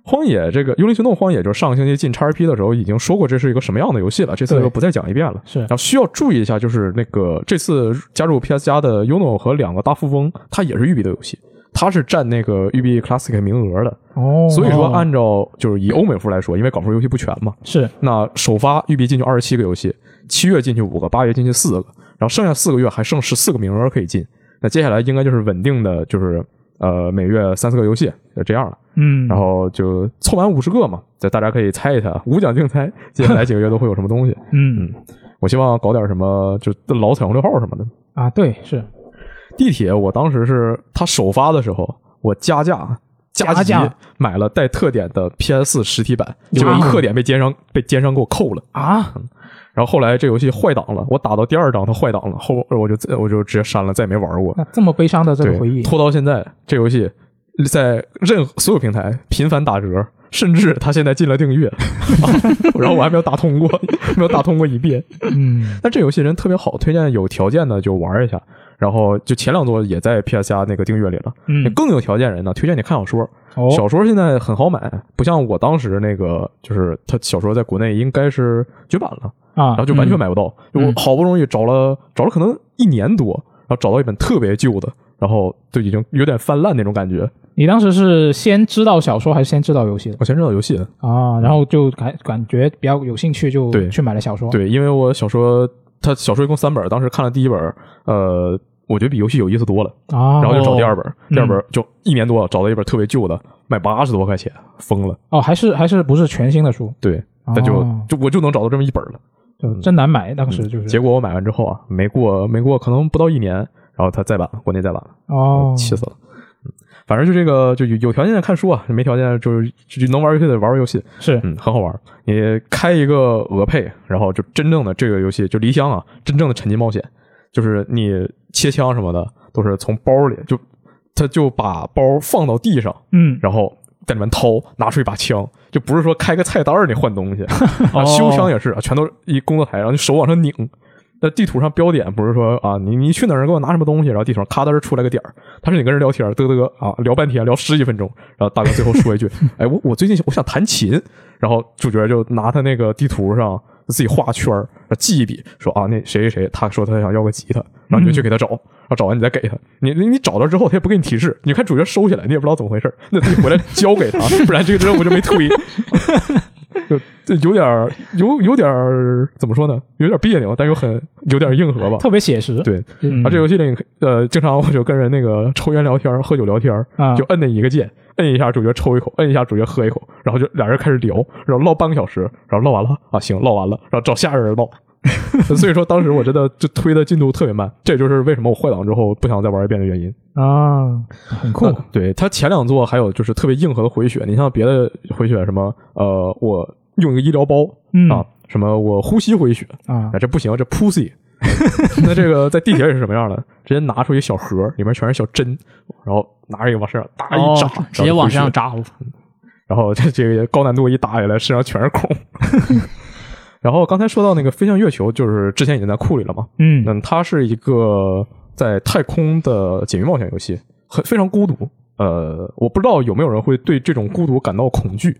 [SPEAKER 2] 荒野这个《幽灵行动：荒野》就是上个星期进 XRP 的时候已经说过这是一个什么样的游戏了，这次
[SPEAKER 1] 对
[SPEAKER 2] 就不再讲一遍了。
[SPEAKER 1] 是
[SPEAKER 2] 然后需要注意一下，就是那个这次加入 PS 加的 Uno 和两个大富翁，它也是育碧的游戏，它是占那个育碧 Classic 名额的。
[SPEAKER 1] 哦，
[SPEAKER 2] 所以说，按照就是以欧美服来说，因为港服游戏不全嘛，
[SPEAKER 1] 是
[SPEAKER 2] 那首发育碧进去二十七个游戏，七月进去五个，八月进去四个，然后剩下四个月还剩十四个名额可以进。那接下来应该就是稳定的，就是呃每月三四个游戏就这样了。
[SPEAKER 1] 嗯，
[SPEAKER 2] 然后就凑满五十个嘛，就大家可以猜一猜，无奖竞猜，接下来几个月都会有什么东西。
[SPEAKER 1] 嗯
[SPEAKER 2] 我希望搞点什么，就老彩虹六号什么的。
[SPEAKER 1] 啊，对，是
[SPEAKER 2] 地铁，我当时是它首发的时候，我加价加
[SPEAKER 1] 加
[SPEAKER 2] 急
[SPEAKER 1] 价
[SPEAKER 2] 买了带特点的 PS 实体版，
[SPEAKER 1] 有
[SPEAKER 2] 结果一
[SPEAKER 1] 意思
[SPEAKER 2] 特点被奸商被奸商给我扣了。
[SPEAKER 1] 啊，
[SPEAKER 2] 嗯然后后来这游戏坏档了，我打到第二档它坏档了，后我就我就直接删了，再也没玩过。
[SPEAKER 1] 那这么悲伤的这
[SPEAKER 2] 对
[SPEAKER 1] 个回忆，
[SPEAKER 2] 拖到现在，这游戏在任何所有平台频繁打折，甚至它现在进了订阅， 然后我还没有打通过， 没有打通过一遍。
[SPEAKER 1] 嗯，
[SPEAKER 2] 但这游戏人特别好，推荐有条件的就玩一下。然后就前两座也在 PS 加那个订阅里了。
[SPEAKER 1] 嗯
[SPEAKER 2] 更有条件人呢，推荐你看小说。
[SPEAKER 1] 哦，
[SPEAKER 2] 小说现在很好买，不像我当时那个，就是他小说在国内应该是绝版了，
[SPEAKER 1] 啊
[SPEAKER 2] 然后，就完全买不到。就我
[SPEAKER 3] 嗯
[SPEAKER 2] 好不容易找了找了可能一年多，然后找到一本特别旧的，然后就已经有点泛滥那种感觉。
[SPEAKER 1] 你当时是先知道小说还是先知道游戏的
[SPEAKER 2] 我先知道游戏，
[SPEAKER 1] 啊？然后就感感觉比较有兴趣，就
[SPEAKER 2] 对
[SPEAKER 1] 去买了小说。，
[SPEAKER 2] 对，因为我小说它小说一共三本，当时看了第一本，呃，我觉得比游戏有意思多了，
[SPEAKER 1] 啊，
[SPEAKER 2] 然后就找
[SPEAKER 3] 哦
[SPEAKER 2] 第二本，第二本就一年多了找到一本特别旧的，卖八十多块钱，疯了。
[SPEAKER 1] 哦，还是还是不是全新的书，
[SPEAKER 2] 对，但就
[SPEAKER 1] 哦
[SPEAKER 2] 就我就能找到这么一本了。嗯
[SPEAKER 1] 就真难买。当时就是
[SPEAKER 2] 结果我买完之后啊，没过没过，可能不到一年，然后它再版，国内再版了，
[SPEAKER 1] 哦，
[SPEAKER 2] 气死了。嗯反正就这个，就有有条件的看书啊，没条件就是就就能玩游戏的玩玩游戏，
[SPEAKER 1] 是
[SPEAKER 2] 嗯，很好玩。你开一个俄配，然后就真正的这个游戏就离乡啊，真正的沉浸冒险，就是你切枪什么的都是从包里就，他就把包放到地上，
[SPEAKER 1] 嗯，
[SPEAKER 2] 然后在里面掏，拿出一把枪，就不是说开个菜单儿你换东西啊，
[SPEAKER 3] 哦
[SPEAKER 2] 修枪也是啊，全都一工作台，然后你手往上拧。那地图上标点不是说啊，你你去哪儿给我拿什么东西，然后地图上咔噔出来个点儿，他是你跟人聊天，嘚嘚啊聊半天，聊十几分钟，然后大哥最后说一句，哎，我我最近我想弹琴，然后主角就拿他那个地图上自己画圈儿，记一笔，说啊那谁谁谁，他说他想要个吉他，然后你就去给他找，然后找完你再给他，你你你找到之后他也不给你提示，你看主角收起来，你也不知道怎么回事儿，那得回来交给他， 不然这个任务就没推。就就有点儿有有点儿怎么说呢？有点儿别扭，但又很有点儿硬核吧。
[SPEAKER 1] 特别写实。
[SPEAKER 2] 对，
[SPEAKER 1] 嗯，
[SPEAKER 2] 啊，这游戏里呃，经常我就跟人那个抽烟聊天儿、喝酒聊天儿，
[SPEAKER 1] 啊
[SPEAKER 2] 就摁那一个键，摁一下主角抽一口，摁一下主角喝一口，然后就俩人开始聊，然后唠半个小时，然后唠完了啊，行，唠完了，然后找下一个人 唠。所以说，当时我真的就推的进度特别慢，这也就是为什么我换档之后不想再玩一遍的原因。
[SPEAKER 1] 啊，很酷
[SPEAKER 2] 那对他前两座还有就是特别硬核的回血，你像别的回血什么呃，我用一个医疗包、
[SPEAKER 1] 嗯
[SPEAKER 2] 啊，什么我呼吸回血
[SPEAKER 1] 啊
[SPEAKER 2] 啊，这不行，这 pussy。那这个在地铁里是什么样的？直接拿出一小盒，里面全是小针，然后拿着一个往身上打一扎，
[SPEAKER 3] 哦直接往身上
[SPEAKER 2] 扎，
[SPEAKER 3] 扎，
[SPEAKER 2] 然后这这个高难度一打下来，身上全是孔。 然后刚才说到那个飞向月球，就是之前已经在库里了嘛，
[SPEAKER 1] 嗯
[SPEAKER 2] 嗯，它是一个在太空的解密冒险游戏，很非常孤独。呃，我不知道有没有人会对这种孤独感到恐惧，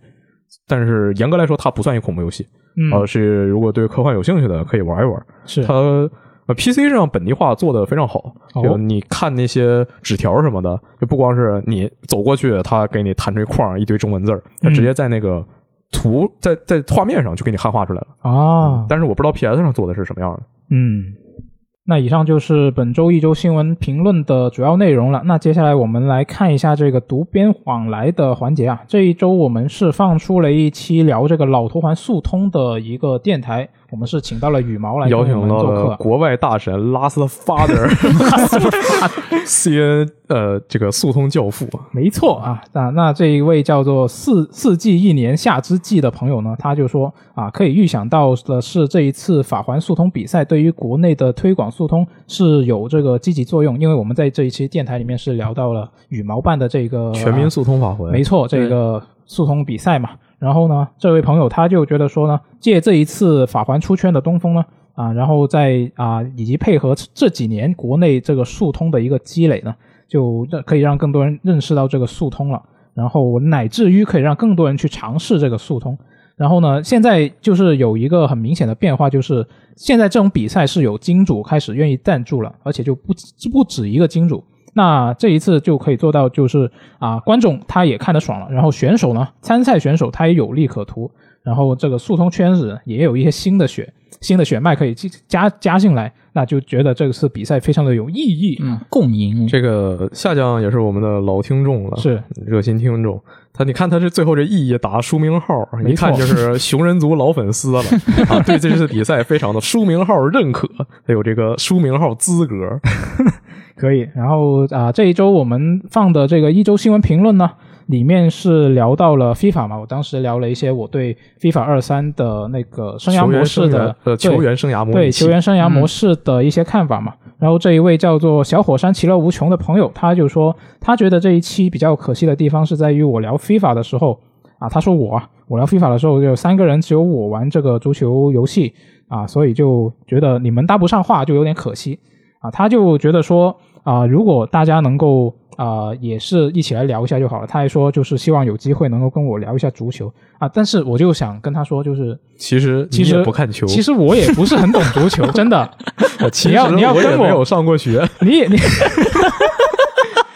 [SPEAKER 2] 但是严格来说，它不算一恐怖游戏。
[SPEAKER 1] 嗯
[SPEAKER 2] 呃，是如果对科幻有兴趣的可以玩一玩。
[SPEAKER 1] 是
[SPEAKER 2] 它呃 PC 上本地化做的非常好，
[SPEAKER 1] 哦
[SPEAKER 2] 就你看那些纸条什么的，就不光是你走过去，它给你弹出一框一堆中文字儿，
[SPEAKER 1] 嗯
[SPEAKER 2] 它直接在那个图在在画面上就给你汉化出来了。
[SPEAKER 1] 啊
[SPEAKER 2] 但是我不知道 PS 上做的是什么样的。
[SPEAKER 1] 嗯。那以上就是本周一周新闻评论的主要内容了。那接下来我们来看一下这个读编往来的环节啊。这一周我们是放出了一期聊这个老头环速通的一个电台，我们是请到了羽毛来给
[SPEAKER 2] 邀
[SPEAKER 1] 我
[SPEAKER 2] 请
[SPEAKER 1] 们
[SPEAKER 2] 到
[SPEAKER 1] 做
[SPEAKER 2] 了
[SPEAKER 1] 客。啊
[SPEAKER 2] 国外大神拉斯 法德 ，CN 呃这个速通教父，
[SPEAKER 1] 没错啊，那那这一位叫做四四季一年夏之季的朋友呢，他就说啊，可以预想到的是，这一次法环速通比赛对于国内的推广速通是有这个积极作用，因为我们在这一期电台里面是聊到了羽毛办的这个
[SPEAKER 2] 全民
[SPEAKER 1] 啊
[SPEAKER 2] 速通法魂，
[SPEAKER 1] 没错，这个速通比赛嘛。然后呢，这位朋友他就觉得说呢，借这一次法环出圈的东风呢，啊，然后再啊，以及配合这几年国内这个速通的一个积累呢，就让可以让更多人认识到这个速通了，然后乃至于可以让更多人去尝试这个速通。然后呢，现在就是有一个很明显的变化，就是现在这种比赛是有金主开始愿意赞助了，而且就不不止一个金主。那这一次就可以做到，就是啊，观众他也看得爽了，然后选手呢，参赛选手他也有利可图，然后这个速通圈子也有一些新的血、新的血脉可以进加加进来，那就觉得这次比赛非常的有意义。
[SPEAKER 3] 嗯，共赢，
[SPEAKER 2] 这个下将也是我们的老听众了，
[SPEAKER 1] 是
[SPEAKER 2] 热心听众。他你看他这最后这 E 打书名号，
[SPEAKER 1] 没错
[SPEAKER 2] 一看就是熊人族老 粉丝了啊！对这次比赛非常的书名号认可，他有这个书名号资格。
[SPEAKER 1] 可以。然后啊、这一周我们放的这个一周新闻评论呢，里面是聊到了 FIFA 嘛，我当时聊了一些我对 FIFA 二三的那个生涯
[SPEAKER 2] 球
[SPEAKER 1] 模
[SPEAKER 2] 员
[SPEAKER 1] 式
[SPEAKER 2] 生
[SPEAKER 1] 的
[SPEAKER 2] 涯呃球员生涯模
[SPEAKER 1] 对
[SPEAKER 2] 拟器嗯
[SPEAKER 1] 球员生涯模式的一些看法嘛。然后这一位叫做小火山其乐无穷的朋友，他就说他觉得这一期比较可惜的地方是在于我聊 FIFA 的时候啊，他说我啊我聊 FIFA 的时候就三个人只有我玩这个足球游戏啊，所以就觉得你们搭不上话就有点可惜啊。他就觉得说啊、如果大家能够啊、也是一起来聊一下就好了。他还说就是希望有机会能够跟我聊一下足球啊，但是我就想跟他说就是。
[SPEAKER 2] 其实
[SPEAKER 1] 其
[SPEAKER 2] 你
[SPEAKER 1] 实
[SPEAKER 2] 也不看球，
[SPEAKER 1] 其实我也不是很懂足球，真的。
[SPEAKER 2] 其
[SPEAKER 1] 你要
[SPEAKER 2] 实
[SPEAKER 1] 你要
[SPEAKER 2] 我也
[SPEAKER 1] 跟
[SPEAKER 2] 没
[SPEAKER 1] 我
[SPEAKER 2] 有，上过学，
[SPEAKER 1] 你也你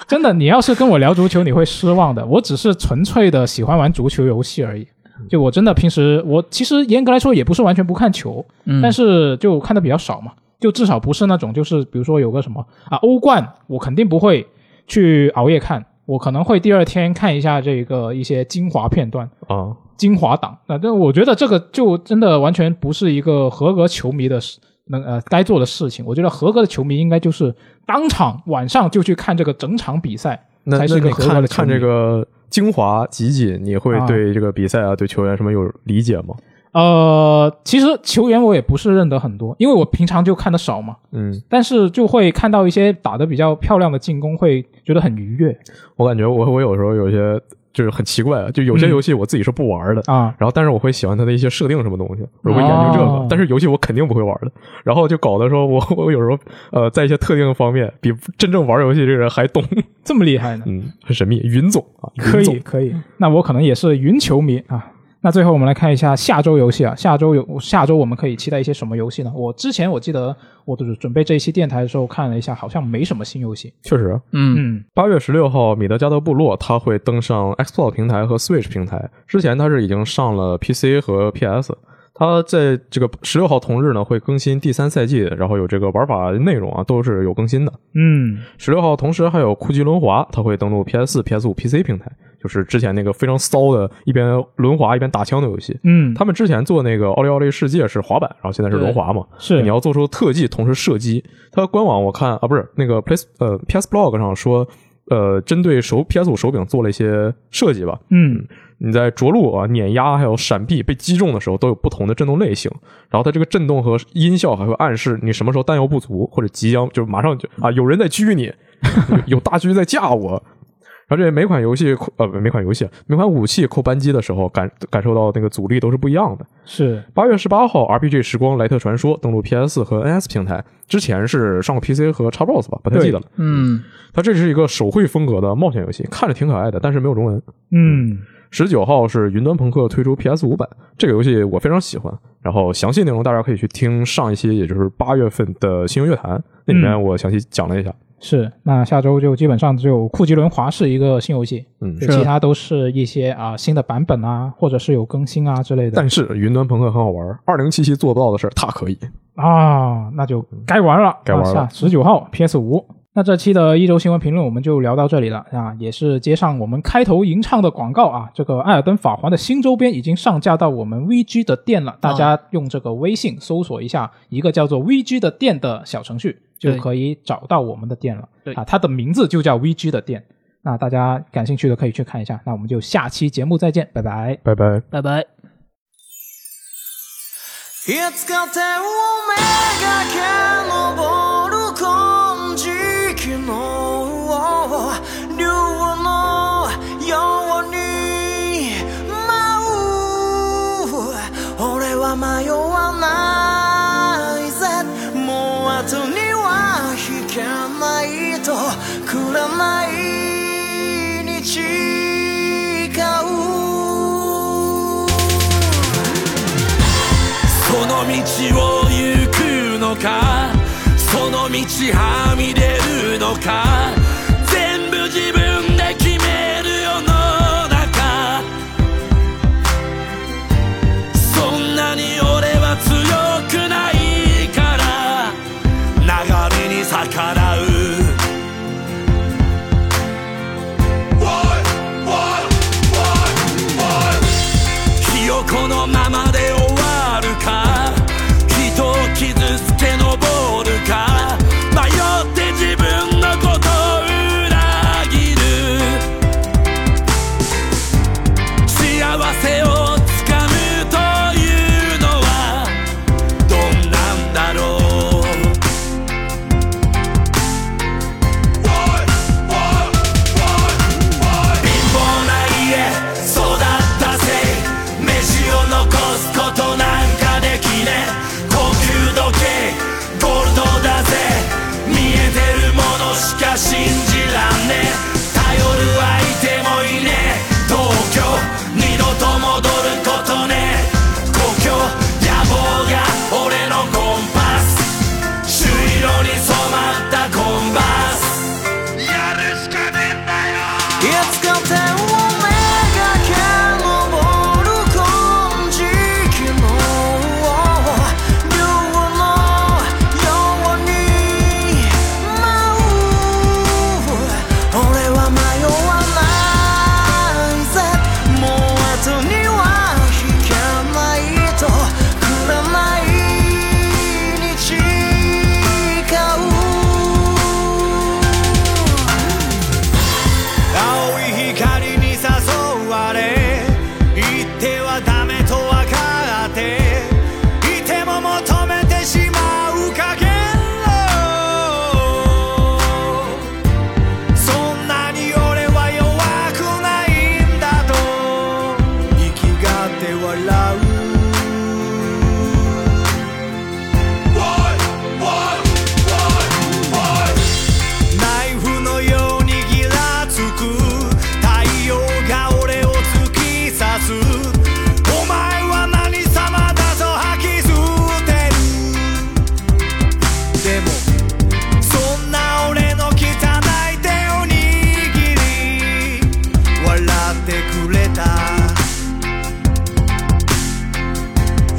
[SPEAKER 1] 真的，你要是跟我聊足球，你会失望的。我只是纯粹的喜欢玩足球游戏而已。就我真的平时我其实严格来说也不是完全不看球，
[SPEAKER 3] 嗯，
[SPEAKER 1] 但是就看的比较少嘛，就至少不是那种就是比如说有个什么啊欧冠，我肯定不会去熬夜看，我可能会第二天看一下这个一些精华片段，
[SPEAKER 2] 啊，
[SPEAKER 1] 精华党。那、但我觉得这个就真的完全不是一个合格球迷的事，能呃该做的事情。我觉得合格的球迷应该就是当场晚上就去看这个整场比赛，
[SPEAKER 2] 那
[SPEAKER 1] 才
[SPEAKER 2] 那
[SPEAKER 1] 是一个
[SPEAKER 2] 你
[SPEAKER 1] 合格
[SPEAKER 2] 看
[SPEAKER 1] 的球
[SPEAKER 2] 看
[SPEAKER 1] 迷。
[SPEAKER 2] 这个精华集锦，你会
[SPEAKER 1] 啊
[SPEAKER 2] 对这个比赛啊、对球员什么有理解吗？
[SPEAKER 1] 呃，其实球员我也不是认得很多，因为我平常就看的少嘛，
[SPEAKER 2] 嗯，
[SPEAKER 1] 但是就会看到一些打得比较漂亮的进攻，会觉得很愉悦
[SPEAKER 2] 我感觉我我有时候有些就是很奇怪啊，就有些
[SPEAKER 1] 嗯
[SPEAKER 2] 游戏我自己是不玩的，
[SPEAKER 1] 啊。
[SPEAKER 2] 然后但是我会喜欢它的一些设定什么东西，我会研究这个，
[SPEAKER 1] 哦
[SPEAKER 2] 但是游戏我肯定不会玩的。然后就搞得说我 我有时候呃在一些特定的方面比真正玩游戏这个人还懂，
[SPEAKER 1] 这么厉害呢？
[SPEAKER 2] 嗯，很神秘。云总啊，
[SPEAKER 1] 可
[SPEAKER 2] 云总
[SPEAKER 1] 以可以，那我可能也是云球迷啊。那最后我们来看一下下周游戏啊，下周有下周我们可以期待一些什么游戏呢？我之前我记得我准准备这一期电台的时候看了一下，好像没什么新游戏。
[SPEAKER 2] 确实。
[SPEAKER 3] 嗯
[SPEAKER 1] 嗯，
[SPEAKER 2] 八月十六号，米德加德部落它会登上 Xbox 平台和 Switch 平台。之前它是已经上了 PC 和 PS。它在这个十六号同日呢会更新第三赛季，然后有这个玩法内容啊都是有更新的。
[SPEAKER 1] 嗯，
[SPEAKER 2] 十六号，同时还有酷极轮滑，它会登陆 PS 4 PS 5 PC 平台，就是之前那个非常骚的，一边轮滑一边打枪的游戏。
[SPEAKER 1] 嗯，
[SPEAKER 2] 他们之前做那个奥利奥利世界是滑板，然后现在是轮滑嘛？
[SPEAKER 1] 是
[SPEAKER 2] 你要做出特技，同时射击。它官网我看啊，不是那个 PS 呃 PS Blog 上说，呃，针对手 PS 5手柄做了一些设计吧。
[SPEAKER 1] 嗯
[SPEAKER 2] 你在着陆啊、碾压还有闪避被击中的时候，都有不同的震动类型。然后它这个震动和音效还会暗示你什么时候弹药不足，或者即将就是马上就啊有人在狙你，有有大狙在架我。然后这每款游戏扣呃不每款游戏每款武器扣扳机的时候感感受到那个阻力都是不一样的。
[SPEAKER 1] 是
[SPEAKER 2] 八月十八号，RPG 时光莱特传说登陆 PS 和 NS 平台，之前是上过 PC 和 Xbox 吧，不太记得了。
[SPEAKER 3] 嗯
[SPEAKER 2] 它这是一个手绘风格的冒险游戏，看着挺可爱的，但是没有中文。
[SPEAKER 1] 嗯
[SPEAKER 2] 十九号是云端朋克推出 PS 五版，这个游戏我非常喜欢。然后详细内容大家可以去听上一期，也就是八月份的新闻乐坛，那里面我详细讲了一下。
[SPEAKER 1] 是。那下周就基本上只有酷极轮滑是一个新游戏，
[SPEAKER 2] 嗯
[SPEAKER 1] 就是其他都是一些啊、新的版本啊，或者是有更新啊之类的
[SPEAKER 2] 但是云端朋克很好玩，二零七七做不到的事儿它可以。
[SPEAKER 1] 啊，那就该玩了，
[SPEAKER 2] 该玩了
[SPEAKER 1] 十九号 PS 五那这期的一周新闻评论我们就聊到这里了啊，也是接上我们开头吟唱的广告啊，这个《艾尔登法环》的新周边已经上架到我们 VG 的店了，大家用这个微信搜索一下一个叫做 VG 的店的小程序，就
[SPEAKER 3] 对
[SPEAKER 1] 可以找到我们的店了
[SPEAKER 3] 对
[SPEAKER 1] 啊，它的名字就叫 VG 的店。那大家感兴趣的可以去看一下，那我们就下期节目再见，拜拜。
[SPEAKER 2] 拜拜。
[SPEAKER 3] 拜拜。
[SPEAKER 4] いつか天を目がけ登る金色の竜のように舞う俺は迷わないぜもう後には引けないとくらないに誓う
[SPEAKER 5] その道を行くのかその道はみ出るのか全部自分で決める世の中そんなに俺は強くないから流れに逆らう Why? Why? Why? Why? ひよこのままで終わるか人を傷つけ登るか迷って自分のことを裏切る幸せをつかむというのはどんなんだろう Why? Why? Why? 貧乏な家育ったせい飯を残すことなんかできねえ高級時計ゴールドだぜ見えてるものしか信じらんねえ頼る相手もいねえ東京二度と戻ることねえ故郷野望が俺のコンパス朱色に染まったコンバースやるしかねえんだよ
[SPEAKER 4] いつか天をめがけ登る金色の竜のように舞う俺は迷わないぜもう後には引けないとくらないに誓う
[SPEAKER 5] 青い光に誘われ行ってはダメと分かっていても求めてしまうかけそんなに俺は弱くないんだと生きがって笑う Why? Why? Why? Why? ナイフのようにギラつく太陽が俺を突き刺すお前は何様だと吐き捨てるでもそんな俺の汚い手を握り笑ってくれた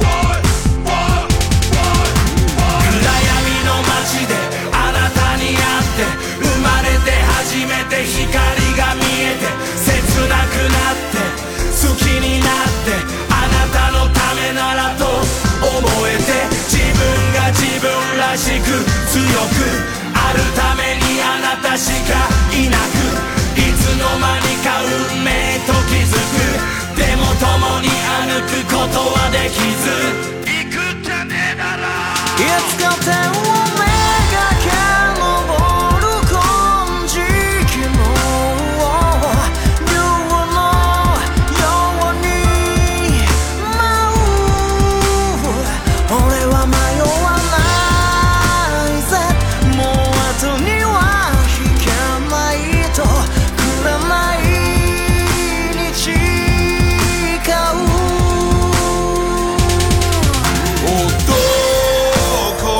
[SPEAKER 5] Why? Why? Why? 暗闇の街であなたに会って生まれて初めて光が見えて切なくなって好きになってあなたのためならと思えて自分が自分らしく強くあるためにあなたしかいなくいつの間にか運命と気づくでも共に歩くことはできず行くんじゃねえだろ
[SPEAKER 4] いつか天をめがけ登る金色の竜のように舞う俺は迷わないぜもう後には引けないとくらないに誓う
[SPEAKER 5] 「男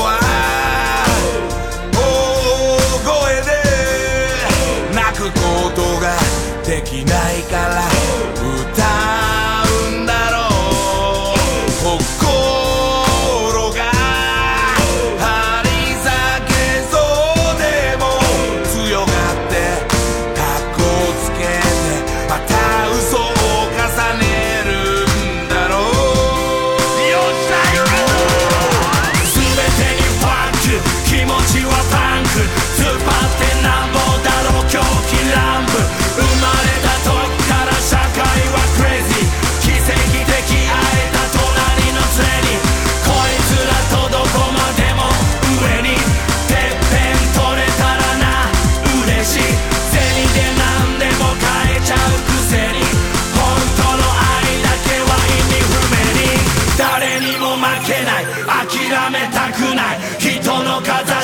[SPEAKER 5] は大声で泣くことができないから歌うんだろう」「心が張り裂けそうでも」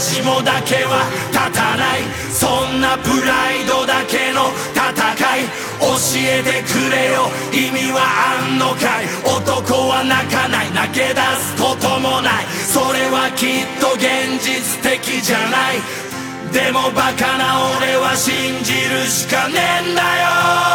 [SPEAKER 4] しもだけは立たないそんなプライドだけの戦い教えてくれよ意味はあんのかい男は泣かない泣け出すこともないそれはきっと現実的じゃないでもバカな俺は信じるしかねえんだよ